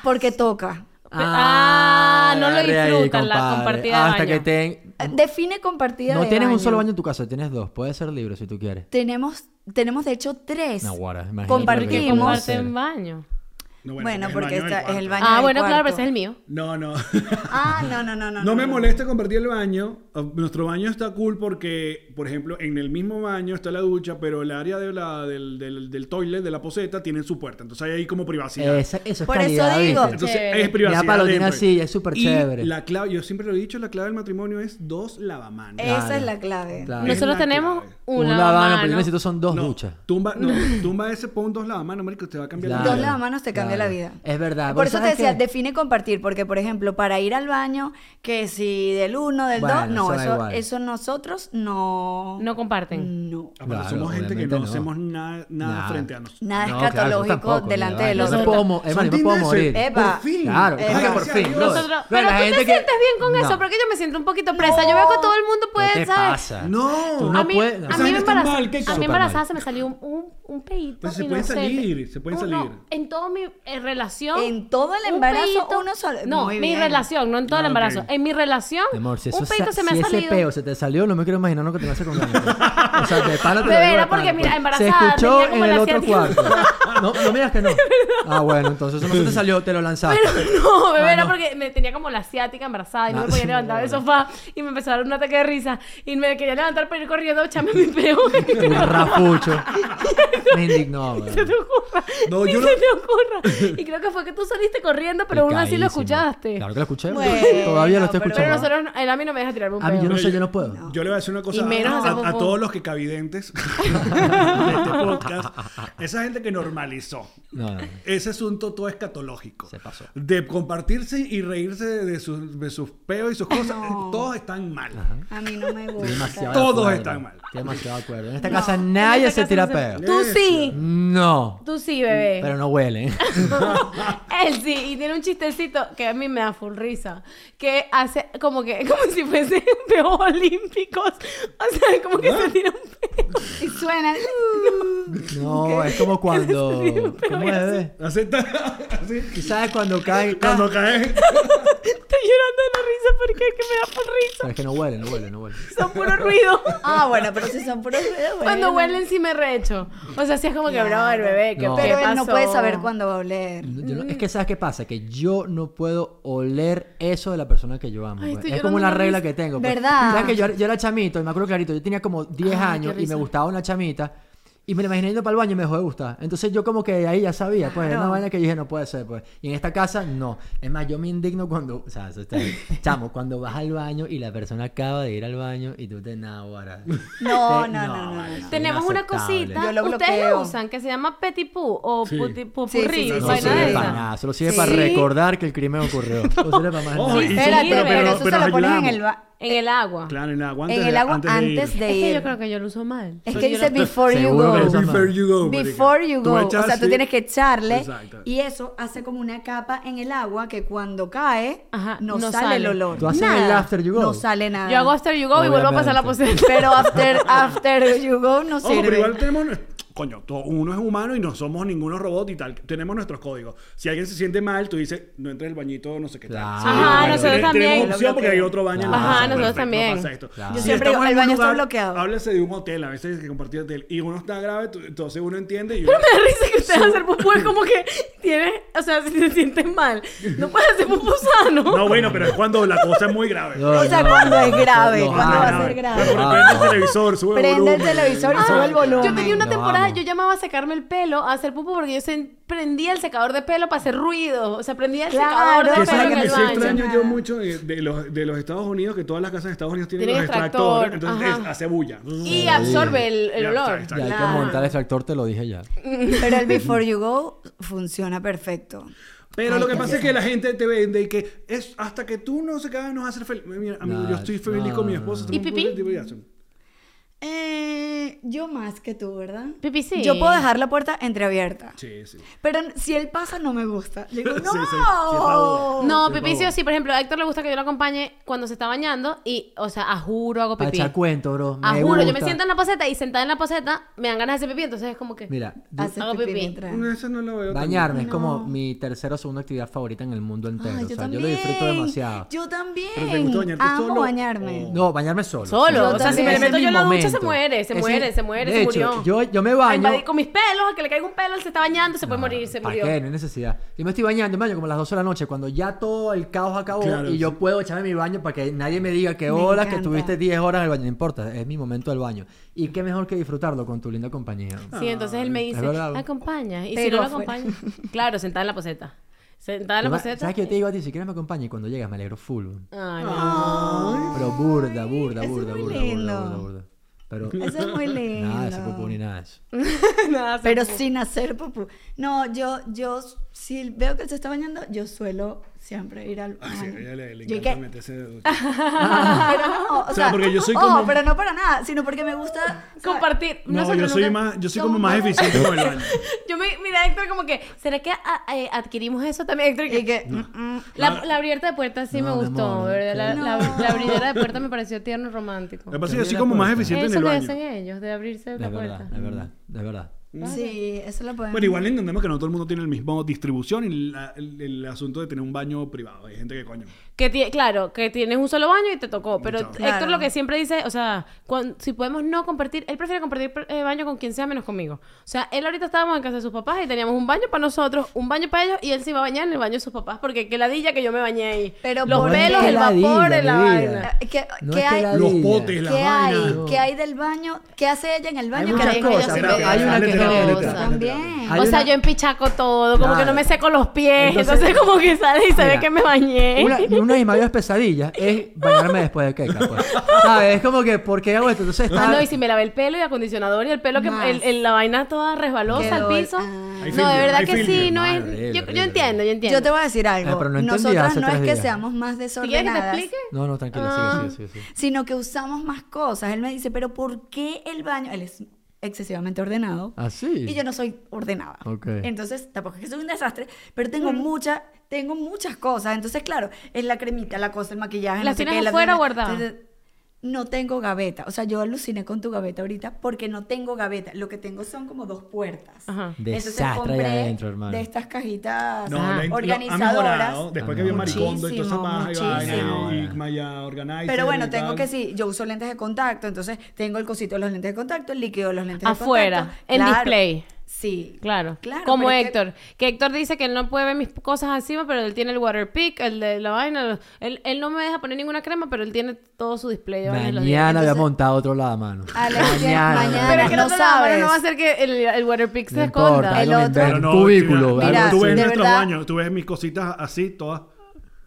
Speaker 5: Porque toca.
Speaker 1: Ah, no lo
Speaker 4: agarre ahí,
Speaker 1: disfrutan, la
Speaker 4: compadre. Ah,
Speaker 1: compartida de
Speaker 4: Hasta
Speaker 1: baño.
Speaker 4: que ten...
Speaker 5: Eh, Define compartida
Speaker 4: No
Speaker 5: de
Speaker 4: tienes un
Speaker 5: baño.
Speaker 4: solo baño en tu casa, tienes dos. Puedes ser libre si tú quieres.
Speaker 5: Tenemos, tenemos de hecho tres.
Speaker 4: No, guara, imagínate lo
Speaker 1: ¿Qué
Speaker 4: que puedo
Speaker 5: Compartimos.
Speaker 4: hacer.
Speaker 1: comparten baño?
Speaker 3: No,
Speaker 5: Bueno, porque
Speaker 3: el baño
Speaker 5: esta- es el
Speaker 3: cuarto.
Speaker 5: Baño
Speaker 1: ah,
Speaker 5: del
Speaker 1: bueno, claro, pero ese
Speaker 5: cuarto.
Speaker 1: es el mío.
Speaker 3: No, no.
Speaker 5: Ah, no, no, no, no.
Speaker 3: No me molesta compartir el baño. Uh, Nuestro baño está cool porque, por ejemplo, en el mismo baño está la ducha, pero el área de la, del, del, del toilet, de la poseta, tiene su puerta. Entonces hay ahí como privacidad.
Speaker 4: Esa- eso es
Speaker 5: Por eso
Speaker 4: calidad,
Speaker 5: digo,
Speaker 4: ¿viste?
Speaker 3: Entonces
Speaker 1: Chévere.
Speaker 3: es privacidad.
Speaker 4: Ya, para lo tiene
Speaker 3: dentro.
Speaker 4: así, es súper
Speaker 3: Y
Speaker 4: chévere.
Speaker 3: La clave, yo siempre lo he dicho, la clave del matrimonio es dos lavamanos.
Speaker 5: Esa es
Speaker 4: Claro.
Speaker 5: la clave.
Speaker 4: Claro.
Speaker 3: Es
Speaker 1: Nosotros
Speaker 3: la
Speaker 1: tenemos
Speaker 3: clave.
Speaker 1: una
Speaker 4: un lavano, pero yo necesito son dos
Speaker 3: No,
Speaker 4: duchas.
Speaker 3: Tumba, no, tumba ese, pon dos lavamanos, marico, te va a cambiar
Speaker 4: Claro.
Speaker 3: la
Speaker 5: Dos lavamanos te cambia de la vida.
Speaker 4: Es verdad.
Speaker 5: Por
Speaker 4: pero
Speaker 5: eso te
Speaker 4: ¿sabes
Speaker 5: decía,
Speaker 4: qué?
Speaker 5: define compartir, porque por ejemplo, para ir al baño, que si del uno, del
Speaker 4: Bueno,
Speaker 5: dos, no,
Speaker 4: eso da
Speaker 5: eso,
Speaker 4: igual.
Speaker 5: eso nosotros no...
Speaker 1: No
Speaker 4: Mm.
Speaker 1: comparten.
Speaker 5: No.
Speaker 3: Aparte,
Speaker 4: Claro,
Speaker 3: somos gente que
Speaker 4: obviamente
Speaker 3: no,
Speaker 4: no.
Speaker 3: hacemos nada, nada
Speaker 4: Nada.
Speaker 3: frente a nosotros.
Speaker 5: Nada
Speaker 4: No, claro, yo
Speaker 5: escatológico
Speaker 4: tampoco,
Speaker 5: delante
Speaker 4: ya
Speaker 5: de
Speaker 4: va,
Speaker 5: los
Speaker 4: Yo me
Speaker 5: otros.
Speaker 4: puedo, mo- es más, yo me puedo morir.
Speaker 5: Eh,
Speaker 3: Por fin.
Speaker 4: Claro,
Speaker 5: Epa.
Speaker 4: que por fin,
Speaker 3: Gracias a
Speaker 4: brother.
Speaker 3: Dios.
Speaker 1: Nosotros,
Speaker 4: Pero
Speaker 1: pero
Speaker 4: la
Speaker 1: tú te
Speaker 4: gente que-
Speaker 1: sientes bien con eso,
Speaker 4: No.
Speaker 1: porque yo me siento un poquito presa. Yo veo que todo el mundo puede,
Speaker 4: ¿Qué te
Speaker 1: ¿sabes?
Speaker 4: pasa?
Speaker 3: No.
Speaker 4: Tú
Speaker 1: a
Speaker 4: no
Speaker 1: mí,
Speaker 4: puedes.
Speaker 1: a
Speaker 4: no.
Speaker 3: Esa
Speaker 1: mí
Speaker 3: vaina
Speaker 1: me
Speaker 3: está
Speaker 1: embarazada,
Speaker 3: mal, ¿qué
Speaker 1: a
Speaker 3: cosa?
Speaker 1: mí embarazada
Speaker 4: Mal. Pues
Speaker 1: se me salió un, un, un peito
Speaker 3: Pero se pueden
Speaker 1: inocente.
Speaker 3: salir, se pueden
Speaker 1: Un- no,
Speaker 3: salir.
Speaker 1: en todo mi eh, relación.
Speaker 5: En todo el
Speaker 1: un
Speaker 5: embarazo,
Speaker 1: peito-
Speaker 5: uno solo.
Speaker 1: No,
Speaker 5: Muy
Speaker 1: mi
Speaker 5: bien.
Speaker 1: relación, no en todo el
Speaker 3: Ah, ok.
Speaker 1: embarazo. En mi relación,
Speaker 4: Mi amor, si, eso
Speaker 1: un
Speaker 4: sa-
Speaker 1: peito se me
Speaker 4: si
Speaker 1: ha
Speaker 4: ese
Speaker 1: salido.
Speaker 4: peo se te salió, no me quiero imaginar lo que te vas a hacer con ganas. O sea, de pana te lo
Speaker 1: Bebé,
Speaker 4: digo de
Speaker 1: era porque,
Speaker 4: pana,
Speaker 1: mira,
Speaker 4: pues.
Speaker 1: embarazada,
Speaker 4: Se escuchó
Speaker 1: tenía como
Speaker 4: en
Speaker 1: la
Speaker 4: el otro
Speaker 1: asiática.
Speaker 4: cuarto. No, no me digas que no. Ah, bueno, entonces eso no se te salió, te lo lanzaste.
Speaker 1: Pero no, bebé,
Speaker 4: Ah,
Speaker 1: era
Speaker 4: no.
Speaker 1: porque me tenía como la asiática embarazada y no
Speaker 4: Ah,
Speaker 1: me podía
Speaker 4: sí,
Speaker 1: levantar del
Speaker 4: bueno.
Speaker 1: sofá y me empezó a dar un ataque de risa y me quería levantar para ir corriendo a echarme mi peo.
Speaker 4: Un rapucho. Me indignó.
Speaker 1: se te
Speaker 4: bro.
Speaker 1: ocurra.
Speaker 3: No,
Speaker 1: ni
Speaker 3: yo
Speaker 1: se
Speaker 3: no-
Speaker 1: te ocurra. Y creo que fue que tú saliste corriendo, pero aún así lo
Speaker 4: Picadísimo.
Speaker 1: escuchaste.
Speaker 4: Claro que lo escuché.
Speaker 5: Bueno,
Speaker 4: Todavía lo estoy
Speaker 5: pero-
Speaker 4: escuchando.
Speaker 1: Pero nosotros, él a mí no me deja tirarme un
Speaker 4: A mí
Speaker 1: peo.
Speaker 4: yo no
Speaker 3: Pero
Speaker 4: sé,
Speaker 3: yo-
Speaker 4: yo no puedo.
Speaker 3: Yo le voy a decir una cosa
Speaker 1: Y menos
Speaker 3: a,
Speaker 1: hacer
Speaker 3: a- a
Speaker 1: popó.
Speaker 3: todos los que cavidentes de este podcast. Esa gente que normalizó.
Speaker 4: No, no, no.
Speaker 3: Ese asunto todo escatológico.
Speaker 4: Se pasó.
Speaker 3: De compartirse y reírse de sus, de sus peos y sus cosas.
Speaker 5: No.
Speaker 3: Todos están mal.
Speaker 5: A mí no me
Speaker 4: Estoy demasiado
Speaker 5: gusta.
Speaker 4: de
Speaker 3: Todos
Speaker 4: acuerdo.
Speaker 3: están mal.
Speaker 4: Estoy demasiado de acuerdo. En esta
Speaker 5: No,
Speaker 4: casa
Speaker 5: en
Speaker 4: nadie
Speaker 1: esta
Speaker 4: se
Speaker 1: casa
Speaker 4: tira
Speaker 1: no se-
Speaker 4: peo.
Speaker 1: Tú
Speaker 3: Eso.
Speaker 1: sí.
Speaker 4: No.
Speaker 1: Tú sí, bebé.
Speaker 4: Pero no huele. ¿eh?
Speaker 1: Él sí, y tiene un chistecito que a mí me da full risa, que hace como que, como si fuese peos olímpicos, o sea, como que se tira un peo.
Speaker 5: Y suena.
Speaker 4: No, es como cuando.
Speaker 1: Sí, un peo
Speaker 4: ¿Cómo
Speaker 1: y
Speaker 4: es,
Speaker 1: así.
Speaker 4: bebé?
Speaker 3: Así ta- así.
Speaker 4: ¿Y sabes cuando cae?
Speaker 5: Ah.
Speaker 4: Ah.
Speaker 3: Cuando caes.
Speaker 1: Estoy llorando de la risa porque es que me da full risa,
Speaker 4: Pero es que no huele, no huele, no huele.
Speaker 1: son puro ruido.
Speaker 5: Ah, bueno, pero si son puros dedos,
Speaker 1: Cuando
Speaker 5: bueno.
Speaker 1: huelen sí me recho, o sea, sí es como que, bravo, el bebé, que
Speaker 4: No.
Speaker 5: Pero
Speaker 1: pasó?
Speaker 5: él no puede saber cuándo va a oler.
Speaker 4: Yo no- es que sabes qué pasa, que yo no puedo oler eso de la persona que yo amo.
Speaker 1: Ay,
Speaker 4: pues.
Speaker 1: estoy
Speaker 4: es como
Speaker 1: llorando
Speaker 4: una
Speaker 1: de
Speaker 4: regla
Speaker 1: risa.
Speaker 4: que tengo. pues.
Speaker 5: ¿Verdad?
Speaker 4: Sabes que yo, yo era chamito, y me acuerdo clarito, yo tenía como 10
Speaker 1: Ay, qué
Speaker 4: años y
Speaker 1: risa.
Speaker 4: me gustaba una chamita. Y me la imaginé yendo para el baño y me dejó de gustar. Entonces yo como que de ahí ya sabía, pues era
Speaker 5: Claro.
Speaker 4: una vaina que yo dije, no puede ser, pues. Y en esta casa, no. Es más, yo me indigno cuando, o sea, eso está ahí. chamo, cuando vas al baño y la persona acaba de ir al baño y tú te nahuaras.
Speaker 5: No,
Speaker 4: Te-
Speaker 5: no, no, no,
Speaker 4: vale,
Speaker 5: no.
Speaker 1: Tenemos una
Speaker 4: inaceptable.
Speaker 1: cosita,
Speaker 5: Yo lo
Speaker 1: ustedes
Speaker 5: bloqueo.
Speaker 1: lo usan, que se llama petipú o
Speaker 3: Sí.
Speaker 1: puti-
Speaker 5: Sí, sí,
Speaker 1: pupurrí,
Speaker 5: sí, sí,
Speaker 4: No
Speaker 5: Bueno,
Speaker 4: sirve
Speaker 5: esa.
Speaker 4: para
Speaker 1: vaina
Speaker 4: nada, solo sirve
Speaker 5: Sí.
Speaker 4: para recordar que el crimen ocurrió. No sirve para más
Speaker 3: Ojo,
Speaker 4: nada.
Speaker 3: y-
Speaker 1: pero-
Speaker 5: Espérate, pero,
Speaker 1: pero-
Speaker 5: eso
Speaker 3: pero
Speaker 5: se lo pones en
Speaker 3: ayudamos.
Speaker 5: el, ba-
Speaker 1: de- en el agua.
Speaker 3: Claro, en el agua.
Speaker 5: en
Speaker 3: de-
Speaker 5: el agua
Speaker 3: de ir.
Speaker 5: antes de
Speaker 1: Es que
Speaker 5: ir.
Speaker 1: yo creo que yo lo uso mal.
Speaker 5: Es
Speaker 1: Soy
Speaker 5: que dice
Speaker 1: llorona.
Speaker 5: before you
Speaker 4: Seguro que lo
Speaker 5: go.
Speaker 4: usa
Speaker 3: Before you go. marica.
Speaker 5: Before you
Speaker 3: Tú
Speaker 5: go.
Speaker 3: echas
Speaker 5: o sea, tú
Speaker 3: así.
Speaker 5: tienes que echarle.
Speaker 3: Exacto.
Speaker 5: Y eso hace como una capa en el agua que cuando cae
Speaker 1: Ajá,
Speaker 5: no,
Speaker 1: no
Speaker 5: sale
Speaker 1: sale.
Speaker 5: el olor.
Speaker 4: Tú haces el
Speaker 1: Nada.
Speaker 4: after you go.
Speaker 5: No sale nada.
Speaker 1: Yo hago after you go y vuelvo a pasar la
Speaker 4: Obviamente.
Speaker 1: poseta.
Speaker 5: Pero after, after you go no
Speaker 3: Ojo, Oh, pero
Speaker 5: sirve.
Speaker 3: igual tenemos. Coño, to- uno es humano y no somos ninguno robot y tal. Tenemos nuestros códigos. Si alguien se siente mal, tú dices, no entres al bañito, no sé qué tal.
Speaker 4: Claro.
Speaker 3: Sí,
Speaker 4: Ajá,
Speaker 3: bueno,
Speaker 1: nosotros
Speaker 3: tenemos-
Speaker 1: también.
Speaker 3: Tenemos opción
Speaker 5: Lo
Speaker 3: porque hay
Speaker 5: bloqueo.
Speaker 3: otro baño. en la
Speaker 1: Ajá,
Speaker 3: casa.
Speaker 1: nosotros
Speaker 3: Perfecto,
Speaker 1: también.
Speaker 3: pasa esto.
Speaker 4: Claro.
Speaker 5: Yo
Speaker 3: Si
Speaker 5: siempre digo,
Speaker 3: estamos en
Speaker 5: el
Speaker 3: un
Speaker 5: baño está
Speaker 3: lugar,
Speaker 5: bloqueado.
Speaker 3: Háblese de un hotel, a veces que compartir hotel. Y uno está grave, tú- entonces uno entiende y uno-
Speaker 1: Pero me da risa que ustedes hacer pupú es como que tienes, o sea, si te sientes mal, no puedes hacer pupú sano.
Speaker 3: No, bueno, pero es cuando la cosa es muy grave.
Speaker 4: No,
Speaker 5: O sea,
Speaker 4: no,
Speaker 5: cuando
Speaker 4: no,
Speaker 5: es
Speaker 4: no,
Speaker 5: grave,
Speaker 4: no,
Speaker 5: cuando
Speaker 4: no,
Speaker 5: va a
Speaker 4: no,
Speaker 5: ser
Speaker 4: no,
Speaker 5: grave.
Speaker 4: no,
Speaker 3: Bueno,
Speaker 4: Ah, no,
Speaker 3: prende el
Speaker 4: no.
Speaker 3: televisor, sube el
Speaker 5: Prende el
Speaker 3: volumen.
Speaker 5: televisor y
Speaker 1: Ah,
Speaker 5: sube el volumen.
Speaker 1: Yo tenía una
Speaker 4: Lo
Speaker 1: temporada,
Speaker 4: amo.
Speaker 1: yo llamaba a secarme el pelo, a hacer pupú, porque yo se- prendía el secador de pelo para hacer ruido. O sea, prendía el
Speaker 5: Claro,
Speaker 1: secador de
Speaker 3: Eso es
Speaker 1: pelo
Speaker 3: algo
Speaker 1: en
Speaker 3: que
Speaker 1: el
Speaker 3: sí
Speaker 1: baño.
Speaker 3: extraño yo mucho de, de los, de los Estados Unidos, que todas las casas de Estados Unidos tienen,
Speaker 1: Tienen
Speaker 3: los
Speaker 1: extractor,
Speaker 3: extractores. Entonces
Speaker 1: ajá.
Speaker 3: es- hace bulla.
Speaker 1: Y absorbe el, el
Speaker 3: Ya,
Speaker 1: olor.
Speaker 3: está,
Speaker 4: Y hay que
Speaker 5: Claro.
Speaker 4: montar el extractor, te lo dije ya.
Speaker 5: Pero el before you go funciona perfecto.
Speaker 3: Pero
Speaker 5: Ay,
Speaker 3: lo que
Speaker 5: qué
Speaker 3: pasa es que la gente te vende y que es hasta que tú no se acabas nos hacer feliz. Mira, amigo,
Speaker 4: No,
Speaker 3: yo estoy feliz
Speaker 4: no,
Speaker 3: con mi
Speaker 4: no,
Speaker 3: esposa.
Speaker 4: no.
Speaker 1: ¿Y pipí?
Speaker 5: Eh, yo más que tú, ¿verdad?
Speaker 1: Pipí sí.
Speaker 5: Yo puedo dejar la puerta entreabierta.
Speaker 3: Sí, sí.
Speaker 5: Pero si él pasa, no me gusta. Yo digo,
Speaker 3: Sí,
Speaker 5: no.
Speaker 3: sí, sí, está bueno.
Speaker 1: No,
Speaker 3: Sí,
Speaker 1: pipí
Speaker 3: por
Speaker 1: sí o
Speaker 3: favor.
Speaker 1: sí. Por ejemplo, a Héctor le gusta que yo lo acompañe cuando se está bañando y, o sea, a juro hago
Speaker 4: Para
Speaker 1: pipí.
Speaker 4: echar cuento, bro.
Speaker 1: A
Speaker 4: me
Speaker 1: juro, yo me
Speaker 4: gusta.
Speaker 1: siento en la poseta y sentada en la poseta me dan ganas de hacer pipí, entonces es como que...
Speaker 4: Mira, yo-
Speaker 5: Hace
Speaker 1: Hago
Speaker 5: pipí
Speaker 1: pipí.
Speaker 5: mientras-
Speaker 3: Esa no la veo. tan-
Speaker 4: bañarme es como
Speaker 5: No.
Speaker 4: mi tercera o segunda actividad favorita en el mundo entero.
Speaker 5: Ay,
Speaker 4: o sea, yo lo disfruto
Speaker 5: también.
Speaker 4: demasiado.
Speaker 5: Yo también.
Speaker 3: ¿Pero te gusta bañarte
Speaker 5: Amo
Speaker 3: solo
Speaker 5: bañarme.
Speaker 3: o-
Speaker 4: No, bañarme solo.
Speaker 1: Solo,
Speaker 5: o sea, si me le
Speaker 1: meto
Speaker 4: Ese
Speaker 1: yo en la
Speaker 4: es mi
Speaker 1: ducha, se
Speaker 4: momento.
Speaker 1: muere, se muere, se muere,
Speaker 4: de
Speaker 1: se
Speaker 4: hecho,
Speaker 1: murió.
Speaker 4: Yo, yo me
Speaker 1: A
Speaker 4: baño.
Speaker 1: invadir con mis pelos, a que le caiga un pelo, él se está bañando, se puede morir, se
Speaker 4: ¿Para
Speaker 1: murió.
Speaker 4: qué? No hay necesidad. Yo me estoy bañando, me baño como a las 12 de la noche, cuando ya todo el caos acabó
Speaker 3: Claro,
Speaker 4: y yo
Speaker 3: sí.
Speaker 4: puedo echarme mi baño para que nadie me diga que
Speaker 5: Me
Speaker 4: hola, que
Speaker 5: encanta.
Speaker 4: estuviste 10 horas en el baño. No importa, es mi momento del baño. Y qué mejor que disfrutarlo con tu linda compañía.
Speaker 5: Ah,
Speaker 1: Sí, entonces él me dice,
Speaker 4: verdad.
Speaker 1: acompaña. Y si
Speaker 5: Pero
Speaker 1: no lo
Speaker 5: afuera.
Speaker 1: acompaña, claro, sentada en la poseta. Sentada en la
Speaker 4: Yo me-
Speaker 1: poseta.
Speaker 4: ¿Sabes que yo te digo a ti? Si quieres me acompaña y cuando llegas me alegro full.
Speaker 1: Ay, no.
Speaker 3: Ay.
Speaker 4: Pero burda,
Speaker 5: eso
Speaker 4: burda,
Speaker 5: es
Speaker 4: burda, burda,
Speaker 5: muy
Speaker 4: burda,
Speaker 5: lindo.
Speaker 4: burda, burda. Pero
Speaker 5: Eso es muy lindo.
Speaker 4: nada, ese pupú ni nada de eso.
Speaker 1: Nada,
Speaker 5: Pero sin hacer pupú. No, yo, yo, si veo que se está bañando, yo suelo siempre ir al
Speaker 3: Ay, Ah, sí, a
Speaker 5: baño.
Speaker 3: ella le, le
Speaker 5: Yo, ¿y
Speaker 3: encanta
Speaker 5: qué?
Speaker 3: meterse-
Speaker 5: Pero no, o,
Speaker 3: sea,
Speaker 5: sea,
Speaker 3: porque yo soy
Speaker 5: oh,
Speaker 3: como-
Speaker 5: pero no para nada, sino porque me gusta ¿sabes?
Speaker 1: compartir.
Speaker 3: No,
Speaker 1: Nosotros
Speaker 3: yo soy,
Speaker 1: nunca-
Speaker 3: más, yo soy como
Speaker 5: somos
Speaker 3: más
Speaker 5: más-
Speaker 3: eficiente con el baño.
Speaker 1: Yo me, mira, Héctor, como que, ¿será que ah, eh, adquirimos eso también? Héctor,
Speaker 5: Y
Speaker 1: que-
Speaker 5: que, mm, mm.
Speaker 1: la, la abierta de puerta sí
Speaker 4: No,
Speaker 1: me
Speaker 4: mi
Speaker 1: gustó,
Speaker 4: amor,
Speaker 1: ¿verdad? La,
Speaker 4: ok.
Speaker 1: la- la abridera de puerta me pareció tierno y romántico.
Speaker 3: Lo que pasa es que
Speaker 4: Yo
Speaker 3: yo
Speaker 4: vi
Speaker 3: soy
Speaker 4: la
Speaker 3: como más
Speaker 4: puerta.
Speaker 3: eficiente en
Speaker 1: Eso
Speaker 3: el
Speaker 1: lo
Speaker 3: baño.
Speaker 1: hacen ellos, de abrirse la
Speaker 4: Es verdad,
Speaker 1: puerta.
Speaker 4: es verdad, es verdad.
Speaker 5: sí, eso lo podemos.
Speaker 3: Bueno, igual entendemos que no todo el mundo tiene el mismo distribución y la- el, el asunto de tener un baño privado. Hay gente que coño.
Speaker 1: Que tie- claro, que tienes un solo baño y te tocó. Pero
Speaker 3: Chao.
Speaker 1: Héctor
Speaker 5: Claro.
Speaker 1: lo que siempre dice, o sea, cuan- si podemos no compartir, él prefiere compartir eh, baño con quien sea menos conmigo. O sea, él ahorita estábamos en casa de sus papás y teníamos un baño para nosotros, un baño para ellos y él se iba a bañar en el baño de sus papás porque qué ladilla que yo me bañé ahí.
Speaker 5: Pero
Speaker 1: Los
Speaker 5: por-
Speaker 1: pelos,
Speaker 5: qué
Speaker 1: el vapor,
Speaker 4: ladilla,
Speaker 1: en la
Speaker 4: mi vida.
Speaker 1: vaina.
Speaker 5: Eh, ¿Qué,
Speaker 4: Ah, No
Speaker 5: qué
Speaker 4: es que
Speaker 5: hay?
Speaker 4: la
Speaker 3: Los
Speaker 4: Villa.
Speaker 3: potes, las
Speaker 5: ¿Qué hay?
Speaker 3: vainas.
Speaker 5: ¿Qué hay del baño? ¿Qué hace ella en el
Speaker 4: Hay
Speaker 5: baño?
Speaker 4: muchas
Speaker 5: que ella
Speaker 4: cosas,
Speaker 5: se
Speaker 4: pero
Speaker 5: ve?
Speaker 4: hay una
Speaker 5: Dale
Speaker 4: que-
Speaker 5: terapia,
Speaker 1: cosa.
Speaker 5: También.
Speaker 4: Hay
Speaker 1: o sea,
Speaker 4: una-
Speaker 1: yo empichaco todo, como que
Speaker 4: Claro.
Speaker 1: no me seco los pies, entonces,
Speaker 4: Entonces-
Speaker 1: como que sale y se ve
Speaker 4: Mira,
Speaker 1: que me bañé. Ah,
Speaker 4: Una, una de mis mayores pesadillas es bañarme después de queca, pues. ¿Sabes? Es como que, ¿por qué hago esto? Entonces está...
Speaker 1: Ah, no, y si me lavé el pelo y acondicionador y el pelo que
Speaker 5: Más.
Speaker 1: el- el- la vaina toda resbalosa
Speaker 5: Qué
Speaker 1: al
Speaker 5: dol-
Speaker 1: piso.
Speaker 5: Ah.
Speaker 3: Hay
Speaker 1: No, de
Speaker 3: filtro,
Speaker 1: verdad
Speaker 3: hay
Speaker 1: que sí,
Speaker 3: filtro.
Speaker 1: no
Speaker 4: Ah,
Speaker 1: es.
Speaker 4: horrible,
Speaker 1: Yo, yo
Speaker 4: horrible.
Speaker 1: entiendo, yo entiendo.
Speaker 5: Yo te voy a decir algo.
Speaker 4: Ah, pero no entendí
Speaker 5: Nosotras
Speaker 4: hace
Speaker 5: no es
Speaker 4: tres
Speaker 5: que
Speaker 4: días.
Speaker 5: seamos más
Speaker 1: ¿Tú quieres que te
Speaker 5: desordenadas,
Speaker 1: explique?
Speaker 4: No, no, tranquila,
Speaker 1: Ah.
Speaker 4: sigue, sigue, sigue, sigue.
Speaker 5: sino que usamos más cosas. Él me dice, pero ¿por qué el baño? Él es excesivamente ordenado.
Speaker 4: ¿Ah, sí?
Speaker 5: Y yo no soy ordenada.
Speaker 4: Ok.
Speaker 5: Entonces, tampoco es que soy un desastre, pero tengo mucha, tengo muchas cosas. Entonces, claro, es la cremita, la cosa, el maquillaje.
Speaker 1: ¿Las
Speaker 5: no sé
Speaker 1: tienes
Speaker 5: qué, la-
Speaker 1: afuera
Speaker 5: la-
Speaker 1: guardadas?
Speaker 5: Entonces, No tengo gaveta. O sea, yo aluciné con tu gaveta ahorita porque no tengo gaveta. Lo que tengo son como dos puertas.
Speaker 1: Ajá.
Speaker 5: Entonces,
Speaker 4: Desastre ahí
Speaker 5: compré
Speaker 4: adentro, hermano.
Speaker 5: De estas cajitas
Speaker 3: No,
Speaker 1: Ah.
Speaker 3: la- lo- ha
Speaker 5: organizadoras.
Speaker 3: mejorado.
Speaker 4: Ah,
Speaker 3: Después que había Maricondo y toda esa
Speaker 5: muchísimo,
Speaker 3: paja y vaina y
Speaker 4: muchísimo.
Speaker 3: Maya Organizer.
Speaker 5: Pero bueno,
Speaker 3: y
Speaker 5: tengo
Speaker 3: tal.
Speaker 5: que sí, yo uso lentes de contacto, entonces tengo el cosito de los lentes de contacto, el líquido de los lentes
Speaker 1: Afuera,
Speaker 5: de contacto.
Speaker 1: en display.
Speaker 5: Sí.
Speaker 1: Claro.
Speaker 5: Claro,
Speaker 1: Como
Speaker 5: pero es que-
Speaker 1: Héctor. Que... Héctor dice que él no puede ver mis cosas encima, pero él tiene el waterpick, el de la vaina. Él, él no me deja poner ninguna crema, pero él tiene todo su display de vaina. en los
Speaker 4: Mañana había
Speaker 5: Entonces-
Speaker 4: montado otro lado, mano.
Speaker 5: Alex, mañana.
Speaker 1: dientes. Pero es que
Speaker 5: No
Speaker 1: no, te la-
Speaker 5: sabes.
Speaker 1: no va a hacer que el, el waterpick se
Speaker 4: No
Speaker 1: esconda.
Speaker 4: importa,
Speaker 5: El
Speaker 4: algo me
Speaker 5: otro-
Speaker 4: invento,
Speaker 3: Pero no,
Speaker 4: un cubículo.
Speaker 3: mira,
Speaker 5: algo
Speaker 3: tú ves
Speaker 5: así.
Speaker 3: nuestros
Speaker 5: De verdad.
Speaker 3: baños, tú ves mis cositas así, todas,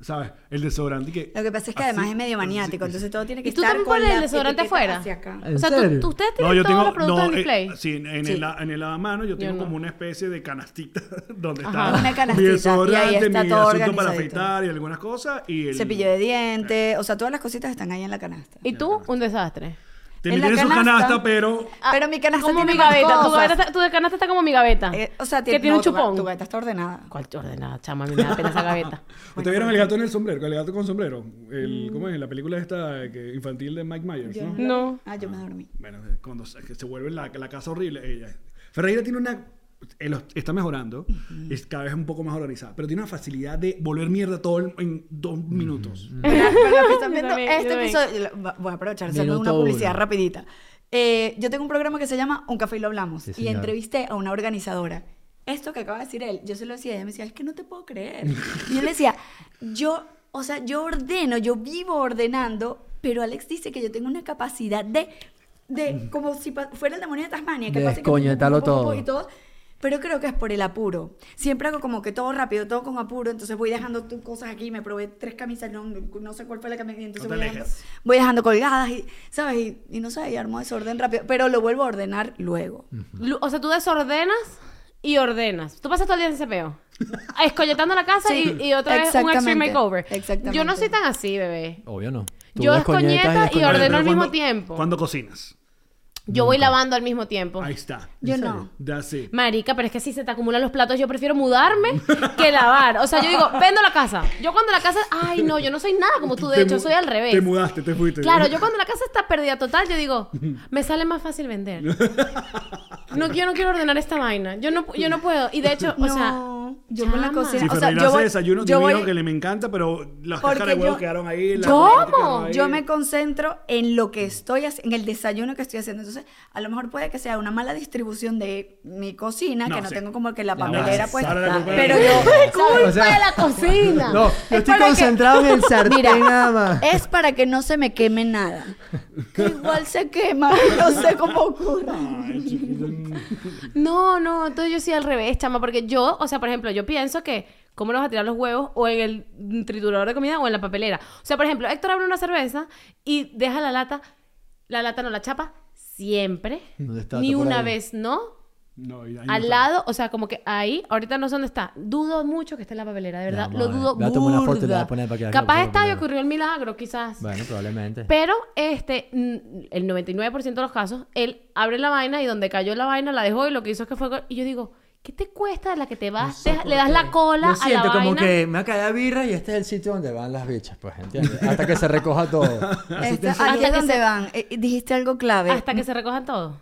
Speaker 3: ¿sabes? El desodorante que...
Speaker 5: Lo que pasa es que además es medio maniático, entonces todo tiene que
Speaker 1: ¿Y tú
Speaker 5: estar
Speaker 1: también
Speaker 5: con
Speaker 1: pones
Speaker 5: la
Speaker 1: el desodorante
Speaker 5: etiqueta
Speaker 1: afuera?
Speaker 5: hacia acá.
Speaker 4: ¿En
Speaker 1: o sea, tú-
Speaker 4: serio?
Speaker 1: tú- ustedes
Speaker 3: No,
Speaker 1: tienen
Speaker 3: yo
Speaker 1: todos los
Speaker 3: tengo,
Speaker 1: productos
Speaker 3: no,
Speaker 1: en
Speaker 3: eh,
Speaker 1: display.
Speaker 3: sí, en, en
Speaker 5: Sí.
Speaker 3: el, la- en el lavamano yo tengo
Speaker 1: no.
Speaker 3: como una especie de canastita donde
Speaker 1: Ajá.
Speaker 3: está
Speaker 5: Una canastita,
Speaker 3: mi
Speaker 5: y ahí
Speaker 3: desodorante,
Speaker 5: está
Speaker 3: mi
Speaker 5: todo
Speaker 3: asunto para
Speaker 5: organizadito.
Speaker 3: afeitar y algunas cosas y el...
Speaker 5: Cepillo de dientes, o sea, todas las cositas están ahí en la canasta.
Speaker 1: y tú, un desastre.
Speaker 3: Tiene-
Speaker 5: en la
Speaker 3: tiene su canasta,
Speaker 5: canasta.
Speaker 3: pero
Speaker 5: Ah, Pero mi canasta
Speaker 1: como
Speaker 5: tiene
Speaker 1: ah, mi
Speaker 5: más
Speaker 1: gaveta. Tu,
Speaker 5: cosas.
Speaker 1: gaveta está- tu canasta está como mi gaveta.
Speaker 5: Eh, o sea,
Speaker 1: que tiene
Speaker 5: no,
Speaker 1: un
Speaker 5: tu ga-
Speaker 1: chupón.
Speaker 5: Tu gaveta está ordenada.
Speaker 1: ¿Cuál ordenada, chama? A mí me da pena esa gaveta.
Speaker 3: ¿Ustedes vieron el gato en el sombrero? El gato con sombrero. El, ¿Cómo es? La película esta que- infantil de Mike Myers, ¿no?
Speaker 1: Mm. No.
Speaker 5: Ah, yo me dormí.
Speaker 3: Bueno, eh, cuando se, que se vuelve la, la casa horrible, ella. Ferreira tiene una. él los- está mejorando, es cada vez un poco más organizada, pero tiene una facilidad de volver mierda todo en, en dos minutos.
Speaker 5: Para los que están
Speaker 1: Yo
Speaker 5: viendo
Speaker 1: también, yo
Speaker 5: este
Speaker 1: también.
Speaker 5: episodio, yo lo- voy a aprovechar, hacerme
Speaker 4: Minuto
Speaker 5: una publicidad
Speaker 4: uno.
Speaker 5: rapidita. Eh, yo tengo un programa que se llama Un Café y lo Hablamos
Speaker 4: Sí,
Speaker 5: y
Speaker 4: señor.
Speaker 5: entrevisté a una organizadora. Esto que acaba de decir él, yo se lo decía, ella me decía, es que no te puedo creer. Y yo le decía, yo, o sea, yo ordeno, yo vivo ordenando, pero Alex dice que yo tengo una capacidad de, de como si pa- fuera el demonio de Tasmania. que
Speaker 4: De
Speaker 5: pasa que pum, pum,
Speaker 4: descoñetarlo
Speaker 5: pum, pum, pum,
Speaker 4: todo.
Speaker 5: y todo. Pero creo que es por el apuro. Siempre hago como que todo rápido, todo con apuro. Entonces voy dejando tu- cosas aquí. Me probé tres camisas, no, no sé cuál fue la camisa. Entonces
Speaker 3: No te
Speaker 5: voy, dejando,
Speaker 3: alejes.
Speaker 5: voy dejando colgadas y, ¿sabes? Y, y no sé, y armo desorden rápido. Pero lo vuelvo a ordenar luego.
Speaker 1: Lu- O sea, tú desordenas y ordenas. Tú pasas todo el día en ese peo. Escolletando la casa
Speaker 5: Sí.
Speaker 1: y, y otra vez un extreme
Speaker 5: Exactamente,
Speaker 1: makeover.
Speaker 5: exactamente.
Speaker 1: Yo no soy tan así, bebé.
Speaker 4: Obvio no. Tú
Speaker 1: Yo
Speaker 4: descoñetas
Speaker 1: descoñeta y
Speaker 4: descoñetas.
Speaker 1: ordeno
Speaker 3: Pero
Speaker 1: al mismo
Speaker 3: cuando-
Speaker 1: tiempo. Oh.
Speaker 3: Cuando cocinas.
Speaker 1: Yo voy lavando al mismo tiempo.
Speaker 3: Ahí está.
Speaker 5: Yo no.
Speaker 3: That's it.
Speaker 1: Marica, pero es que si se te acumulan los platos, yo prefiero mudarme que lavar. O sea, yo digo, vendo la casa. Yo cuando la casa, ay no, yo no soy nada como tú, de
Speaker 3: Te
Speaker 1: hecho,
Speaker 3: mu-
Speaker 1: soy al revés.
Speaker 3: Te mudaste, te fuiste.
Speaker 1: Claro, yo cuando la casa está perdida total, yo digo, me sale más fácil vender. No, yo no quiero ordenar esta vaina. Yo no, yo no puedo. Y de hecho, o sea,
Speaker 5: no, yo con la
Speaker 1: chama.
Speaker 5: cocina.
Speaker 3: Si
Speaker 5: o sea,
Speaker 3: Ferreira
Speaker 5: yo
Speaker 3: hace
Speaker 5: voy-
Speaker 3: desayuno
Speaker 5: yo
Speaker 3: divino
Speaker 5: voy-
Speaker 3: que le me encanta, pero las
Speaker 5: Porque
Speaker 3: cajas de huevos
Speaker 5: yo-
Speaker 3: quedaron ahí. las
Speaker 1: ¿Cómo?
Speaker 3: cosas quedaron ahí.
Speaker 5: Yo me concentro en lo que estoy haciendo, en el desayuno que estoy haciendo. Entonces, a lo mejor puede que sea una mala distribución de mi cocina,
Speaker 3: No,
Speaker 5: que no
Speaker 3: sí.
Speaker 5: tengo como que la
Speaker 4: No,
Speaker 5: papelera
Speaker 4: sí.
Speaker 5: puesta.
Speaker 3: Ahora la culpa es
Speaker 5: Pero
Speaker 3: de-
Speaker 5: yo.
Speaker 1: culpa
Speaker 4: O sea-
Speaker 1: de la cocina.
Speaker 4: No, yo
Speaker 5: Es
Speaker 4: estoy
Speaker 5: para que-
Speaker 4: concentrado en el sartén
Speaker 5: Mira,
Speaker 4: nada más.
Speaker 1: eh,
Speaker 5: es para que no se me queme nada. Que igual se quema, no sé cómo ocurre.
Speaker 1: No, no, entonces yo sí al revés, chama, porque yo, o sea, por ejemplo, yo pienso que cómo los vas a tirar los huevos o en el mm, triturador de comida o en la papelera. O sea, por ejemplo, Héctor abre una cerveza y deja la lata, la lata no la chapa, siempre.
Speaker 4: ¿Dónde está?
Speaker 1: Ni
Speaker 4: Está por
Speaker 1: una
Speaker 4: ahí.
Speaker 1: vez no.
Speaker 3: No, y ahí no
Speaker 1: Al
Speaker 3: está.
Speaker 1: lado, o sea, como que ahí, ahorita no sé dónde está. Dudo mucho que esté en la papelera, de verdad.
Speaker 4: Vamos
Speaker 1: Lo
Speaker 4: a ver.
Speaker 1: dudo
Speaker 4: Voy a tomar una foto y la voy a
Speaker 1: burda.
Speaker 4: poner para que la-
Speaker 1: Capaz
Speaker 4: para
Speaker 1: está y
Speaker 4: ponerla.
Speaker 1: ocurrió el milagro, quizás.
Speaker 4: Bueno, probablemente.
Speaker 1: Pero este, mm, el 99% de los casos, él abre la vaina y donde cayó la vaina la dejó y lo que hizo es que fue. co- Y yo digo, ¿qué te cuesta de la que te vas?
Speaker 4: No sé
Speaker 1: Deja-
Speaker 4: por
Speaker 1: le das
Speaker 4: qué.
Speaker 1: la cola
Speaker 4: Yo
Speaker 1: a
Speaker 4: siento
Speaker 1: la
Speaker 4: como
Speaker 1: vaina.
Speaker 4: que me va a caer birra y este es el sitio donde van las bichas, pues, ¿entiendes? Hasta que se recoja todo. Así
Speaker 5: Esta- aquí
Speaker 4: te-
Speaker 1: Hasta
Speaker 5: es
Speaker 1: que
Speaker 5: donde
Speaker 1: se-
Speaker 5: van. Eh, dijiste algo clave.
Speaker 1: Hasta que se recojan todos.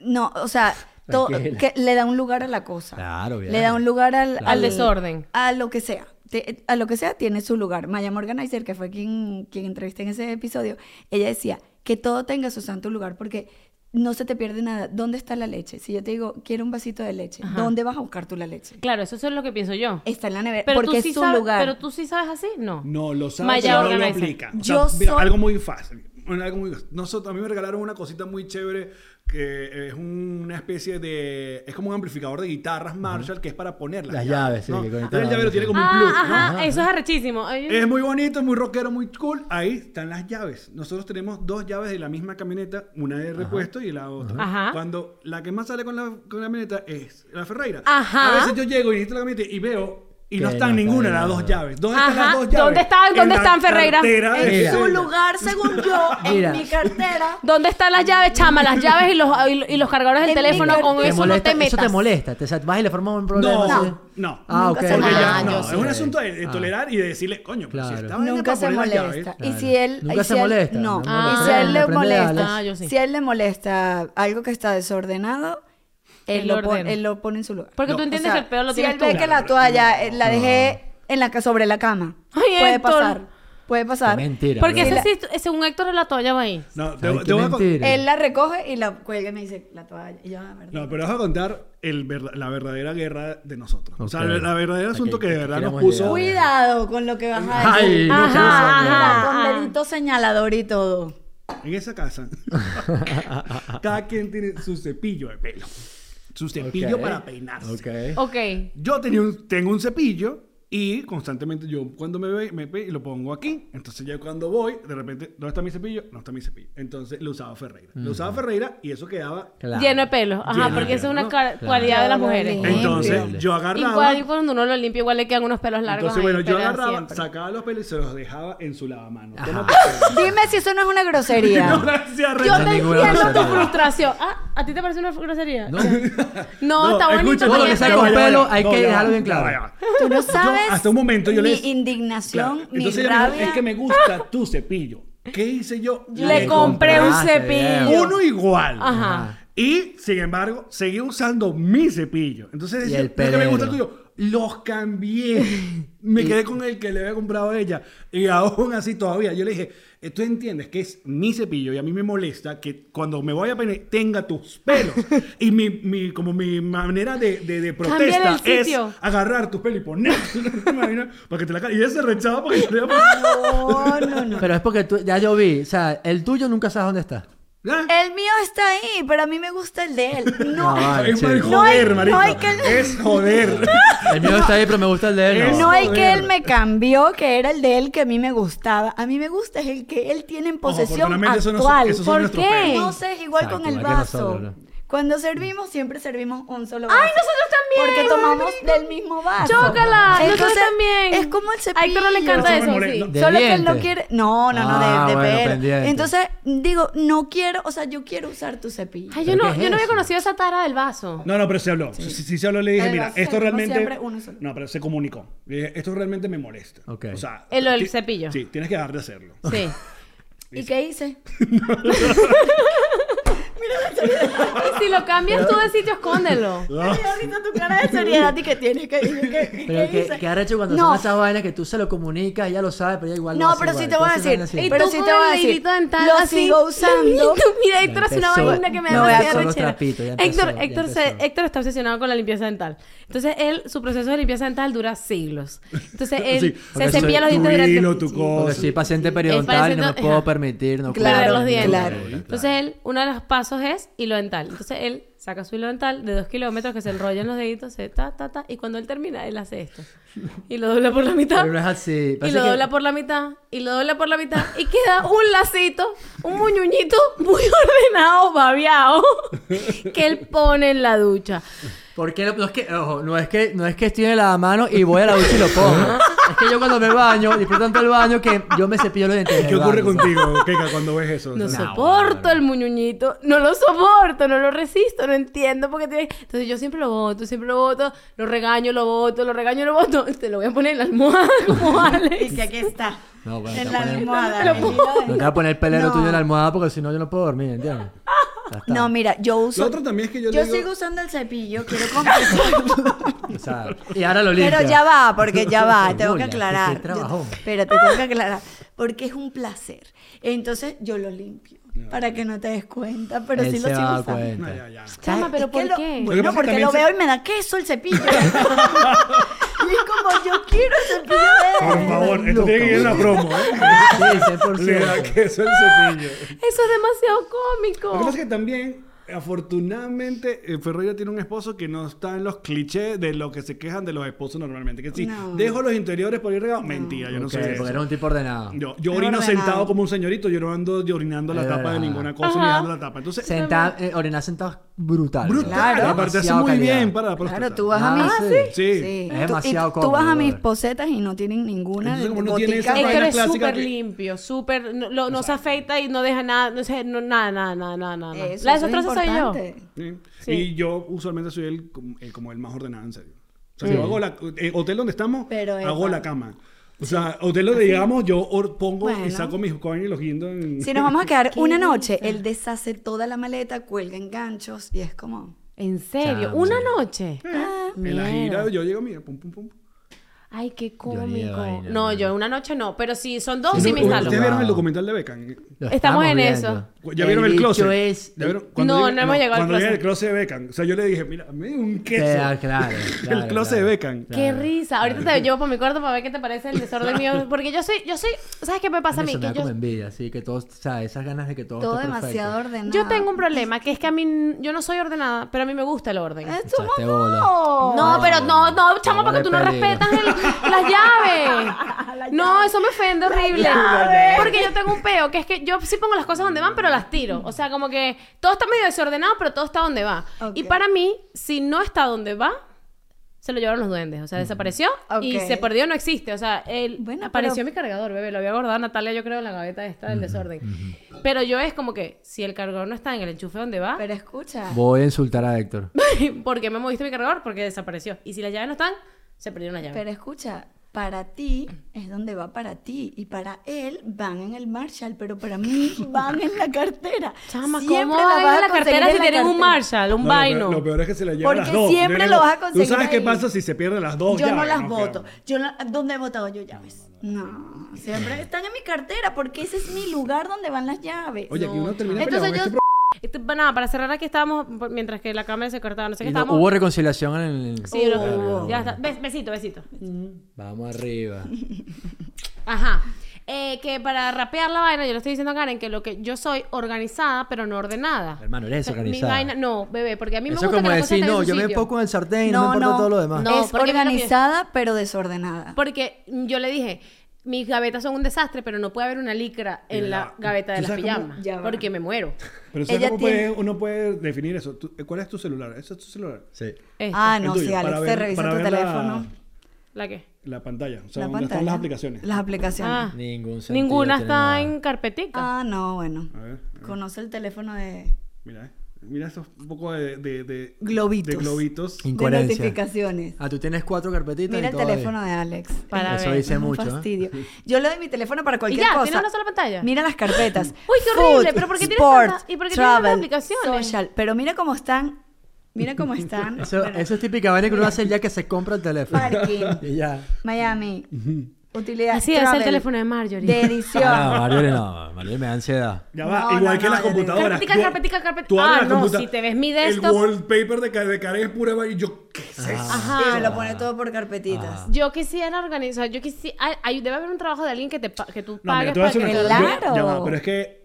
Speaker 5: No, o sea, to-
Speaker 4: Tranquila.
Speaker 5: que le da un lugar a la cosa.
Speaker 4: Claro, bien.
Speaker 5: Le da un lugar al,
Speaker 1: Al desorden.
Speaker 5: A lo que sea. Te- a lo que sea tiene su lugar. Maya Morganizer, que fue quien, quien entrevisté en ese episodio, ella decía que todo tenga su santo lugar porque no se te pierde nada. ¿Dónde está la leche? Si yo te digo, quiero un vasito de leche,
Speaker 1: Ajá.
Speaker 5: ¿dónde vas a buscar tú la leche?
Speaker 1: Claro, eso es lo que pienso yo.
Speaker 5: Está en la nevera.
Speaker 1: Pero tú
Speaker 5: porque
Speaker 1: sí
Speaker 5: es su
Speaker 1: sabes,
Speaker 5: lugar.
Speaker 1: pero tú sí sabes así, no.
Speaker 3: No, lo sabe,
Speaker 1: Maya
Speaker 3: pero no lo
Speaker 1: Organizer.
Speaker 3: aplica. O
Speaker 5: Yo
Speaker 3: sea, mira,
Speaker 5: soy-
Speaker 3: algo muy fácil. Bueno, algo muy- Nosotros, a mí me regalaron una cosita muy chévere que es una especie de... Es como un amplificador de guitarras Marshall que es para poner las,
Speaker 4: Las llaves, sí,
Speaker 3: ¿no?
Speaker 4: que conectan
Speaker 3: Entonces,
Speaker 4: la
Speaker 3: El llavero
Speaker 4: otra.
Speaker 3: tiene como un
Speaker 1: Ah,
Speaker 3: plug, ¿no?
Speaker 1: ajá, eso es arrechísimo. Ay,
Speaker 3: Es muy bonito, es muy rockero, muy cool. Ahí están las llaves. Nosotros tenemos dos llaves de la misma camioneta, una de repuesto y la otra.
Speaker 1: Ajá.
Speaker 3: Cuando la que más sale con la, con la camioneta es la Ferreira.
Speaker 1: Ajá.
Speaker 3: A veces yo llego y necesito la camioneta y veo y no
Speaker 4: Que
Speaker 3: están
Speaker 4: no
Speaker 3: ninguna
Speaker 4: está
Speaker 3: las
Speaker 4: ahí,
Speaker 3: dos
Speaker 4: no.
Speaker 3: llaves. ¿Dónde están
Speaker 1: Ajá.
Speaker 3: las dos llaves?
Speaker 1: ¿Dónde están? ¿Dónde
Speaker 3: la
Speaker 1: están, Ferreira?
Speaker 3: cartera de
Speaker 4: En
Speaker 5: Es
Speaker 4: Mira.
Speaker 5: su
Speaker 3: Ferreira.
Speaker 5: lugar, según yo, en
Speaker 4: Mira.
Speaker 5: mi cartera.
Speaker 1: ¿Dónde están las llaves, chama? Las llaves y los, y los- y los cargadores del
Speaker 5: En mi
Speaker 1: teléfono.
Speaker 5: car-
Speaker 1: Con
Speaker 4: Te
Speaker 1: eso
Speaker 4: molesta-
Speaker 1: no te metas.
Speaker 4: Eso te molesta. Te sat- vas y le formas un problema.
Speaker 3: No,
Speaker 4: ¿sí?
Speaker 3: no. no.
Speaker 4: Ah, ok.
Speaker 5: Nunca se
Speaker 3: Porque ya-
Speaker 5: Ah,
Speaker 3: no,
Speaker 5: yo
Speaker 3: es
Speaker 5: sí.
Speaker 3: un asunto de, de
Speaker 4: Ah.
Speaker 3: tolerar y de decirle, coño, pues, si
Speaker 4: Claro.
Speaker 3: esta vaina
Speaker 5: Nunca
Speaker 3: para
Speaker 5: se
Speaker 3: poner las
Speaker 5: molesta.
Speaker 3: llaves,
Speaker 5: Y
Speaker 4: Claro.
Speaker 5: si él.
Speaker 4: Nunca
Speaker 5: y
Speaker 4: se
Speaker 5: si él-
Speaker 4: molesta,
Speaker 5: No.
Speaker 4: no
Speaker 5: y si a él
Speaker 1: molesta,
Speaker 5: le
Speaker 4: aprende,
Speaker 5: molesta.
Speaker 1: Alex. Ah, yo sí.
Speaker 5: Si a él le molesta algo que está desordenado, él,
Speaker 1: Él
Speaker 5: lo,
Speaker 1: lo
Speaker 5: pon-
Speaker 1: ordena.
Speaker 5: él lo pone en su lugar.
Speaker 1: Porque
Speaker 3: No,
Speaker 1: tú
Speaker 3: o
Speaker 1: entiendes
Speaker 5: O
Speaker 1: que
Speaker 5: sea,
Speaker 1: el peor lo
Speaker 5: si
Speaker 1: tienes
Speaker 5: él
Speaker 1: tú.
Speaker 5: ve que la toalla eh, la dejé en la, ca- sobre la cama.
Speaker 1: Ay,
Speaker 5: puede
Speaker 1: Héctor.
Speaker 5: pasar. Puede pasar.
Speaker 4: Qué mentira.
Speaker 1: Porque ese
Speaker 4: bro.
Speaker 5: la-
Speaker 1: sí, según Héctor, la toalla va ahí.
Speaker 3: No, te,
Speaker 4: Ay,
Speaker 3: te
Speaker 4: qué
Speaker 3: voy a con-
Speaker 4: mentira.
Speaker 5: Él la recoge y la cuelga y me dice la toalla. Y yo, ah, verdad.
Speaker 3: No, pero vas a contar el verda- la verdadera guerra de nosotros. O sea,
Speaker 4: Ok.
Speaker 3: la verdadera asunto
Speaker 4: Aquí-
Speaker 3: que de
Speaker 4: aquí
Speaker 3: verdad nos
Speaker 4: queremos
Speaker 3: puso.
Speaker 4: llegar.
Speaker 5: Cuidado con lo que vas a
Speaker 4: Ay,
Speaker 5: decir.
Speaker 4: no,
Speaker 1: Ajá,
Speaker 4: qué
Speaker 1: ajá.
Speaker 5: Con dedito señalador y todo.
Speaker 3: En esa casa, cada quien tiene su cepillo de pelo. Su cepillo
Speaker 4: Ok.
Speaker 3: para peinarse.
Speaker 4: Ok.
Speaker 1: Ok.
Speaker 3: Yo tenía un- tengo un cepillo y constantemente yo cuando me ve, me pe- lo pongo aquí. Entonces ya cuando voy, de repente, ¿dónde está mi cepillo? No está mi cepillo. Entonces lo usaba Ferreira. Lo usaba Ferreira y eso quedaba...
Speaker 4: Claro.
Speaker 1: Lleno de pelo.
Speaker 3: Lleno
Speaker 1: Ajá,
Speaker 3: de
Speaker 1: porque
Speaker 3: pelo,
Speaker 1: esa es una
Speaker 3: ¿no?
Speaker 1: ca- cualidad de las mujeres.
Speaker 5: Limpio.
Speaker 3: Entonces yo agarraba...
Speaker 1: Igual cuando uno lo limpia, igual le quedan unos pelos largos.
Speaker 3: Entonces,
Speaker 1: ahí,
Speaker 3: bueno, yo
Speaker 1: pero
Speaker 3: agarraba,
Speaker 1: siempre. Ah,
Speaker 3: sacaba los pelos y se los dejaba en su lavamano. Toma
Speaker 5: Dime si eso no es una grosería.
Speaker 3: tu- Gracias,
Speaker 1: Yo
Speaker 3: Renato.
Speaker 1: te
Speaker 4: ninguna
Speaker 1: entiendo tu
Speaker 4: grosería.
Speaker 1: frustración. Ah, ¿a ti te parece una grosería?
Speaker 4: No.
Speaker 1: No, está bonito.
Speaker 3: escucha,
Speaker 4: Todo lo
Speaker 1: porque-
Speaker 4: que sea
Speaker 3: ya va,
Speaker 4: con
Speaker 3: ya va,
Speaker 4: pelo,
Speaker 3: ya va.
Speaker 4: hay que
Speaker 3: ya va,
Speaker 4: dejarlo bien
Speaker 3: ya va,
Speaker 4: claro.
Speaker 3: ya va.
Speaker 5: Tú no
Speaker 3: Yo,
Speaker 5: sabes.
Speaker 3: hasta un momento yo
Speaker 5: mi
Speaker 3: le
Speaker 5: indignación,
Speaker 3: Claro.
Speaker 5: mi
Speaker 3: Entonces ella me dijo,
Speaker 5: rabia.
Speaker 3: es que me gusta tu cepillo. ¿Qué hice yo?
Speaker 1: Le compré un
Speaker 4: compraste,
Speaker 1: cepillo.
Speaker 4: bien.
Speaker 3: uno igual.
Speaker 1: Ajá.
Speaker 3: Y sin embargo, seguí usando mi cepillo. Entonces
Speaker 4: Y
Speaker 3: decía,
Speaker 4: el
Speaker 3: "No, que me gusta el
Speaker 4: pelero.
Speaker 3: tuyo. Los cambié. Me quedé con el que le había comprado a ella. Y aún así todavía. Yo le dije, "Eh, tú entiendes que es mi cepillo y a mí me molesta que cuando me vaya a peinar tenga tus pelos. y mi, mi- como mi manera de, de- de
Speaker 1: Cámbiale el
Speaker 3: protesta es
Speaker 1: sitio.
Speaker 3: agarrar tus pelos y ponerlos en una vaina para que te la ca- Y ella se rechaba porque yo le iba a poner-
Speaker 5: No, no, no.
Speaker 4: Pero es porque tú, ya yo vi. O sea, el tuyo nunca sabes dónde está.
Speaker 3: ¿Ah?
Speaker 5: El mío está ahí, pero a mí me gusta el de él. No,
Speaker 4: Ah, vale,
Speaker 3: es
Speaker 4: chico.
Speaker 3: mal
Speaker 5: No hay-
Speaker 3: joder,
Speaker 5: no
Speaker 3: marico.
Speaker 5: hay que-
Speaker 3: Es joder.
Speaker 4: El mío está ahí, pero me gusta el de él.
Speaker 3: Es-
Speaker 4: no.
Speaker 5: no hay
Speaker 3: joder.
Speaker 5: que él me cambió, que era el de él que a mí me gustaba. A mí me gusta es el que él tiene en posesión
Speaker 3: personalmente eso no es-
Speaker 5: actual.
Speaker 3: eso son
Speaker 5: ¿Por
Speaker 3: nuestros
Speaker 5: qué?
Speaker 1: pelos.
Speaker 5: No sé, es igual
Speaker 4: Exacto,
Speaker 5: con el
Speaker 4: igual que
Speaker 5: vaso.
Speaker 4: nosotros, ¿no?
Speaker 5: Cuando servimos, siempre servimos un solo vaso.
Speaker 1: ¡Ay, nosotros también!
Speaker 5: Porque tomamos del mismo vaso.
Speaker 1: ¡Chócala! nosotros
Speaker 5: Entonces,
Speaker 1: también.
Speaker 5: Es como el cepillo.
Speaker 1: A Héctor le
Speaker 3: Eso
Speaker 1: encanta
Speaker 3: me
Speaker 1: eso,
Speaker 3: molesta.
Speaker 1: sí.
Speaker 4: ¿De
Speaker 5: Solo que él
Speaker 4: diente?
Speaker 5: no quiere. No, no, no,
Speaker 4: Ah,
Speaker 5: de, de
Speaker 4: bueno,
Speaker 5: pelo.
Speaker 4: pendiente.
Speaker 5: Entonces, digo, no quiero, o sea, yo quiero usar tu cepillo.
Speaker 1: Ay, yo
Speaker 4: ¿Pero
Speaker 1: no,
Speaker 4: qué es
Speaker 1: yo no había
Speaker 4: eso?
Speaker 1: conocido esa tara del vaso.
Speaker 3: No, no, pero se habló. Sí, sí, sí se habló. Le dije,
Speaker 5: Pero
Speaker 3: mira,
Speaker 5: se
Speaker 3: esto
Speaker 5: habló
Speaker 3: realmente.
Speaker 5: siempre uno solo.
Speaker 3: No, pero se comunicó. Le dije, esto realmente me molesta.
Speaker 4: Ok.
Speaker 3: O sea.
Speaker 1: El- el
Speaker 3: ti-
Speaker 1: cepillo.
Speaker 3: Sí, tienes que dejar de hacerlo.
Speaker 1: Sí.
Speaker 5: ¿Y qué hice?
Speaker 1: Y si lo cambias tú de sitio, escóndelo.
Speaker 3: No.
Speaker 5: Y ahorita tu cara de seriedad y que tienes que ir. ¿Qué,
Speaker 4: Pero que,
Speaker 5: hice?
Speaker 4: que arrecho cuando
Speaker 5: no,
Speaker 4: son esas vainas que tú se lo comunicas, ella lo sabe, pero ella igual lo
Speaker 5: No,
Speaker 4: hace
Speaker 5: pero
Speaker 4: igual.
Speaker 5: sí te voy a
Speaker 4: Entonces,
Speaker 5: decir.
Speaker 4: vaina así.
Speaker 1: Y
Speaker 5: Pero
Speaker 1: tú
Speaker 5: sí
Speaker 1: con
Speaker 5: te voy a
Speaker 1: el
Speaker 5: decir,
Speaker 1: hilito dental
Speaker 5: lo
Speaker 1: así,
Speaker 5: sigo usando.
Speaker 1: y tú, mira, Héctor hace una
Speaker 4: empezó.
Speaker 1: vaina que me
Speaker 5: No,
Speaker 1: da
Speaker 5: ya
Speaker 1: demasiada
Speaker 5: son
Speaker 4: los
Speaker 1: rechera.
Speaker 4: trapitos, ya empezó,
Speaker 1: Héctor,
Speaker 4: ya
Speaker 1: Héctor, se-
Speaker 4: empezó.
Speaker 1: Héctor está obsesionado con la limpieza dental. Entonces, él, su proceso de limpieza dental dura siglos. Entonces, él
Speaker 3: Sí,
Speaker 1: se
Speaker 4: porque
Speaker 1: cepilla
Speaker 4: soy
Speaker 1: los
Speaker 3: tu
Speaker 1: dientes
Speaker 3: hilo,
Speaker 1: durante...
Speaker 3: tu
Speaker 4: Porque
Speaker 3: cosa.
Speaker 4: soy paciente
Speaker 1: Es
Speaker 4: periodontal y no
Speaker 1: paciente-
Speaker 4: me puedo
Speaker 1: ajá.
Speaker 4: permitir no
Speaker 5: Claro,
Speaker 1: Perder
Speaker 4: comer
Speaker 1: los
Speaker 4: ni
Speaker 1: dientes.
Speaker 5: claro.
Speaker 4: nada.
Speaker 1: Entonces, él, uno de los pasos deditos es hilo dental. Entonces él saca su hilo dental de dos kilómetros que se enrolla en los deditos, se ta, ta, ta, y cuando él termina, él hace esto. Y lo dobla por la mitad.
Speaker 4: Pero no es así.
Speaker 1: Y
Speaker 4: Parece
Speaker 1: lo
Speaker 4: que-
Speaker 1: dobla por la mitad, y lo dobla por la mitad, y queda un lacito, un muñuñito muy ordenado, babeado, que él pone en la ducha.
Speaker 4: ¿Por qué lo- no es que, ojo, no es que, no es que estoy en la mano y voy a la ducha y lo pongo. es que yo cuando me baño, disfruto tanto el baño que yo me cepillo los dientes. en
Speaker 3: ¿Qué
Speaker 4: el
Speaker 3: ocurre
Speaker 4: baño.
Speaker 3: contigo, Keka, cuando ves eso?
Speaker 1: No
Speaker 3: O sea,
Speaker 1: soporto el muñuñito, no lo soporto, no lo resisto, no entiendo por qué tiene... Entonces yo siempre lo voto, siempre lo voto, lo regaño, lo voto, lo regaño, lo voto. Te lo voy a poner en la almohada como Alex.
Speaker 5: Dice, aquí está.
Speaker 4: No, bueno,
Speaker 5: en
Speaker 4: te
Speaker 5: la
Speaker 4: voy a poner-
Speaker 5: almohada.
Speaker 1: Pero
Speaker 5: en el hilo
Speaker 4: No te voy a poner el pelero
Speaker 5: No.
Speaker 4: tuyo en la almohada porque si no yo no puedo dormir, ¿entiendes? Ya está.
Speaker 5: de- No, mira, yo uso.
Speaker 3: Lo otro también es que yo,
Speaker 5: Yo
Speaker 3: le digo...
Speaker 5: sigo usando el cepillo, quiero confesar.
Speaker 4: O sea, y ahora lo limpia.
Speaker 5: Pero ya va, porque ya va, tengo que
Speaker 4: Hola, qué- qué
Speaker 5: aclarar. Yo-
Speaker 4: trabajón.
Speaker 5: Pero te tengo que aclarar, porque es un placer. Entonces yo lo limpio, para que no te des cuenta, pero
Speaker 4: Él
Speaker 5: sí lo
Speaker 4: se
Speaker 5: sigo
Speaker 4: va a dar
Speaker 5: usando.
Speaker 4: cuenta.
Speaker 3: No, ya, ya.
Speaker 1: Chama,
Speaker 5: Es
Speaker 1: pero
Speaker 5: que
Speaker 1: ¿por
Speaker 5: lo-
Speaker 1: qué?
Speaker 3: Lo
Speaker 5: Bueno,
Speaker 3: que pasa es que
Speaker 5: porque
Speaker 3: también
Speaker 5: lo
Speaker 3: se-
Speaker 5: veo y me da queso el cepillo. y es como, yo quiero el cepillo de
Speaker 3: Por
Speaker 5: él.
Speaker 3: favor, esto tiene que ir en la promo, ¿eh?
Speaker 4: Sí,
Speaker 3: Le da
Speaker 4: 100%.
Speaker 3: queso el cepillo.
Speaker 1: Eso es
Speaker 3: Lo que
Speaker 1: demasiado
Speaker 3: pasa
Speaker 1: cómico.
Speaker 3: es que también, afortunadamente, eh, Ferreira tiene un esposo que no está en los clichés de lo que se quejan de los esposos normalmente. Que si
Speaker 5: No.
Speaker 3: dejo los interiores por ir regado, mentira, yo no
Speaker 4: Ok,
Speaker 3: soy de
Speaker 4: porque
Speaker 3: eso.
Speaker 4: era un tipo ordenado.
Speaker 3: Yo, yo
Speaker 5: Es
Speaker 3: orino
Speaker 5: ordenado.
Speaker 3: sentado como un señorito, yo no ando orinando la
Speaker 4: Es
Speaker 3: tapa de
Speaker 4: verdad.
Speaker 3: ninguna cosa, ni
Speaker 1: Ajá.
Speaker 3: dando la tapa. Entonces,
Speaker 4: Senta, eh, orinar sentado es brutal.
Speaker 3: brutal.
Speaker 5: Claro.
Speaker 3: Aparte, hace
Speaker 4: Demasiado
Speaker 3: muy
Speaker 4: calidad.
Speaker 3: bien para la próstata.
Speaker 5: Claro, tú vas a mis...
Speaker 4: Ah,
Speaker 5: sí.
Speaker 3: Sí.
Speaker 5: Sí.
Speaker 4: Es
Speaker 5: Tú- y
Speaker 4: demasiado
Speaker 5: tú,
Speaker 4: cómodo,
Speaker 5: vas a mis
Speaker 4: brother.
Speaker 5: posetas y no tienen ninguna
Speaker 3: Entonces, como no
Speaker 5: botica.
Speaker 3: tiene esa
Speaker 1: Héctor
Speaker 3: vaina
Speaker 1: es
Speaker 3: clásica
Speaker 1: súper
Speaker 3: que-
Speaker 1: limpio, súper. No, lo- no se afeita y no deja nada, no sé, no, nada, nada, nada, nada, nada.
Speaker 5: Eso, eso
Speaker 1: la
Speaker 5: es
Speaker 1: desastrosa soy yo.
Speaker 5: importante.
Speaker 3: Sí.
Speaker 1: Sí.
Speaker 3: Y yo usualmente soy el, com- el- como el más ordenado, en serio. O sea, yo hago la... eh, hotel donde estamos,
Speaker 5: Pero,
Speaker 3: hago
Speaker 5: Eva.
Speaker 3: la cama. O sea, hotel donde llegamos, yo or- pongo y
Speaker 5: Bueno.
Speaker 3: saco mis coins y los guindo en...
Speaker 5: Si nos vamos a quedar una noche, él deshace toda la maleta, cuelga en ganchos y es como...
Speaker 1: En serio,
Speaker 4: Chamo. Eh,
Speaker 1: una noche. Ah,
Speaker 3: En la
Speaker 1: Mierda.
Speaker 3: gira yo llego, mira, pum, pum, pum.
Speaker 5: Oh,
Speaker 1: Ay, qué
Speaker 4: Yo ni de
Speaker 1: cómico.
Speaker 4: vaina,
Speaker 1: no,
Speaker 4: no.
Speaker 1: yo una noche no, pero si son dos,
Speaker 4: Sí,
Speaker 1: sí
Speaker 4: no,
Speaker 1: me
Speaker 4: un-
Speaker 1: instalo.
Speaker 3: ¿Ustedes vieron el
Speaker 4: Wow.
Speaker 3: documental de Beckham?
Speaker 4: Lo
Speaker 1: Estamos en
Speaker 4: viendo.
Speaker 1: eso.
Speaker 3: ¿Ya vieron el,
Speaker 4: bicho
Speaker 3: closet?
Speaker 4: es-
Speaker 3: ¿Ya vieron?
Speaker 1: No,
Speaker 3: llegue-
Speaker 1: no hemos llegado al
Speaker 3: Cuando llegue el
Speaker 1: closet.
Speaker 3: closet de Beckham. O sea, yo le dije, mira, me dio un queso.
Speaker 4: Claro, claro, claro,
Speaker 3: el closet
Speaker 4: claro.
Speaker 3: de Beckham.
Speaker 1: Qué
Speaker 4: Claro.
Speaker 1: risa. Ahorita te llevo para mi cuarto para ver qué te parece el desorden mío. Porque yo soy, yo soy, ¿sabes qué me pasa a mí?
Speaker 4: Eso me
Speaker 1: Que
Speaker 4: da
Speaker 1: yo,
Speaker 4: como envidia, así que todos, o sea, esas ganas de que todo,
Speaker 5: Todo
Speaker 4: esté perfecto.
Speaker 5: demasiado ordenado.
Speaker 1: yo tengo un problema, que es que a mí, yo no soy ordenada, pero a mí me gusta el orden.
Speaker 5: ¡Es tu
Speaker 4: Echaste
Speaker 5: mamá!
Speaker 4: bola.
Speaker 1: No,
Speaker 4: No,
Speaker 1: pero no, no, chama, porque
Speaker 4: vale
Speaker 1: tú no
Speaker 4: peligro.
Speaker 1: respetas el- las llaves. No, eso me ofende horrible. Porque yo tengo un peo, que es que yo sí pongo las cosas donde van, pero las tiro. O sea, como que todo está medio desordenado, pero todo está donde va.
Speaker 5: Ok.
Speaker 1: Y para mí, si no está donde va, se lo llevaron los duendes. O sea, desapareció y
Speaker 5: Mm. Ok.
Speaker 1: se perdió, no existe. O sea, el-
Speaker 5: Bueno,
Speaker 1: apareció
Speaker 5: pero-
Speaker 1: mi cargador, bebé. Lo había guardado Natalia, yo creo, en la gaveta esta del desorden. Pero yo es como que, si el cargador no está en el enchufe donde va,
Speaker 5: Pero escucha.
Speaker 4: Voy a insultar a Héctor.
Speaker 1: ¿Por qué me moviste mi cargador? Porque desapareció. Y si las llaves no están, se perdieron las llaves.
Speaker 5: Pero escucha, para ti es donde va para ti y para él van en el Marshall, pero para mí van en la cartera.
Speaker 1: Chama, ¿cómo
Speaker 5: Siempre
Speaker 1: va
Speaker 5: vas
Speaker 1: en la
Speaker 5: a conseguir
Speaker 1: cartera
Speaker 5: en
Speaker 1: si
Speaker 5: la
Speaker 1: tienes un
Speaker 5: cartera.
Speaker 1: Marshall, un
Speaker 3: No, lo peor-
Speaker 1: vaino?
Speaker 3: Lo, peor es que se la llevan
Speaker 5: Porque
Speaker 3: las dos.
Speaker 5: siempre
Speaker 3: Yo le
Speaker 5: lo
Speaker 3: digo,
Speaker 5: vas a conseguir
Speaker 3: ¿Tú sabes qué
Speaker 5: ahí.
Speaker 3: pasa si se pierden las dos?
Speaker 5: Yo no
Speaker 3: llaves?
Speaker 5: las
Speaker 3: queda-
Speaker 5: voto. Yo no- ¿Dónde he votado yo llaves? No, siempre están en mi cartera porque ese es mi lugar donde van las llaves.
Speaker 3: Oye, que uno termina
Speaker 5: Entonces
Speaker 3: peleado con
Speaker 5: yo-
Speaker 3: este
Speaker 1: Este, pa- nada, para cerrar aquí estábamos, por- mientras que la cámara se cortaba, no sé qué
Speaker 4: Y no-
Speaker 1: estábamos.
Speaker 4: hubo reconciliación en el...
Speaker 1: Sí, lo-
Speaker 5: Hubo.
Speaker 1: ya está. Bes- besito, besito.
Speaker 4: Vamos arriba.
Speaker 1: Ajá. Eh, que para rapear la vaina, yo le estoy diciendo a Karen que lo que yo soy organizada, pero no ordenada.
Speaker 4: Hermano, eres
Speaker 1: O sea,
Speaker 4: desorganizada.
Speaker 1: Mi vaina, no, bebé, porque a mí me
Speaker 4: Eso
Speaker 1: gusta
Speaker 4: es como
Speaker 1: que las cosas
Speaker 4: decir,
Speaker 1: estén en
Speaker 4: no,
Speaker 1: su
Speaker 4: yo me
Speaker 1: sitio.
Speaker 4: enfoco en el sartén, no,
Speaker 5: no,
Speaker 4: me importa
Speaker 5: no,
Speaker 4: todo lo demás.
Speaker 1: No,
Speaker 5: es
Speaker 1: porque mira lo que-
Speaker 5: organizada pero desordenada.
Speaker 1: Porque yo le dije, mis gavetas son un desastre, pero no puede haber una licra en
Speaker 3: Ya
Speaker 1: la
Speaker 3: va.
Speaker 1: gaveta de
Speaker 3: ¿Tú
Speaker 1: las
Speaker 3: sabes cómo-
Speaker 1: pijamas.
Speaker 5: Ya va.
Speaker 1: Porque me muero.
Speaker 3: Pero ¿sabes
Speaker 5: Ella
Speaker 3: cómo
Speaker 5: tiene-
Speaker 3: puede- uno puede definir eso? Tú- ¿Cuál es tu celular? ¿Ese es tu celular?
Speaker 4: Sí.
Speaker 1: Esto.
Speaker 5: Ah,
Speaker 3: El
Speaker 5: no,
Speaker 3: tuyo,
Speaker 5: sí,
Speaker 3: para
Speaker 5: Alex, te
Speaker 3: ver-
Speaker 5: revisa
Speaker 3: para
Speaker 5: tu
Speaker 3: ver la-
Speaker 5: teléfono.
Speaker 1: ¿La qué?
Speaker 3: La pantalla. O sea,
Speaker 5: la
Speaker 3: donde
Speaker 5: pantalla.
Speaker 3: están las aplicaciones.
Speaker 5: Las aplicaciones.
Speaker 1: Ah.
Speaker 4: Ningún sentido
Speaker 1: Ninguna
Speaker 4: tiene
Speaker 1: está
Speaker 4: nada.
Speaker 1: en carpetica.
Speaker 5: Ah, no, bueno.
Speaker 3: A ver,
Speaker 5: Conoce el teléfono de,
Speaker 3: mira, eh. Mira estos un poco de, de, de-
Speaker 5: Globitos.
Speaker 3: de globitos.
Speaker 5: de
Speaker 4: Incoherencia.
Speaker 5: notificaciones.
Speaker 4: Ah, tú tienes cuatro carpetitas
Speaker 5: Mira
Speaker 4: y
Speaker 5: el
Speaker 4: todo ahí.
Speaker 5: teléfono de Alex.
Speaker 1: Para
Speaker 4: Eso
Speaker 1: ver.
Speaker 4: dice
Speaker 5: Es un
Speaker 4: mucho, ¿eh?
Speaker 5: fastidio. Yo le doy mi teléfono para cualquier
Speaker 1: Y ya,
Speaker 5: cosa.
Speaker 1: tiene una sola pantalla.
Speaker 5: Mira las carpetas.
Speaker 1: Uy, qué horrible,
Speaker 5: Food,
Speaker 1: pero ¿por qué tienes
Speaker 5: sport,
Speaker 1: tanta- y por qué tienes tantas
Speaker 5: travel,
Speaker 1: aplicaciones?
Speaker 5: Social. Pero mira cómo están. Mira cómo están.
Speaker 4: Eso,
Speaker 5: Bueno,
Speaker 4: eso es típica vaina que uno hace ya que se compra el teléfono.
Speaker 5: Parking.
Speaker 4: y ya.
Speaker 5: Miami. Utilidad.
Speaker 1: Así es el
Speaker 5: travel,
Speaker 1: teléfono de Marjorie.
Speaker 5: De edición.
Speaker 4: Ah, Mariel no, Mariel me da ansiedad.
Speaker 3: Ya va,
Speaker 5: No, no,
Speaker 3: igual que
Speaker 5: no,
Speaker 3: las
Speaker 5: ya le-
Speaker 3: computadoras.
Speaker 1: Carpetica,
Speaker 3: Yo-
Speaker 1: carpetica, carpetica.
Speaker 3: tú abres
Speaker 1: Ah,
Speaker 3: la
Speaker 1: no,
Speaker 3: computa-
Speaker 1: si te ves mi
Speaker 3: El
Speaker 1: desktop.
Speaker 3: wallpaper de, Ca- de Karen es pura vaina. Y yo, ¿qué es eso?
Speaker 1: Ajá.
Speaker 5: Sí, Ah, lo pone todo por carpetitas.
Speaker 4: Ah.
Speaker 1: Yo quisiera organizar, yo quisiera, hay- hay- debe haber un trabajo de alguien que te pa- que tú
Speaker 3: No,
Speaker 1: pagues
Speaker 3: mira, te voy
Speaker 1: para
Speaker 3: a hacer
Speaker 1: que
Speaker 3: una
Speaker 5: que-
Speaker 3: cosa. Yo-
Speaker 5: ¡Claro!
Speaker 3: ya va, pero es que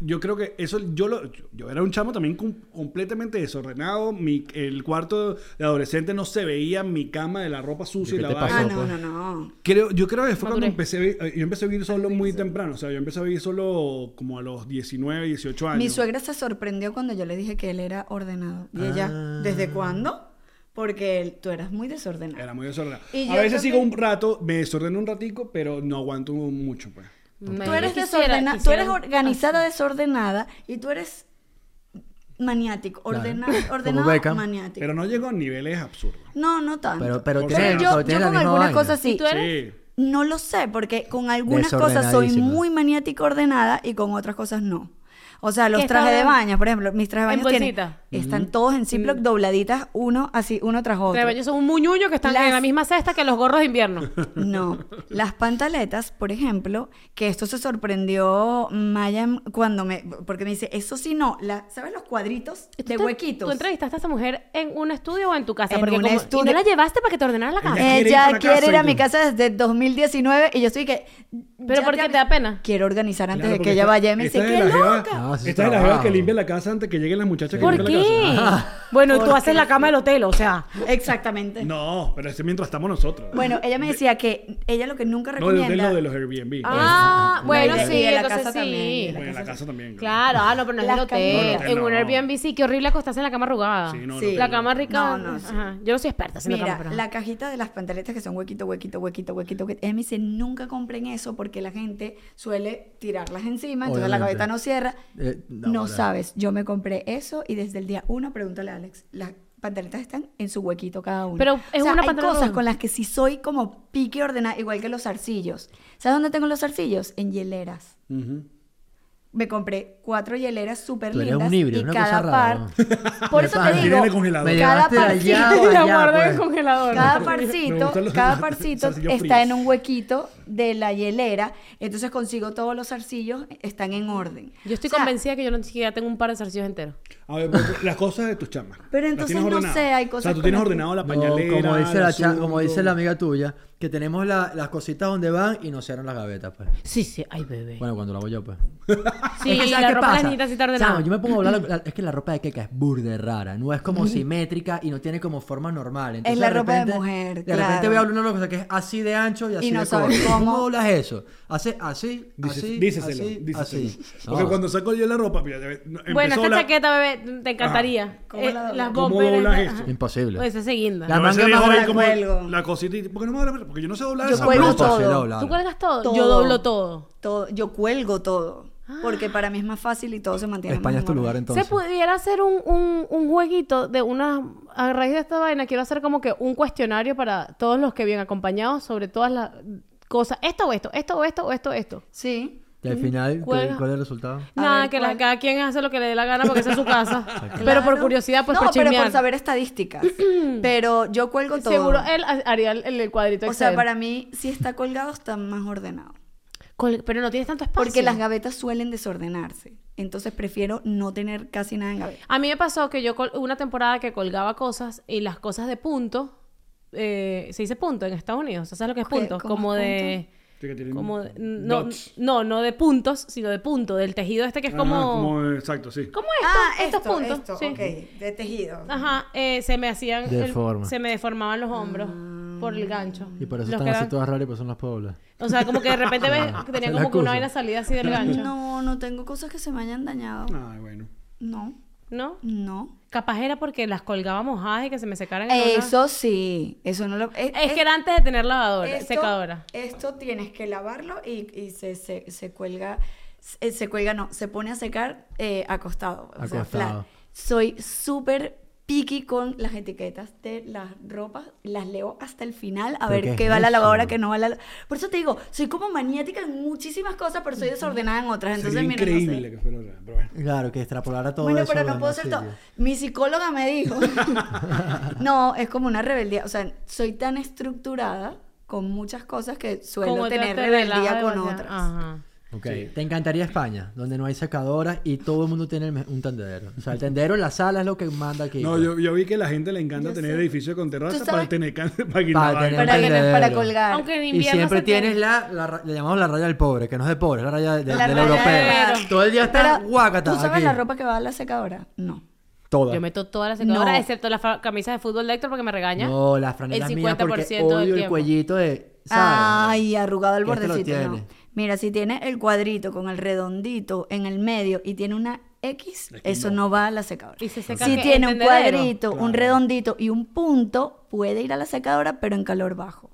Speaker 3: yo creo que eso, yo lo, yo, yo era un chamo también com- completamente desordenado, mi, el cuarto de adolescente no se veía, mi cama de la ropa sucia y
Speaker 4: ¿Qué
Speaker 3: la
Speaker 4: te
Speaker 3: vaina.
Speaker 4: pasó?
Speaker 5: Ah,
Speaker 4: no,
Speaker 5: no,
Speaker 4: pues.
Speaker 5: no, no.
Speaker 3: Creo, yo creo que fue cuando
Speaker 1: Madurez.
Speaker 3: empecé, a vi- eh, yo empecé a vivir
Speaker 1: Ah,
Speaker 3: solo muy temprano, o sea, yo empecé a vivir solo como a los 19, 18 años.
Speaker 5: Mi suegra se sorprendió cuando yo le dije que él era ordenado. Y
Speaker 4: Ah.
Speaker 5: ella, ¿desde cuándo? Porque él- tú eras muy desordenado.
Speaker 3: Era muy desordenado.
Speaker 5: Y
Speaker 3: A
Speaker 5: yo
Speaker 3: veces
Speaker 5: creo
Speaker 3: sigo
Speaker 5: que-
Speaker 3: un rato, me desordeno un ratico, pero no aguanto mucho, pues.
Speaker 1: Me-
Speaker 5: Tú eres
Speaker 1: quisiera-
Speaker 5: desordenada, tú
Speaker 1: quisiera-
Speaker 5: eres organizada, desordenada y tú eres maniático,
Speaker 4: Claro.
Speaker 5: ordena-
Speaker 4: Como
Speaker 5: ordenado,
Speaker 4: Beckham.
Speaker 5: maniático.
Speaker 3: Pero no llego a niveles absurdos.
Speaker 5: no, no tanto.
Speaker 4: Pero, pero
Speaker 3: Por
Speaker 4: tiene,
Speaker 3: supuesto.
Speaker 5: yo, yo
Speaker 4: tiene la
Speaker 5: con
Speaker 4: misma
Speaker 5: algunas
Speaker 4: vaina.
Speaker 5: cosas sí.
Speaker 1: ¿Y tú eres?
Speaker 3: Sí.
Speaker 5: No lo sé, porque con algunas cosas soy
Speaker 4: Desordenadísima.
Speaker 5: muy maniático ordenada y con otras cosas no. O sea, los
Speaker 1: ¿Qué
Speaker 5: trajes de
Speaker 1: está-
Speaker 5: baño, por ejemplo, mis trajes de
Speaker 1: ¿En
Speaker 5: baño tienen-
Speaker 1: bolsita?
Speaker 5: están todos en Ziploc dobladitas, uno así, uno tras otro.
Speaker 1: Trebeños son un muñuño que están
Speaker 5: Las-
Speaker 1: en la misma cesta que los gorros de invierno.
Speaker 5: No, las pantaletas, por ejemplo, que esto se sorprendió Maya cuando me, porque me dice, eso sí no, la, ¿sabes los cuadritos de
Speaker 1: ¿Tú te-
Speaker 5: huequitos?
Speaker 1: ¿Tú entrevistaste a esta mujer en un estudio o en tu casa?
Speaker 5: En
Speaker 1: Porque
Speaker 5: un
Speaker 1: como-
Speaker 5: estudio.
Speaker 1: ¿Y no la llevaste para que te ordenaran la casa?
Speaker 3: Eh, quiere ir
Speaker 5: Ella
Speaker 3: para
Speaker 5: quiere
Speaker 3: casa,
Speaker 5: ir a
Speaker 3: y
Speaker 5: mi
Speaker 3: tú-
Speaker 5: casa desde 2019 y yo estoy que...
Speaker 1: Pero
Speaker 5: ya
Speaker 1: ¿por qué te da pena?
Speaker 5: Quiero organizar antes
Speaker 3: Claro,
Speaker 5: de
Speaker 3: porque
Speaker 5: que ella
Speaker 3: esta-
Speaker 5: vaya y me dice,
Speaker 3: esta es
Speaker 5: ¡qué
Speaker 3: la jeva-
Speaker 5: loca!
Speaker 4: No, eso es
Speaker 3: Esta es la jeva que
Speaker 4: trabajo.
Speaker 3: limpia la casa antes que lleguen las muchachas que
Speaker 1: ¿Por
Speaker 3: limpian la
Speaker 1: qué?
Speaker 3: casa.
Speaker 1: Bueno, y
Speaker 5: ¿Por
Speaker 1: tú haces
Speaker 5: qué?
Speaker 1: la cama del hotel, o sea.
Speaker 5: Exactamente.
Speaker 3: No, pero es mientras estamos nosotros.
Speaker 5: Bueno, ella me decía que ella lo que nunca
Speaker 3: no, de, de
Speaker 5: recomienda...
Speaker 3: lo de los Airbnb.
Speaker 1: Ah, bueno,
Speaker 5: y de-
Speaker 1: sí,
Speaker 5: y de la
Speaker 1: entonces
Speaker 5: casa
Speaker 1: sí.
Speaker 5: también, de
Speaker 3: Bueno, en la casa también.
Speaker 1: Claro, ah, no, pero no es
Speaker 5: Las
Speaker 1: del hotel.
Speaker 5: camas.
Speaker 3: No, no,
Speaker 1: en
Speaker 3: no.
Speaker 1: un Airbnb sí, qué horrible acostarse en la cama arrugada.
Speaker 3: Sí, no, no,
Speaker 5: Sí.
Speaker 1: La cama rica.
Speaker 5: No, no, sí.
Speaker 1: ajá. Yo no soy experta haciendo
Speaker 5: Mira,
Speaker 1: cama, pero-
Speaker 5: la cajita de las pantaletas que son huequito, huequito, huequito, huequito, huequito. Ella me dice, nunca compren eso porque la gente suele tirarlas encima, entonces la
Speaker 4: Obviamente.
Speaker 5: gaveta no cierra.
Speaker 4: Eh,
Speaker 5: no
Speaker 4: ahora.
Speaker 5: sabes, yo me compré eso y desde el día uno, pregúntale a Alex, las pantaletas están en su huequito cada uno.
Speaker 1: Pero es una
Speaker 5: hay
Speaker 1: pantaleta
Speaker 5: cosas
Speaker 1: roja.
Speaker 5: con las que sí soy como pique ordenada, igual que los zarcillos. ¿Sabes dónde tengo los zarcillos? En hieleras.
Speaker 3: Ujú.
Speaker 5: Me compré cuatro hieleras súper
Speaker 4: Tú eres
Speaker 5: lindas
Speaker 4: un híbrido,
Speaker 5: y
Speaker 4: una
Speaker 5: cada
Speaker 4: cosa rara.
Speaker 5: par... Por eso te
Speaker 3: Aquí viene
Speaker 5: digo,
Speaker 3: congelador.
Speaker 4: Me
Speaker 5: cada
Speaker 4: llevaste de allá
Speaker 5: partida-
Speaker 4: o
Speaker 1: la
Speaker 4: allá,
Speaker 1: guardo en el
Speaker 4: pues.
Speaker 1: congelador.
Speaker 5: Cada
Speaker 3: Me
Speaker 5: parcito,
Speaker 3: gustan los-
Speaker 5: cada
Speaker 3: los
Speaker 5: parcito
Speaker 3: zarcillos fríos.
Speaker 5: está en un huequito de la hielera, entonces consigo todos los zarcillos, están en orden.
Speaker 1: Yo estoy
Speaker 5: O sea,
Speaker 1: convencida que yo no siquiera tengo un par de zarcillos enteros.
Speaker 3: A ver, porque las cosas de tus chamas.
Speaker 5: Pero
Speaker 3: ¿las
Speaker 5: entonces
Speaker 3: tienes
Speaker 5: no
Speaker 3: ordenadas?
Speaker 5: sé, hay
Speaker 3: O sea,
Speaker 5: cosas
Speaker 3: tú
Speaker 5: con
Speaker 3: tienes
Speaker 5: las que-
Speaker 3: ordenado la
Speaker 4: No,
Speaker 3: pañalera.
Speaker 4: como, dice la
Speaker 3: el
Speaker 4: cha- como dice
Speaker 3: asunto.
Speaker 4: la amiga tuya, que tenemos la- las cositas donde van y nos cierran las gavetas, pues.
Speaker 1: Sí, sí, ay, bebé.
Speaker 4: Bueno, cuando lo hago yo, pues.
Speaker 1: sí,
Speaker 4: Es que, ¿sabes
Speaker 1: la
Speaker 4: qué
Speaker 1: ropa
Speaker 4: pasa?
Speaker 1: las necesitas y tarde
Speaker 4: Chamo, yo me pongo a hablar. la- es que la ropa de Keka es burde rara. No es como simétrica y no tiene como forma normal. Entonces,
Speaker 5: la
Speaker 4: de
Speaker 5: ropa de
Speaker 4: repente-
Speaker 5: mujer,
Speaker 4: De repente
Speaker 5: claro.
Speaker 4: veo a una cosa que es así de ancho y así
Speaker 5: no
Speaker 4: de
Speaker 5: sabes
Speaker 4: corto.
Speaker 5: cómo.
Speaker 4: doblas eso? Hace así,
Speaker 3: Dices-
Speaker 4: así,
Speaker 3: díceselo,
Speaker 4: así,
Speaker 3: díceselo.
Speaker 4: así.
Speaker 3: Porque
Speaker 4: No.
Speaker 3: cuando saco yo la ropa, mira, ya ve- no,
Speaker 1: Bueno,
Speaker 3: empezó
Speaker 1: esta
Speaker 3: la-
Speaker 1: chaqueta, bebé, te encantaría.
Speaker 5: ¿Cómo
Speaker 1: Eh,
Speaker 5: la doblas?
Speaker 1: las
Speaker 3: ¿Cómo
Speaker 1: bomberas.
Speaker 3: doblas
Speaker 1: ajá.
Speaker 3: esto?
Speaker 4: Imposible.
Speaker 1: Pues esa es guinda.
Speaker 4: La
Speaker 3: No, ese
Speaker 4: manga
Speaker 3: dijo
Speaker 4: más
Speaker 3: ahí
Speaker 5: la
Speaker 3: como
Speaker 5: cuelgo.
Speaker 3: la cosita, y- ¿por qué no me doblas? Porque yo no sé doblar
Speaker 5: Yo
Speaker 3: esa
Speaker 5: cuelgo
Speaker 3: blusa.
Speaker 5: todo.
Speaker 4: Imposible doblar.
Speaker 1: ¿Tú cuelgas todo?
Speaker 5: Todo.
Speaker 1: Yo doblo todo.
Speaker 5: todo- yo cuelgo todo,
Speaker 1: Ah.
Speaker 5: porque para mí es más fácil y todo se mantiene.
Speaker 4: España
Speaker 5: más
Speaker 4: es tu
Speaker 5: en
Speaker 4: lugar
Speaker 5: orden.
Speaker 4: entonces.
Speaker 1: Se pudiera hacer un, un, un jueguito de una... A raíz de esta vaina, quiero hacer como que un cuestionario para todos los que vienen acompañados sobre todas las cosas. Esto o esto, esto o esto o esto o esto.
Speaker 5: Sí.
Speaker 4: Y al final, ¿cuál-
Speaker 1: Cuelga.
Speaker 4: ¿cuál es el resultado?
Speaker 5: A
Speaker 1: Nada,
Speaker 5: ver,
Speaker 1: que la-
Speaker 5: ¿cuál?
Speaker 1: cada quien hace lo que le dé la gana porque esa es su casa. Pero por
Speaker 5: Claro.
Speaker 1: curiosidad, pues
Speaker 5: No,
Speaker 1: por
Speaker 5: pero
Speaker 1: chismear.
Speaker 5: por saber estadísticas. pero yo cuelgo todo.
Speaker 1: Seguro él ha- haría el, el cuadrito
Speaker 5: o sea,
Speaker 1: Excel.
Speaker 5: para mí, si está colgado, está más ordenado.
Speaker 1: Col- Pero no tienes tanto espacio.
Speaker 5: Porque las gavetas suelen desordenarse. Entonces prefiero no tener casi nada en gaveta.
Speaker 1: A mí me pasó que yo col- una temporada que colgaba cosas y las cosas de punto, eh, se dice punto en Estados Unidos, ¿sabes lo que es
Speaker 5: ¿Qué?
Speaker 1: punto?
Speaker 5: ¿Cómo
Speaker 1: Como
Speaker 5: es
Speaker 1: de...
Speaker 3: Sí, que tienen
Speaker 1: Como de- no,
Speaker 3: dots.
Speaker 1: no, no de puntos, sino de punto, del tejido este que es
Speaker 3: Ajá,
Speaker 1: como...
Speaker 3: Ah, como, exacto, sí.
Speaker 1: ¿Cómo esto?
Speaker 5: Ah,
Speaker 1: estos puntos. sí.
Speaker 5: de tejido.
Speaker 1: Ajá, eh, se me hacían... el-
Speaker 4: Deforma.
Speaker 1: se me deformaban los hombros
Speaker 5: Ah.
Speaker 1: por el gancho.
Speaker 4: Y por eso
Speaker 1: Los
Speaker 4: están
Speaker 1: que
Speaker 4: así
Speaker 1: dan-
Speaker 4: todas raras y por eso son las poblas.
Speaker 1: O sea, como que de repente ves que tenía
Speaker 4: Se
Speaker 1: como
Speaker 4: la
Speaker 1: que una
Speaker 4: acusa.
Speaker 1: vaina salida así del gancho. No.
Speaker 5: No, no tengo cosas que se me hayan dañado.
Speaker 3: Ay, bueno.
Speaker 5: No, no.
Speaker 1: Capaz era porque las colgaba mojadas y que se me secaran en una-
Speaker 5: Eso sí, eso no lo... eh, Es,
Speaker 1: Es que era antes de tener lavadora, secadora.
Speaker 5: Esto tienes que lavarlo y, y se, se, se cuelga, se, se cuelga no, se pone a secar eh, acostado. o sea,
Speaker 4: Acostado.
Speaker 5: flat. Soy súper picky con las etiquetas de las ropas, las leo hasta el final a
Speaker 4: ¿Pero
Speaker 5: ver
Speaker 4: qué es
Speaker 5: qué, va a la
Speaker 4: eso?
Speaker 5: lavadora, qué no va a la... Por eso te digo, soy como maniática en muchísimas cosas, pero soy desordenada en otras. Entonces,
Speaker 3: Sería
Speaker 5: mira, no sé.
Speaker 3: increíble que fuera ordenada, pero bueno.
Speaker 4: Claro, que extrapolar a todo
Speaker 5: Bueno,
Speaker 4: eso.
Speaker 5: pero
Speaker 4: bueno,
Speaker 5: no puedo ser
Speaker 4: sí,
Speaker 5: todo.
Speaker 4: sí.
Speaker 5: Mi psicóloga me dijo. no, es como una rebeldía. O sea, soy tan estructurada con muchas cosas que suelo
Speaker 1: Como te-
Speaker 5: tener
Speaker 1: te
Speaker 5: rebeldía
Speaker 1: relaja
Speaker 5: con
Speaker 1: demasiado.
Speaker 5: otras.
Speaker 1: Ajá.
Speaker 4: Ok. Te encantaría España, donde no hay secadoras y todo el mundo tiene el me- un tendedero. O sea, el tendedero en la sala es lo que manda aquí.
Speaker 3: No, yo, yo vi que a la gente le encanta
Speaker 5: Yo
Speaker 3: tener
Speaker 5: sé.
Speaker 3: edificios con terraza
Speaker 5: ¿Tú
Speaker 3: para
Speaker 5: sabes?
Speaker 3: tener can- para guindar
Speaker 4: Para
Speaker 3: vaina.
Speaker 4: tener
Speaker 5: Para, que no- para
Speaker 4: tendedero.
Speaker 5: colgar.
Speaker 1: Aunque en
Speaker 4: Y
Speaker 1: invierno
Speaker 4: siempre
Speaker 1: se tiene-
Speaker 4: tienes la, la ra- le llamamos la raya del pobre, que no es de pobre, es la raya de-
Speaker 5: La
Speaker 4: del
Speaker 1: del
Speaker 5: raya
Speaker 4: europeo.
Speaker 1: pobre.
Speaker 4: Todo el día está
Speaker 5: Pero,
Speaker 4: guacata.
Speaker 5: ¿Tú sabes
Speaker 4: aquí.
Speaker 5: la ropa que va a la secadora? No.
Speaker 4: Toda.
Speaker 1: Yo meto todas las secadoras,
Speaker 5: No.
Speaker 1: excepto las fa- camisas de fútbol de Héctor porque me regaña.
Speaker 4: No, las franelas
Speaker 1: El
Speaker 4: mías
Speaker 1: 50%
Speaker 4: porque
Speaker 1: del
Speaker 4: odio el
Speaker 1: tiempo.
Speaker 4: cuellito de... ¿sabes?
Speaker 5: Ay, arrugado el
Speaker 4: Que este lo
Speaker 5: bordecito. no.
Speaker 4: tiene.
Speaker 5: Mira, si tiene el cuadrito con el redondito en el medio y tiene una X, eso no. va a la secadora.
Speaker 1: Y se seca
Speaker 5: si
Speaker 1: que-
Speaker 5: tiene
Speaker 1: en
Speaker 5: un
Speaker 1: tendedero.
Speaker 5: cuadrito, un redondito y un punto, puede ir a la secadora, pero en calor bajo.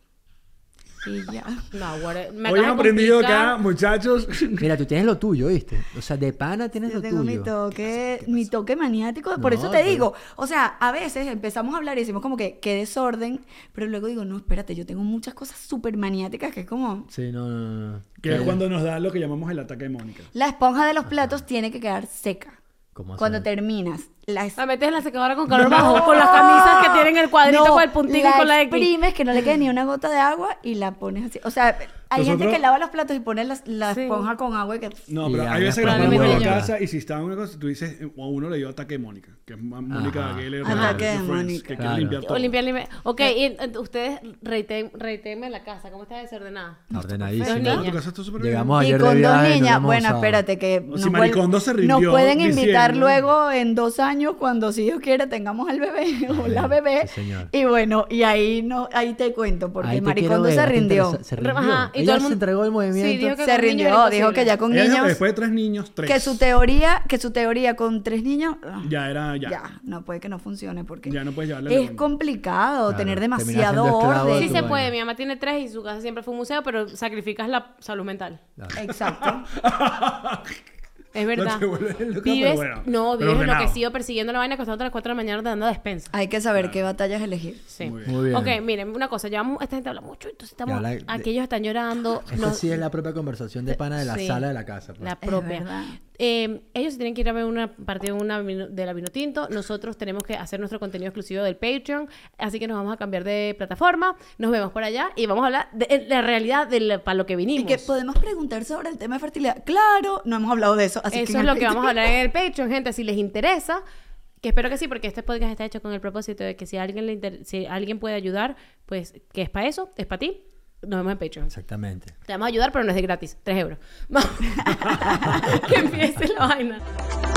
Speaker 5: Y ya.
Speaker 1: No, guarda- me acabas
Speaker 3: Hoy hemos
Speaker 1: de
Speaker 3: aprendido
Speaker 1: complicar.
Speaker 3: acá, muchachos.
Speaker 4: Mira, tú tienes lo tuyo, ¿viste? O sea, de pana tienes
Speaker 5: Yo
Speaker 4: lo
Speaker 5: tengo mi
Speaker 4: tuyo.
Speaker 5: toque, mi toque maniático, por
Speaker 4: No,
Speaker 5: eso te
Speaker 4: pero-
Speaker 5: digo, o sea, a veces empezamos a hablar y decimos como que qué desorden, pero luego digo, no, espérate, yo tengo muchas cosas súper maniáticas que es como,
Speaker 4: Sí, no, no, no, no.
Speaker 3: Que es cuando nos da lo que llamamos el ataque de Mónica.
Speaker 5: La esponja de los platos tiene que quedar seca.
Speaker 4: ¿Cómo
Speaker 5: Cuando
Speaker 4: hacer?
Speaker 5: terminas. La es-
Speaker 1: La metes en la secadora Ah, con calor bajo, con las camisas que tienen el cuadrito
Speaker 5: No,
Speaker 1: con el puntito y con la X.
Speaker 5: exprimes que no le quede ni una gota de agua y la pones así. O sea, hay gente
Speaker 3: Nosotros-
Speaker 5: que lava los platos y pone las- la,
Speaker 1: Sí.
Speaker 5: esponja con agua y que...
Speaker 3: No,
Speaker 4: Y pues
Speaker 3: pero
Speaker 4: ya,
Speaker 3: hay
Speaker 4: ya
Speaker 3: veces que nos
Speaker 1: probablemente
Speaker 3: vamos a la
Speaker 1: ya.
Speaker 3: casa y si está una cosa, tú dices, eh, a uno le dio ataque de Mónica, que es Ma- Mónica
Speaker 4: Ajá.
Speaker 3: Geller.
Speaker 5: Ataque
Speaker 3: Friends,
Speaker 5: de
Speaker 3: que quiere
Speaker 5: Mónica.
Speaker 4: Claro.
Speaker 3: limpiar todo.
Speaker 1: O limpiar, limpiar. Ok, y, eh, ustedes reiten- reitenme la casa. ¿Cómo está desordenada?
Speaker 4: Ordenadísimo.
Speaker 1: Dos
Speaker 3: Ah, tu casa está súper bien.
Speaker 4: Llegamos
Speaker 5: Y
Speaker 4: ayer de
Speaker 5: con dos
Speaker 4: viaje y no
Speaker 5: niñas,
Speaker 4: hemos
Speaker 5: bueno,
Speaker 4: usado.
Speaker 5: espérate que
Speaker 3: si Maricondo se
Speaker 5: nos
Speaker 3: rindió
Speaker 5: pueden invitar
Speaker 3: diciendo-
Speaker 5: luego en dos años cuando si Dios quiere tengamos al bebé o la bebé.
Speaker 4: sí, señor.
Speaker 5: y bueno, y ahí no, ahí te cuento, porque
Speaker 4: Ahí te
Speaker 5: Maricondo
Speaker 4: quiero
Speaker 5: se
Speaker 4: ver, te
Speaker 5: rindió.
Speaker 4: interesa- Se
Speaker 1: Re-
Speaker 4: rindió.
Speaker 1: ajá, y todo
Speaker 4: Ella
Speaker 1: el
Speaker 4: se
Speaker 1: mundo-
Speaker 4: entregó el
Speaker 1: Sí, dijo que con
Speaker 5: Se
Speaker 4: movimiento.
Speaker 1: niños era
Speaker 5: rindió, dijo
Speaker 1: imposible.
Speaker 5: que ya con
Speaker 3: Ella dijo que
Speaker 5: niños.
Speaker 3: Después de tres niños, tres.
Speaker 5: que su teoría, que su teoría con tres niños, ah,
Speaker 3: Ya era, ya.
Speaker 5: ya, no puede que no funcione porque
Speaker 3: Ya no puedes llevarle
Speaker 5: es
Speaker 3: la-
Speaker 5: complicado
Speaker 4: Claro,
Speaker 5: tener
Speaker 4: terminas
Speaker 5: demasiado
Speaker 4: siendo esclavo de
Speaker 5: orden.
Speaker 1: Sí
Speaker 4: tu
Speaker 1: se
Speaker 4: vaina.
Speaker 1: puede, mi mamá tiene tres y su casa siempre fue un museo, pero sacrificas la salud mental.
Speaker 5: Exacto.
Speaker 1: Es
Speaker 3: No
Speaker 1: verdad.
Speaker 3: te vuelves loca,
Speaker 1: vives,
Speaker 3: pero bueno.
Speaker 1: no,
Speaker 3: pero
Speaker 1: vives
Speaker 3: ordenado.
Speaker 1: enloquecido persiguiendo la vaina costándote a las 4 de la mañana dando despensa.
Speaker 5: Hay que saber qué batallas elegir.
Speaker 1: Sí.
Speaker 3: Muy
Speaker 4: Muy bien.
Speaker 1: Ok, miren, una cosa, ya esta gente habla mucho, entonces estamos,
Speaker 4: Ya la-
Speaker 1: aquí ellos están llorando.
Speaker 4: Esa
Speaker 1: no-
Speaker 4: sí es la propia conversación de pana de la
Speaker 1: Sí.
Speaker 4: sala de la casa. pues.
Speaker 1: La propia.
Speaker 5: verdad.
Speaker 1: Eh, ellos se tienen que ir a ver una partida de una vino- de la Vinotinto. Nosotros tenemos que hacer nuestro contenido exclusivo del Patreon. Así que nos vamos a cambiar de plataforma. Nos vemos por allá y vamos a hablar de, de la realidad de la- para lo que vinimos.
Speaker 5: Y que podemos preguntar sobre el tema de fertilidad. Claro, no hemos hablado de eso. Así
Speaker 1: Eso es lo que vamos a hablar en el Patreon, gente. Si les interesa, que espero que sí, porque este podcast está hecho con el propósito de que si alguien le inter- si alguien puede ayudar, pues que es para eso, es para ti. Nos vemos en Patreon.
Speaker 4: Exactamente.
Speaker 1: Te vamos a ayudar, pero no es de gratis. 3 euros. Vamos. que empiece la vaina.